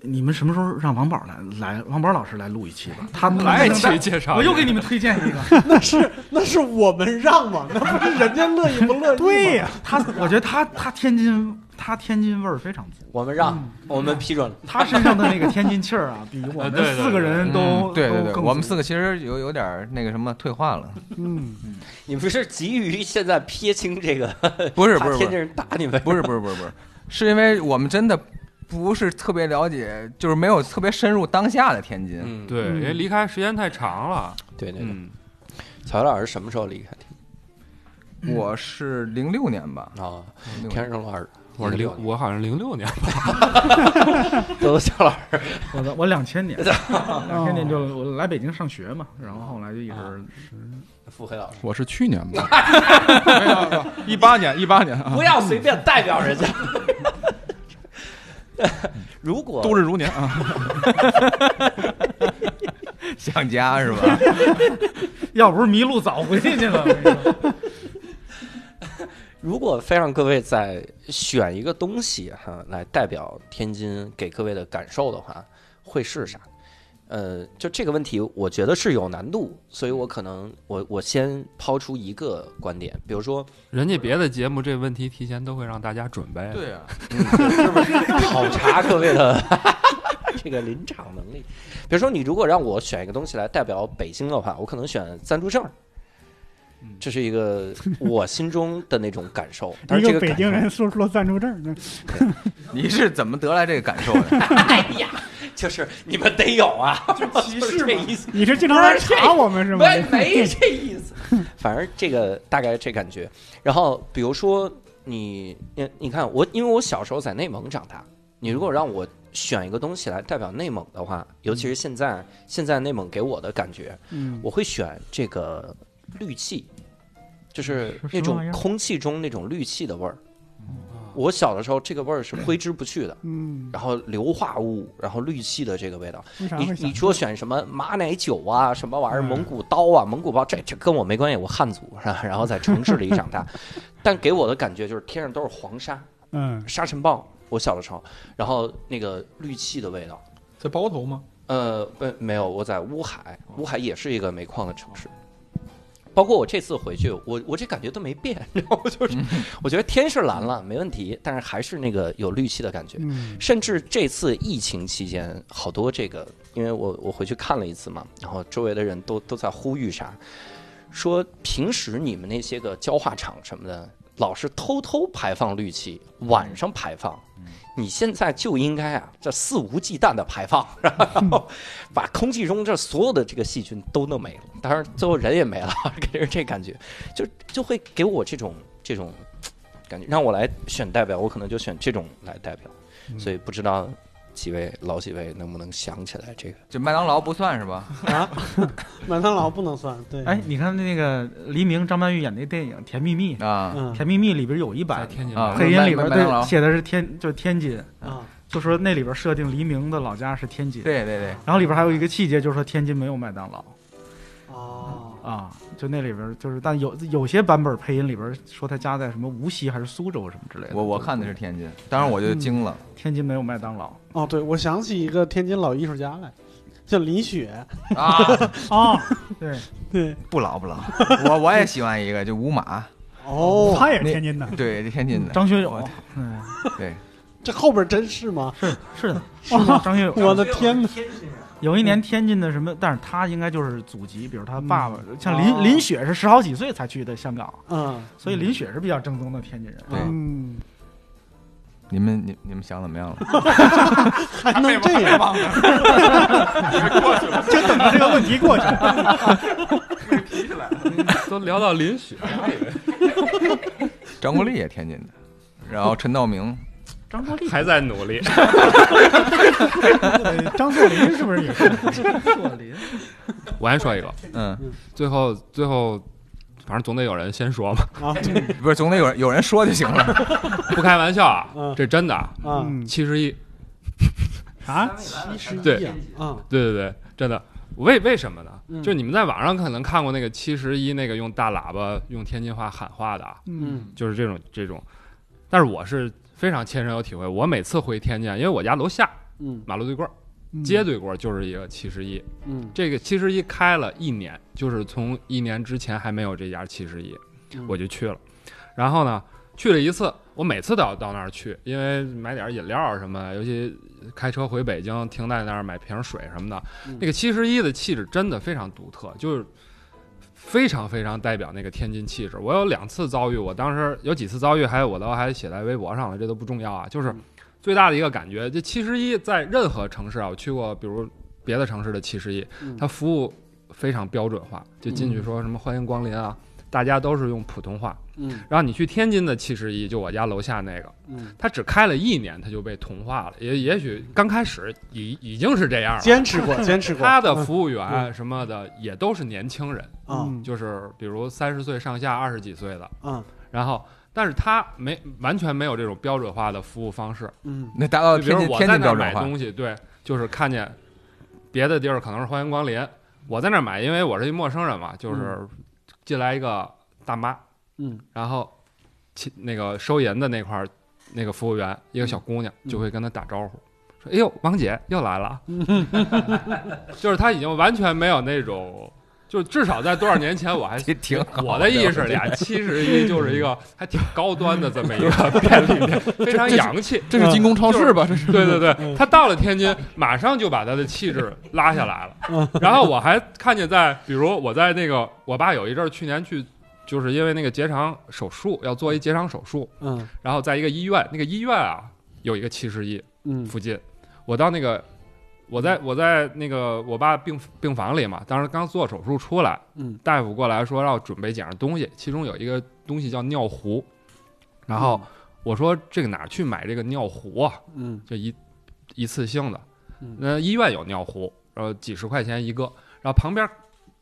D: 你们什么时候让王宝来来王宝老师来录一期吧？啊他
H: 来一
D: 能带
H: 期介绍，
D: 我又给你们推荐一 个，
B: 那是那是我们让嘛，那不是人家乐意不乐意？
C: 对，呀，
D: 他我觉得他他天津他天津味儿非常足，
A: 我们让我们批准了，
D: 他身上的那个天津气儿啊，比我
H: 呃
D: 们
H: 对对对
D: 四个人都
F: 嗯对对对，我们四
D: 个
F: 个其实有有点儿那个什么退化了，
C: 嗯，
A: 你们是急于现在撇清这个，
F: 不是
A: 怕
F: 不是不
A: 天
F: 是
A: 津人打你们？
F: 不是不是不是不是，是因为我们真的不是特别了解，就是没有特别深入当下的天津。
A: 嗯，
H: 对，因为离开时间太长了。
A: 对对对。
H: 嗯，
A: 乔老师什么时候离开天
F: 我是零六年吧，
A: 津？啊，
F: 06年
A: 嗯天生老师，
H: 我 是零，我好像零六年吧，
A: 都是乔老师。
D: 我的我两千 年，两千年就我来北京上学嘛，然后后来就一直
A: 付黑老师，
G: 我是去年吧，
F: 一八年一八年啊，
A: 不要随便代表人家。如果
G: 度日如年啊。
F: 想家 是吧？
D: 要不是迷路早回去去了。我跟你说
A: 如果非让各位再选一个东西哈来代表天津给各位的感受的话，会是啥？呃，就这个问题，我觉得是有难度，所以我可能我我先抛出一个观点，比如说
H: 人家别的节目这问题提前都会让大家准备。，
F: 对啊，
A: 考察各位的 这个临场能力。比如说，你如果让我选一个东西来代表北京的话，我可能选暂住证儿。这是 一个我心中的那种感受，但
C: 嗯一
A: 是这
C: 个
A: 个
C: 北
A: 感
C: 京
A: 受
C: 人说出了暂住证，那
F: 你是怎么得来这个感受的？
A: 就是你们得有啊，就
D: 歧
A: 是 这意思，
C: 你是经常来查我们是吗？
A: 没没这意思。反正这个大概这感觉。然后比如说你，你你看我，因为我小时候在内蒙长大，你如果让我选一个东西来代表内蒙的话，尤其是现在现在内蒙给我的感觉，
C: 嗯，
A: 我会选这个氯气，就是
C: 嗯
D: 什
A: 那
D: 什么玩意
A: 种
D: 儿
A: 空气中那种氯气的味儿。我小的时候，这个味儿是挥之不去的，
C: 嗯，
A: 然后硫化物，然后氯气的这个味道。
C: 为啥
A: 你
C: 会想
A: 你说选什么马奶酒啊，什么玩意儿
C: 嗯
A: 蒙古刀啊，蒙古包，这这跟我没关系，我汉族是吧？然后在城市里 长大，但给我的感觉就是天上都是黄沙、
C: 嗯，
A: 沙尘暴。我小的时候，然后那个氯气的味道，
G: 在包头吗？
A: 呃，不，没有，我在乌海，乌海也是一个煤矿的城市。包括我这次回去，我我这感觉都没变， 然后就是
G: 嗯
A: 我觉得天是蓝了，没问题，但是还是那个有氯气的感觉。
C: 嗯，
A: 甚至这次疫情期间，好多这个，因为我我回去看了一次嘛，然后周围的人都都在呼吁啥，说平时你们那些个焦化厂什么的，老是偷偷排放氯气，晚上排放，你现在就应该啊，这肆无忌惮的排 放，然后把空气中这所有的这个细菌都弄没了，当然最后人也没了， 给人这感觉，就就会给我这种这种感觉，让我来选代表，我可能就选这种来代表。所以不知道几位老几位能不能想起来这个？
F: 就麦当劳不算是吧？
B: 麦当劳不能算，对，
D: 哎，你看那个黎明、张曼玉演那电影《甜蜜蜜》，
F: 啊，
B: 嗯
D: 《甜蜜蜜》里边有一
H: 在
D: 版
H: 哎天津
F: 啊
H: 买
D: 配音里边
F: 麦麦当劳
D: 对写的是天，就是天津，
B: 啊，
D: 就说那里边设定黎明的老家是天津。
F: 对对对，
D: 然后里边还有一个细节，就是说天津没有麦当劳，
B: 啊，
D: 啊，就那里边儿就是，但有有些版本配音里边儿说他家在什么无锡还是苏州什么之类的。
F: 我我看的是天津，当然我就 惊了，
D: 天津没有麦当 劳，
B: 哦，对，我想起一个天津老艺术家来，叫李雪，
F: 啊，
C: 啊，
D: 对，
B: 对，
F: 不老不老，我我也喜欢一个，就五马，
B: 哦，
C: 他也是天津的，
F: 对，天津的，
D: 张学友
F: 我，
D: 嗯，
F: 对，
B: 这后边真是吗？
D: 是 的，是的，张学友。
B: 我的天哪！
D: 有一年天津的什么，但是他应该就是祖籍，比如他爸爸，
C: 嗯
D: 像
B: 哦
D: 林林雪是十好几岁才去的香港，
B: 嗯，
D: 所以林雪是比较正宗的天津人。
F: 对
C: 嗯，
F: 你们你你们想怎么样了？
B: 还能这样？
C: 就等 着这个问题过去。
H: 都聊到林雪，
F: 张国立也天津的，然后陈道明，
D: 张国立
H: 还在努力。
C: 呃张作霖是不是也是？
D: 作霖，
H: 我还说一个，啊
F: 嗯，
H: 最后最后，反正总得有人先说嘛，
B: 啊，对，
F: 不是总得有人有人说就行了。
H: 不开玩笑啊
B: 嗯，
H: 这真的啊，
B: 啊，
C: 嗯
H: 七十一，
C: 啊，
B: 七十一
H: 对
B: 啊，啊，
H: 对对对，真的。为为什么呢？
B: 嗯
H: 就是你们在网上可能看过那个七十一那个用大喇叭用天津话喊话的啊，
C: 嗯，
B: 嗯
H: 就是这种这种。但是我是非常切身有体会，我每次回天津，因为我家楼下
B: 嗯
H: 马路对过儿
C: 嗯
H: 街对过儿就是一个七十一，
B: 嗯，
H: 这个七十一开了一年，就是从一年之前还没有这家七十一，
B: 嗯
H: 我就去了。然后呢，去了一次，我每次都要到那儿去，因为买点饮料啊什么，尤其开车回北京，停在那儿买瓶水什么的。
B: 嗯
H: 那个七十一的气质真的非常独特，就是非常非常代表那个天津气质。我有两次遭遇，我当时有几次遭遇，还有我都还写在微博上了，这都不重要啊。就是
B: 嗯
H: 最大的一个感觉，这七十一在任何城市啊，我去过，比如别的城市的七十一，
B: 嗯
H: 它服务非常标准化，就进去说什么欢迎光临啊，大家都是用普通话。
B: 嗯
H: 然后你去天津的七十一，就我家楼下那个，
B: 嗯，
H: 它只开了一年，它就被同化了。也也许刚开始已已经是这样了。
B: 坚持过，坚持过，
H: 他的服务
B: 嗯
H: 员什么的也都是年轻人，
B: 啊
C: 嗯
H: 就是比如三十岁上下、二十几岁的，
B: 啊
H: 然后。但是他没完全没有这种标准化的服务方式，
B: 嗯
F: 那达到
H: 就比
F: 哦天
H: 如
F: 津
H: 我
F: 天
H: 在
F: 津
H: 那儿
F: 标准
H: 买
F: 化，
H: 东西，对，就是看见别的地儿可能是欢迎光临，我在那儿买，因为我是一陌生人嘛，
F: 嗯
H: 就是进来一个大妈，
B: 嗯
H: 然后其那个收银的那块儿，那个服务员一个
F: 嗯
H: 小姑娘就会跟他打招呼，说：“哎呦，王姐又来 了。”就是他已经完全没有那种，就至少在多少年前我还
F: 挺挺 好
H: 我的意识里啊，七十一就是一个还挺高端的这么一个便利店，非常洋气。
G: 这是金工超市吧？这是嗯
H: 对对对，他到了天津，马上就把他的气质拉下来
G: 嗯
H: 了。然后我还看见在，比如我在那个，我爸有一阵儿去年去，就是因为那个结肠手术要做一结肠手术，
B: 嗯
H: 然后在一个医院，那个医院啊有一个七十一
B: 嗯
H: 附近，我到那个。我在我在那个我爸病病房里嘛，当时刚做手术出来，
B: 嗯，
H: 大夫过来说要准备几样东西，其中有一个东西叫尿壶，然后我说这个哪儿去买这个尿壶啊？
B: 嗯
H: 就一一次性的
B: 嗯。
H: 那医院有尿壶，然后几十块钱一个，然后旁边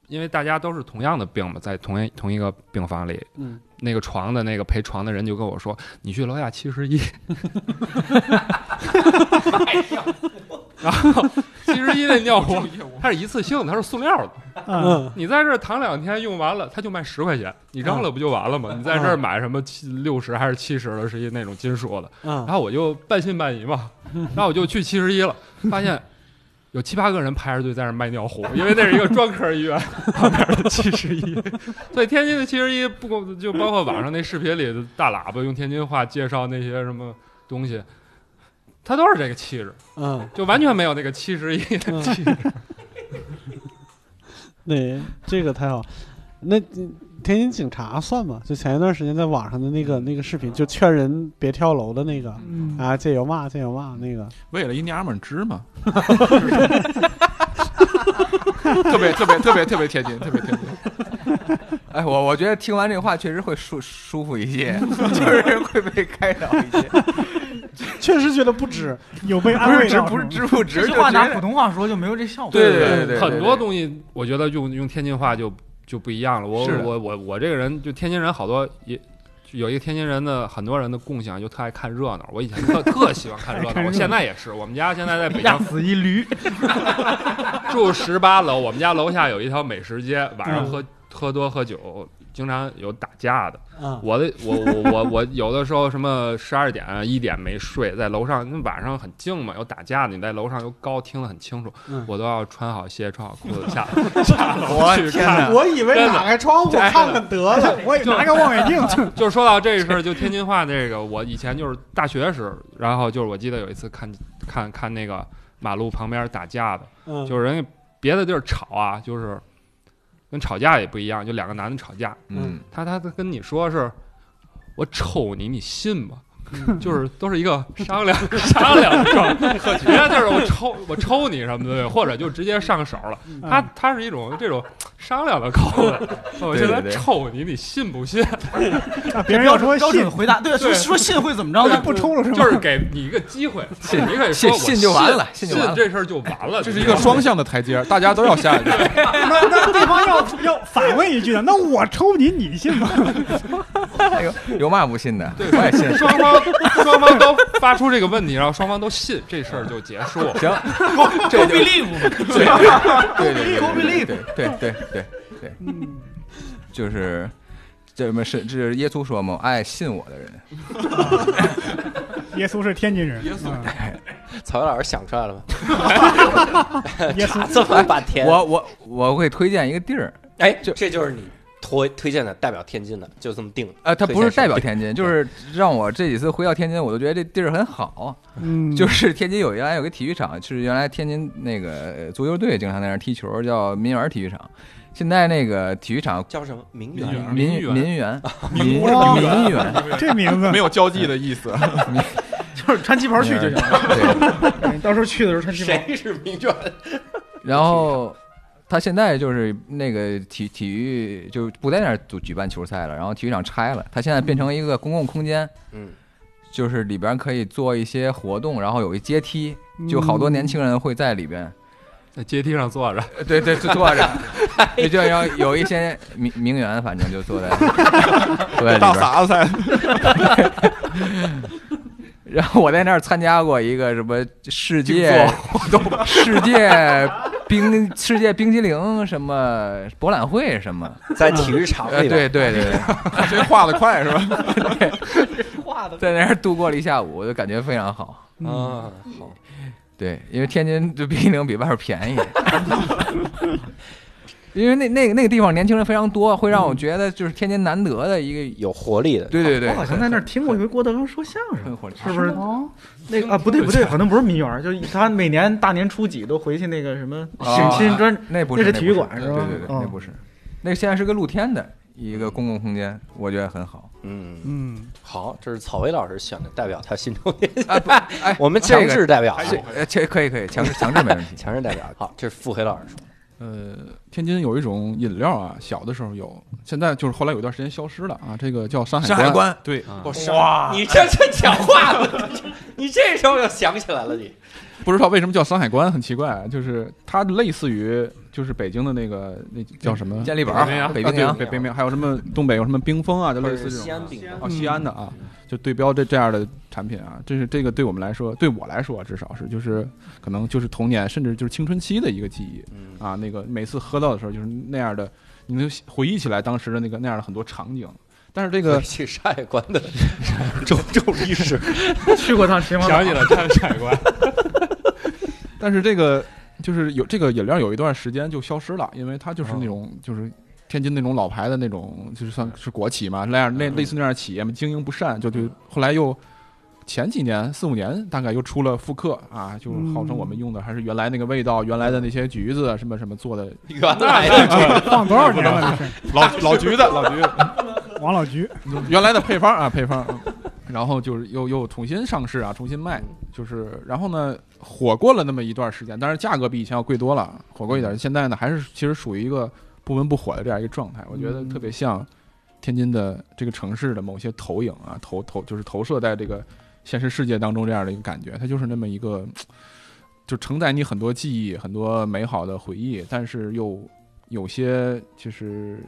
H: 因为大家都是同样的病嘛，在同一同一个病房里，
B: 嗯
H: 那个床的那个陪床的人就跟我说：“你去楼下七十一。” 然后七十一那尿壶，它是一次性的，它是塑料的。
C: 嗯
B: 嗯
H: 你在这儿躺两天用完了，它就卖十块钱，你扔了不就完了吗？你在这儿买什么七六十还是七十的，是一那种金属的，
B: 啊
H: 然后我就半信半疑嘛，然后我就去七十一了，发现有七八个人排着队在那儿卖尿壶，因为那是一个专科医院旁边的七十一， 所以天津的七十一不光就包括网上那视频里的大喇叭用天津话介绍那些什么东西，它都是这个气质，
B: 嗯，
H: 就完全没有那个七十一的
B: 嗯
H: 气质。
B: 对，这个太好。那天津警察算吗？就前一段时间在网上的那个那个视频，就劝人别跳楼的那个
C: 嗯
B: 啊，借油骂，借油骂那个，
G: 为了一娘们儿芝麻，
F: 特别特别特别特别贴近，特别贴近。哎，我我觉得听完这话确实会舒舒服一些， 就是会被开导一些，
B: 确实觉得不值。
C: 有被
F: 不
C: 安
F: 是
C: 慰
F: 值
C: 到
F: 不是
C: 吗
F: 值不值，
D: 这
F: 就
D: 句话
F: 觉
D: 拿
F: 得
D: 普通话说就没有这效果。
F: 对对
H: 对
F: 对，
H: 很多
F: 西
H: 东西我觉得用用天津话就就不一样了。我
F: 是的
H: 我我我这个人就天津人好多也有一个天津人的很多人的共享，就特爱看热闹。我以前特特喜欢 看热闹，我现在也是。我们家现在在北
D: 压
H: 京
D: 哎死一驴，
H: 住十八楼，我们家楼下有一条美食街，晚上
B: 嗯
H: 喝、喝多喝酒，经常有打架的。
B: 啊，
H: 我的我我我我有的时候什么十二点一点没睡，在楼上，那晚上很静嘛，有打架的，你在楼上又高，听得很清楚，
B: 嗯
H: 我都要穿好鞋，穿好裤子 下下楼去
F: 天
H: 看。
F: 哪
B: 我以为
H: 真的
B: 打开窗户看看得了，
C: 我也拿个望 远镜去。
H: 就说到这个事儿，就天津话这个，我以前就是大学时，然后就是我记得有一次看看看那个马路旁边打架的，
B: 嗯，
H: 就是人家别的地儿吵啊，就是跟吵架也不一样，就两个男的吵架，
F: 嗯，
H: 他他他跟你说是我瞅你，你信吗？就是都是一个商量商量的状态，别的地儿我抽我抽你什么的，或者就直接上手了。他他是一种这种商量的口吻，我现在
F: 对对对
H: 抽你，你信不信？
C: 啊 别人要说
D: 标
C: 信
D: 准，回答，对，说
H: 对
D: 说信会怎么着呢？
C: 不抽了是吗？
H: 就是给你一个机会，
F: 信
H: 你可以说
F: 信
H: 我
F: 信就完了，信
H: 信
F: 就完了。
H: 这事儿就完了。
G: 这是一个双向的台阶，大家都要下去。
C: 那那对方要要反问一句的，那我抽你，你信吗？
F: 哎呦，有嘛不信的？我也信。
H: 双方双方都发出这个问题，然后双方都信，这事儿就结束。
F: 行， 这就 believe，对 对对对对对对对对，
C: 嗯，
F: 就是这什么是这是耶稣说嘛，爱信我的人，
C: 耶稣是天津人，耶稣，
A: 曹云老师想出来 了吗？
C: 耶稣
A: 这么半天，
F: 我我我会推荐一个地儿，
A: 哎，这就是你推推荐的代表天津的，就这么定了。
F: 呃，它不
A: 推
F: 是
A: 荐
F: 代表天津，就是让我这几次回到天津，我都觉得这地儿很好。
C: 嗯，
F: 就是天津有原来有个体育场，是原来天津那个呃足球队经常在那儿踢球，叫民园体育场。现在那个体育场
A: 叫什么名啊媛
G: 名媛？
F: 民
G: 民园
F: 民园
C: 民
F: 民
C: 国的
F: 民园，
C: 这名字
G: 没有交际的意 思，
D: 就是穿旗袍去就行。
F: 对，
D: 你到时候去的时候穿旗袍。
A: 谁是名媛？
F: 然后他现在就是那个体体育就不在那儿举举办球赛了，然后体育场拆了，他现在变成一个公共空间，
A: 嗯，
F: 就是里边可以做一些活动，然后有一阶梯，就好多年轻人会在里边，
H: 在阶梯上坐着，
F: 呃 对对，就 坐着，就这样有一些名名媛，反正就坐在 坐在里
G: 大
F: 边。
G: 傻子才
F: 然后我在那儿参加过一个什么世
G: 静
F: 界
G: 坐
F: 活动、 世界冰、世界冰激凌什么博览会什么，
A: 在体育场
F: 呃，
A: 里边，
F: 对对对，
G: 谁画的快是吧？
F: 在那儿度过了一下午，我就感觉非常好。
A: 啊，好，
F: 对，因为天津的冰激凌比外边便宜， 因为那那个那个地方年轻人非常多，会让我觉得就是天津难得的一个，
A: 有活力的。
F: 对对对
D: 我，好像在那儿听过一回郭德纲说相声
F: 很，火力
D: 是不是？那个啊，不对不对，可能不是民园，就是他每年大年初几都回去那个什么
F: 啊
D: 省亲专，
F: 那不
D: 那
F: 是
D: 是
F: 不
D: 体育馆是吧
F: 对对对，
D: 嗯
F: 那不是，那现在是个露天的一个公共空间，我觉得很好。
A: 嗯，
C: 嗯，
A: 好，这是草薇老师选的代表他心中的，
F: 哎不哎
A: 我们强
F: 这
A: 制
F: 个
A: 代表啊，
F: 这呃这可以可以强制强制没问 题。
A: 强制代表。哎好，这是付黑老师说的。
G: 呃，天津有一种饮料啊，小的时候有，现在就是后来有一段时间消失了啊。这个叫山海
F: 山海关
G: 对，我
A: 嗯哇，你这这讲话 了，你这时候又想起来了，你
G: 不知道为什么叫山海关，很奇怪，啊就是它类似于就是北京的那个那叫什么
F: 健力宝
G: 北冰洋、
F: 北冰洋
G: 啊对北冰洋，还有什么东北有什么冰峰啊，就类似这种
A: 西安饼干
G: 啊，西安的啊，就对标这这样的产品啊，这是这个对我们来说，对我来说啊至少是就是可能就是童年，甚至就是青春期的一个记忆
A: 嗯
G: 啊。那个每次喝到的时候，就是那样的，你能回忆起来当时的那个那样的很多场景。但是这个
A: 回去山海关 的种种历史，
D: 去过趟秦皇岛
H: 想起了他的海关。
G: 但是这个就是有这个饮料有一段时间就消失了，因为它就是
F: 哦
G: 那种、就是天津那种老牌的那种，就是算是国企嘛，那样
F: 嗯
G: 那类似那样的企业嘛，经营不善，就就后来又。前几年四五年，大概又出了复刻啊，就号称我们用的还是原来那个味道，原来的那些橘子什么什么做的，
A: 原来的
C: 嗯放多少年了这是？
G: 老老橘子，老橘子，
C: 王老菊，
G: 原来的配方啊，配方。嗯然后就是又又重新上市啊，重新卖，就是然后呢，火过了那么一段时间，但是价格比以前要贵多了，火过一
C: 嗯
G: 点。现在呢，还是其实属于一个不温不火的这样一个状态，我觉
C: 嗯
G: 得特别像天津的这个城市的某些投影啊，投投就是投射在这个现实世界当中这样的一个感觉，它就是那么一个，就承载你很多记忆、很多美好的回忆，但是又有些其实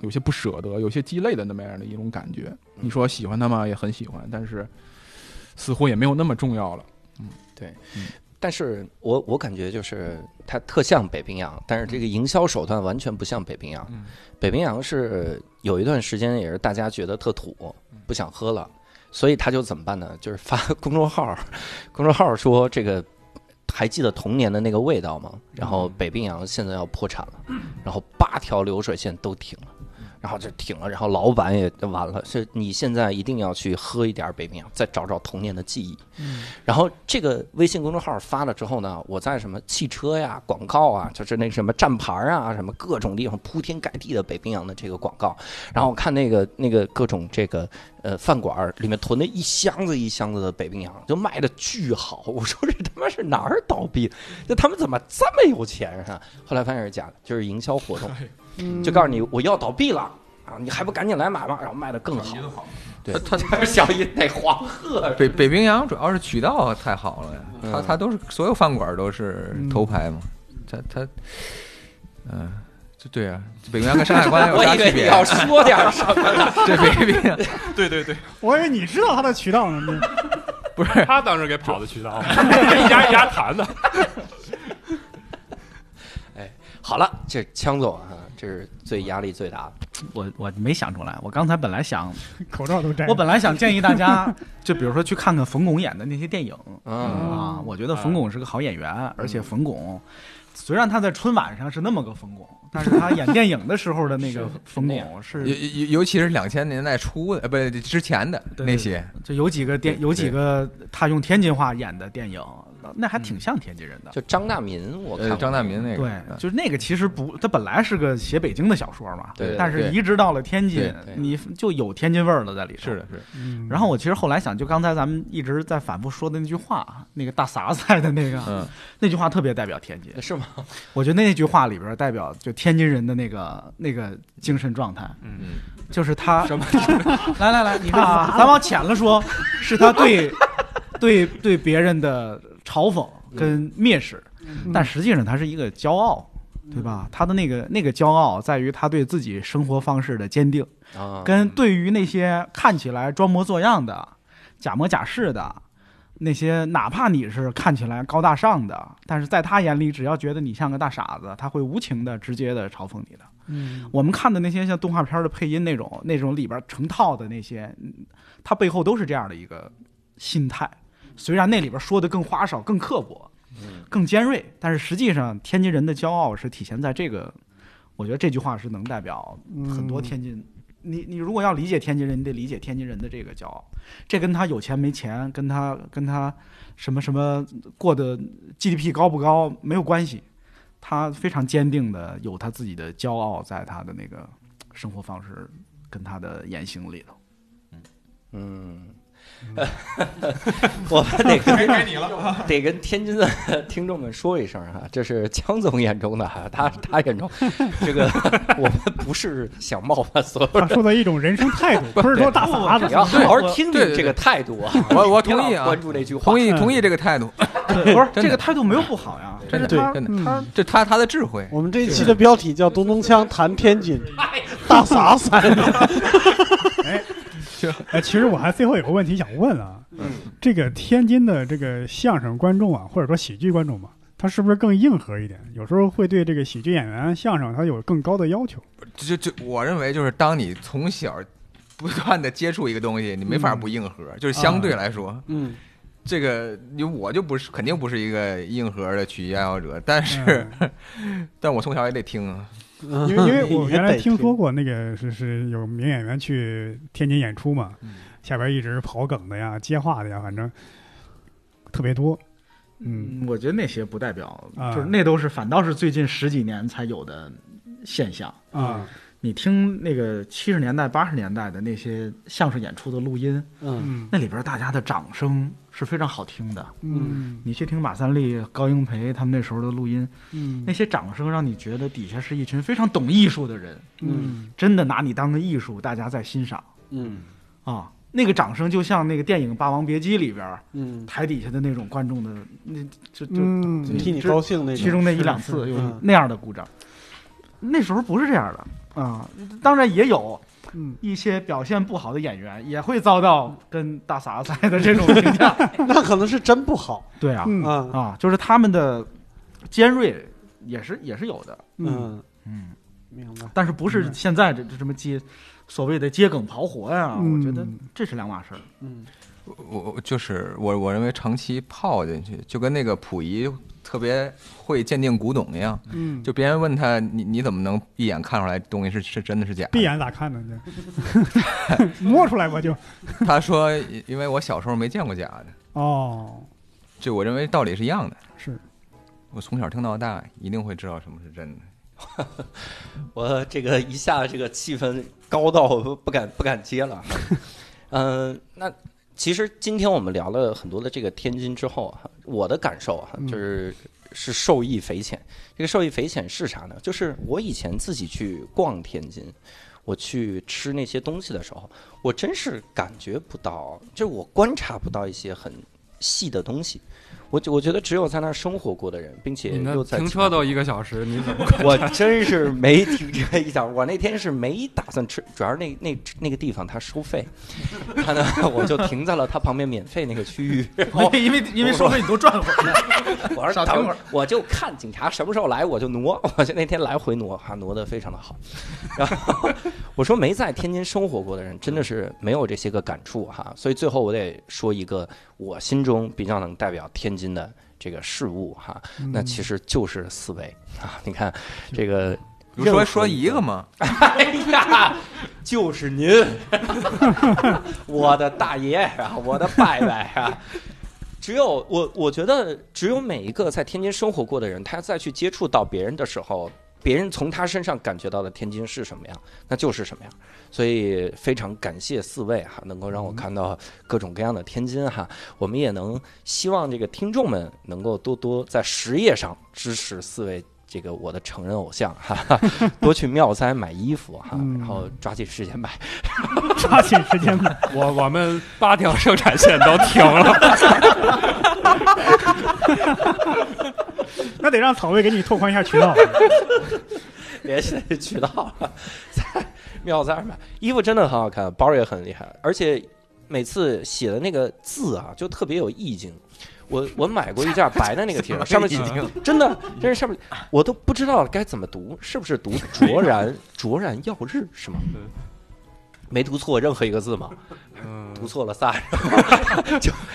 G: 有些不舍得，有些鸡肋的那么样的一种感觉。你说喜欢他吗？也很喜欢，但是似乎也没有那么重要了。
A: 但是我我感觉就是它特像北冰洋，但是这个营销手段完全不像北冰洋。
G: 嗯
A: 北冰洋是有一段时间也是大家觉得特土，不想喝了，所以他就怎么办呢？就是发公众号， 公众号说这个还记得童年的那个味道吗？然后北冰洋现在要破产了，然后八条流水线都停了。然后就停了，然后老板也完了。是你现在一定要去喝一点北冰洋，再找找童年的记忆。然后这个微信公众号发了之后呢，我在什么汽车呀、广告啊，就是那什么站牌啊、什么各种地方铺天盖地的北冰洋的这个广告。然后我看那个那个各种这个呃饭馆儿里面囤的一箱子一箱子的北冰洋，就卖的巨好。我说这他妈是哪儿倒闭？那他们怎么这么有钱啊？后来发现是假的，就是营销活动，就告诉你我要倒闭了。啊，你还不赶紧来买吗？然后卖的更好，对，
F: 他
A: 他小姨得黄鹤
F: 北北冰洋主要是渠道太好了呀，
A: 嗯
F: 他他都是所有饭馆都是头牌嘛，他他，嗯，这对啊，北冰洋跟上海关 有
A: 我
F: 啥
A: 以为
F: 区
A: 你
F: 别？
A: 要说点什么呢？
F: 这北冰洋
G: 对对对，
C: 我以为你知道他的渠道呢，你
F: 不是
H: 他当时给跑的渠道，
G: 哎
H: 一家一家谈的。
A: 好了，这枪总啊，这是最压力最大的。
D: 我我没想出来，我刚才本来想，
C: 口罩都摘了。
D: 我本来想建议大家，就比如说去看看冯巩演的那些电影
A: 嗯，
D: 啊，我觉得冯巩是个好演员，而
F: 嗯
D: 且冯巩虽然他在春晚上是那么个冯巩，但是他演电影的时候的那个冯巩
F: 尤
D: 是。
F: 尤尤其是两千年代初的，呃，不是之前的
D: 对
F: 那些，
D: 就有几个电，有几个他用天津话演的电影，那还挺像天津人的。
A: 就张大民，我看
F: 呃，
A: 过
F: 张大民嗯那个，
D: 对，
F: 嗯
D: 就是那个其实不，它本来是个写北京的小说嘛，
A: 对对
D: 但是
F: 对
D: 移植到了天津
F: 对，对
D: 你就有天津味儿了在里头。
F: 是的，是的，
C: 嗯，
D: 然后我其实后来想，就刚才咱们一直在反复说的那句话，那个大撒菜的那个，
F: 嗯
D: 那句话特别代表天津。
A: 是吗？
D: 我觉得那句话里边代表就天津人的那个那个精神状态，
F: 嗯，
D: 就是他
F: 什么？
D: 来来来，你看啊， 咱往浅了说，是他对对对别人的嘲讽跟蔑视，
F: 嗯
D: 但实际上他是一个骄傲，对吧？他的那个那个骄傲在于他对自己生活方式的坚定，
A: 啊，
D: 跟对于那些看起来装模作样的、假模假式的。那些哪怕你是看起来高大上的，但是在他眼里，只要觉得你像个大傻子，他会无情的、直接的嘲讽你的。
C: 嗯，
D: 我们看的那些像动画片的配音那种，那种里边成套的那些，嗯它背后都是这样的一个心态。虽然那里边说的更花哨、更刻薄、更尖锐，但是实际上天津人的骄傲是体现在这个。我觉得这句话是能代表很
F: 嗯
D: 多天津。你你如果要理解天津人，你得理解天津人的这个骄傲。这跟他有钱没钱，跟他跟他什么什么过得 GDP 高不高没有关系。他非常坚定的有他自己的骄傲，在他的那个生活方式跟他的言行里头。
A: 嗯， 我们得跟该你了， 得跟天津的听众们说一声啊，这是江总眼中的啊，他
F: 嗯
A: 他眼中这 个我们不是想冒犯所有
C: 他说的一种人生态度， 不是说 大傻
A: 人，你
C: 子。
A: 要好好听
F: 对
A: 听
F: 对对
A: 这个态度啊。
F: 我我
A: 别老
F: 同意啊，
A: 关注这句话，
F: 同意同意这个态度，
C: 哎
D: 不是
F: 真的
D: 这个态度没有不好呀，
F: 真的
D: 这是他
F: 真的，
C: 嗯，
F: 这他他的智慧，
B: 我们这一期的标题叫“咚咚锵谈天津”，大傻 三
C: 哎，其实我还最后有个问题想问啊，这个天津的这个相声观众啊，或者说喜剧观众嘛，他是不是更硬核一点？有时候会对这个喜剧演员、相声他有更高的要求。
F: 就就我认为就是当你从小不断的接触一个东西，你没
C: 嗯
F: 法不硬核，就是相对来说，
B: 嗯，
F: 这个你我就不是肯定不是一个硬核的曲艺爱好者，但是、 但我从小也得听啊，
B: 因
C: 因为因为 我原来听说过那个是是有名演员去天津演出嘛，
B: 嗯
C: 下边一直跑梗的呀、接话的呀，反正特别多。嗯，
D: 嗯，我觉得那些不代表，
C: 啊
D: 就是那都是反倒是最近十几年才有的现象。
C: 啊，
D: 你听那个七十年代、八十年代的那些相声演出的录音，
B: 嗯
C: 嗯
D: 那里边大家的掌声是非常好听的。
C: 嗯
D: 你去听马三立、高英培他们那时候的录音，
C: 嗯
D: 那些掌声让你觉得底下是一群非常懂艺术的人，
C: 嗯
D: 真的拿你当个艺术，大家在欣赏
B: 嗯
D: 啊。那个掌声就像那个电影《霸王别姬》里边儿
B: 嗯，
D: 台底下的那种观众的，那就就、
C: 嗯，
B: 替你高兴那
D: 其
B: 种，
D: 中那一两次有
B: 嗯
D: 那样的鼓掌。那时候不是这样的，啊、当然也有
B: 嗯，
D: 一些表现不好的演员也会遭到跟大傻子的这种评价。
B: 那可能是真不好
D: 对啊，
C: 嗯
B: 啊，
D: 啊，就是他们的尖锐也是也是有的，
C: 嗯，
B: 嗯，
D: 嗯，
B: 明白，
D: 但是不是
C: 嗯
D: 现在这这什么接所谓的接梗刨活呀、我觉得
C: 嗯
D: 这是两码事儿。
B: 嗯
F: 我我就是我我认为长期泡进去，就跟那个溥仪特别会鉴定古董一样，
C: 嗯，
F: 就别人问他你你怎么能一眼看出来东西是是真的是假
C: 闭
F: 的？
C: 眼咋看呢？这摸出来吧就
F: 他说因为我小时候没见过假的，
C: 哦，
F: 这我认为道理是一样的。
C: 是
F: 我从小听到大，一定会知道什么是真的。
A: 我这个一下这个气氛高到我不敢不敢接了。 嗯、那其实今天我们聊了很多的这个天津之后哈，我的感受哈
C: 嗯
A: 就是是受益匪浅。这个受益匪浅是啥呢？就是我以前自己去逛天津。我去吃那些东西的时候，我真是感觉不到，就是我观察不到一些很细的东西。我就我觉得只有在那儿生活过的人，并且
H: 你嗯那
A: 又在
H: 停
A: 其
H: 车
A: 他
H: 都一个小时，你怎么？
A: 我真是没停车一脚，我那天是没打算吃，主要是那那那个地方它收费，他呢我就停在了它旁边免费那个区 域，然
C: 哦
A: 后
D: 因为因为说费你都赚回来了，
A: 我说
D: 少
A: 等
D: 停
A: 会
D: 会
A: 儿，我就看警察什么时候来，我就挪。我就那天来回挪，哈、挪得非常的好。 然后我说没在天津生活过的人，真的是没有这些个感触哈、所以最后我得说一个我心中比较能代表天津的这个事物哈、
C: 嗯
A: 那
F: 嗯
A: 其实就是四维啊。你看这个。
F: 比如说说一个嘛，
A: 哎呀，就是您， 我的大爷啊，我的伯伯啊。只有我，我觉得只有每一个在天津生活过的人，他再去接触到别人的时候，别人从他身上感觉到的天津是什么样，那就是什么样。所以非常感谢四位哈、能够让我看到各种各样的天津哈、我们也能希望这个听众们能够多多在实业上支持四位这个我的成人偶像哈、哈。多去妙哉买衣服哈，
C: 嗯
A: 然后抓紧时间买。
C: 抓紧时 间吧。
H: 我我们八条生产线都停了，
C: 那得让草莓给你拓宽一下渠道。啊
A: 联系渠道了，在妙哉买衣服真的很好看，包也很厉害，而且每次写的那个字啊，就特别有意境。我我买过一件白的那 个 T 恤，上面写
D: 啊
A: 真的，真是上面我都不知道该怎么读，是不是 读卓然卓然耀日是吗
H: 嗯？
A: 没读错任何一个字吗？
H: 嗯，
A: 读错了仨，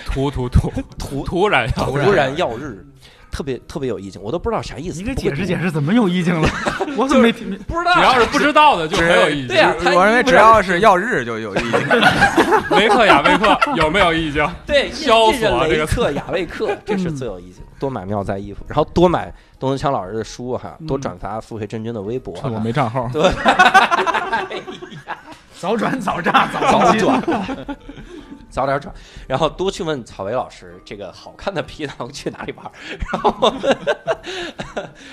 H: 突突突
A: 突
H: 突然要
A: 突然耀日，特别特别有意境，我都不知道啥意思。
D: 你给
A: 不会
D: 解
A: 读
D: 释解释，怎么有意境了？我怎么没听？
A: 不知
H: 只
A: 道
H: 要是不知道的就很有意
A: 对
H: 见。
A: 呀、他
F: 我认为
A: 一不
F: 只要是要日就有意义。
H: 维克雅维克有没有意见？
A: 对，
H: 萧
A: 印印着
H: 索啊这
A: 雷
H: 个
A: 克、雅未克，这是最有意思的。多买妙哉衣服，然后多买东东强老师的书哈，多转发付费真君的微博哈。
G: 我没账号，
D: 早转早炸
A: 早
D: 进
A: 转，早点转，然后多去问草莓老师这个好看的皮囊去哪里玩儿， 然后，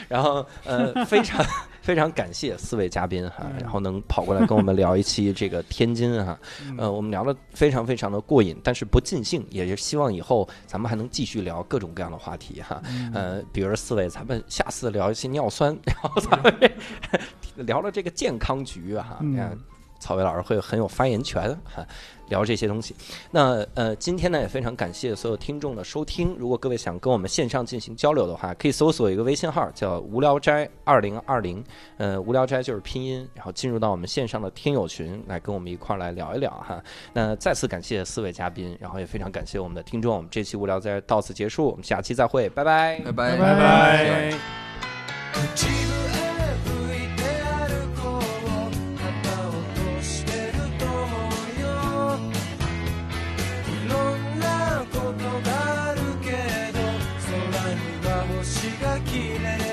A: 然后呃，非常非常感谢四位嘉宾哈，然后能跑过来跟我们聊一期这个天津哈，呃，我们聊的非常非常的过瘾，但是不尽兴，也是希望以后咱们还能继续聊各种各样的话题哈，呃，比如四位，咱们下次聊一些尿酸，然后咱们这 聊了这个健康局啊，
C: 嗯
A: 看草莓老师会很有发言权哈、聊这些东西。那呃，今天呢也非常感谢所有听众的收听。如果各位想跟我们线上进行交流的话，可以搜索一个微信号叫“无聊斋二零二零”，呃，“无聊斋”就是拼音，然后进入到我们线上的听友群，来跟我们一块儿来聊一聊哈。那再次感谢四位嘉宾，然后也非常感谢我们的听众。我们这期无聊斋到此结束，我们下期再会，拜拜。
F: 拜拜
C: 拜
F: 拜。
H: 哎
I: 口笛笛吹いて歩こう旗をとしてると思うよいろんなことがあるけど空には星が綺麗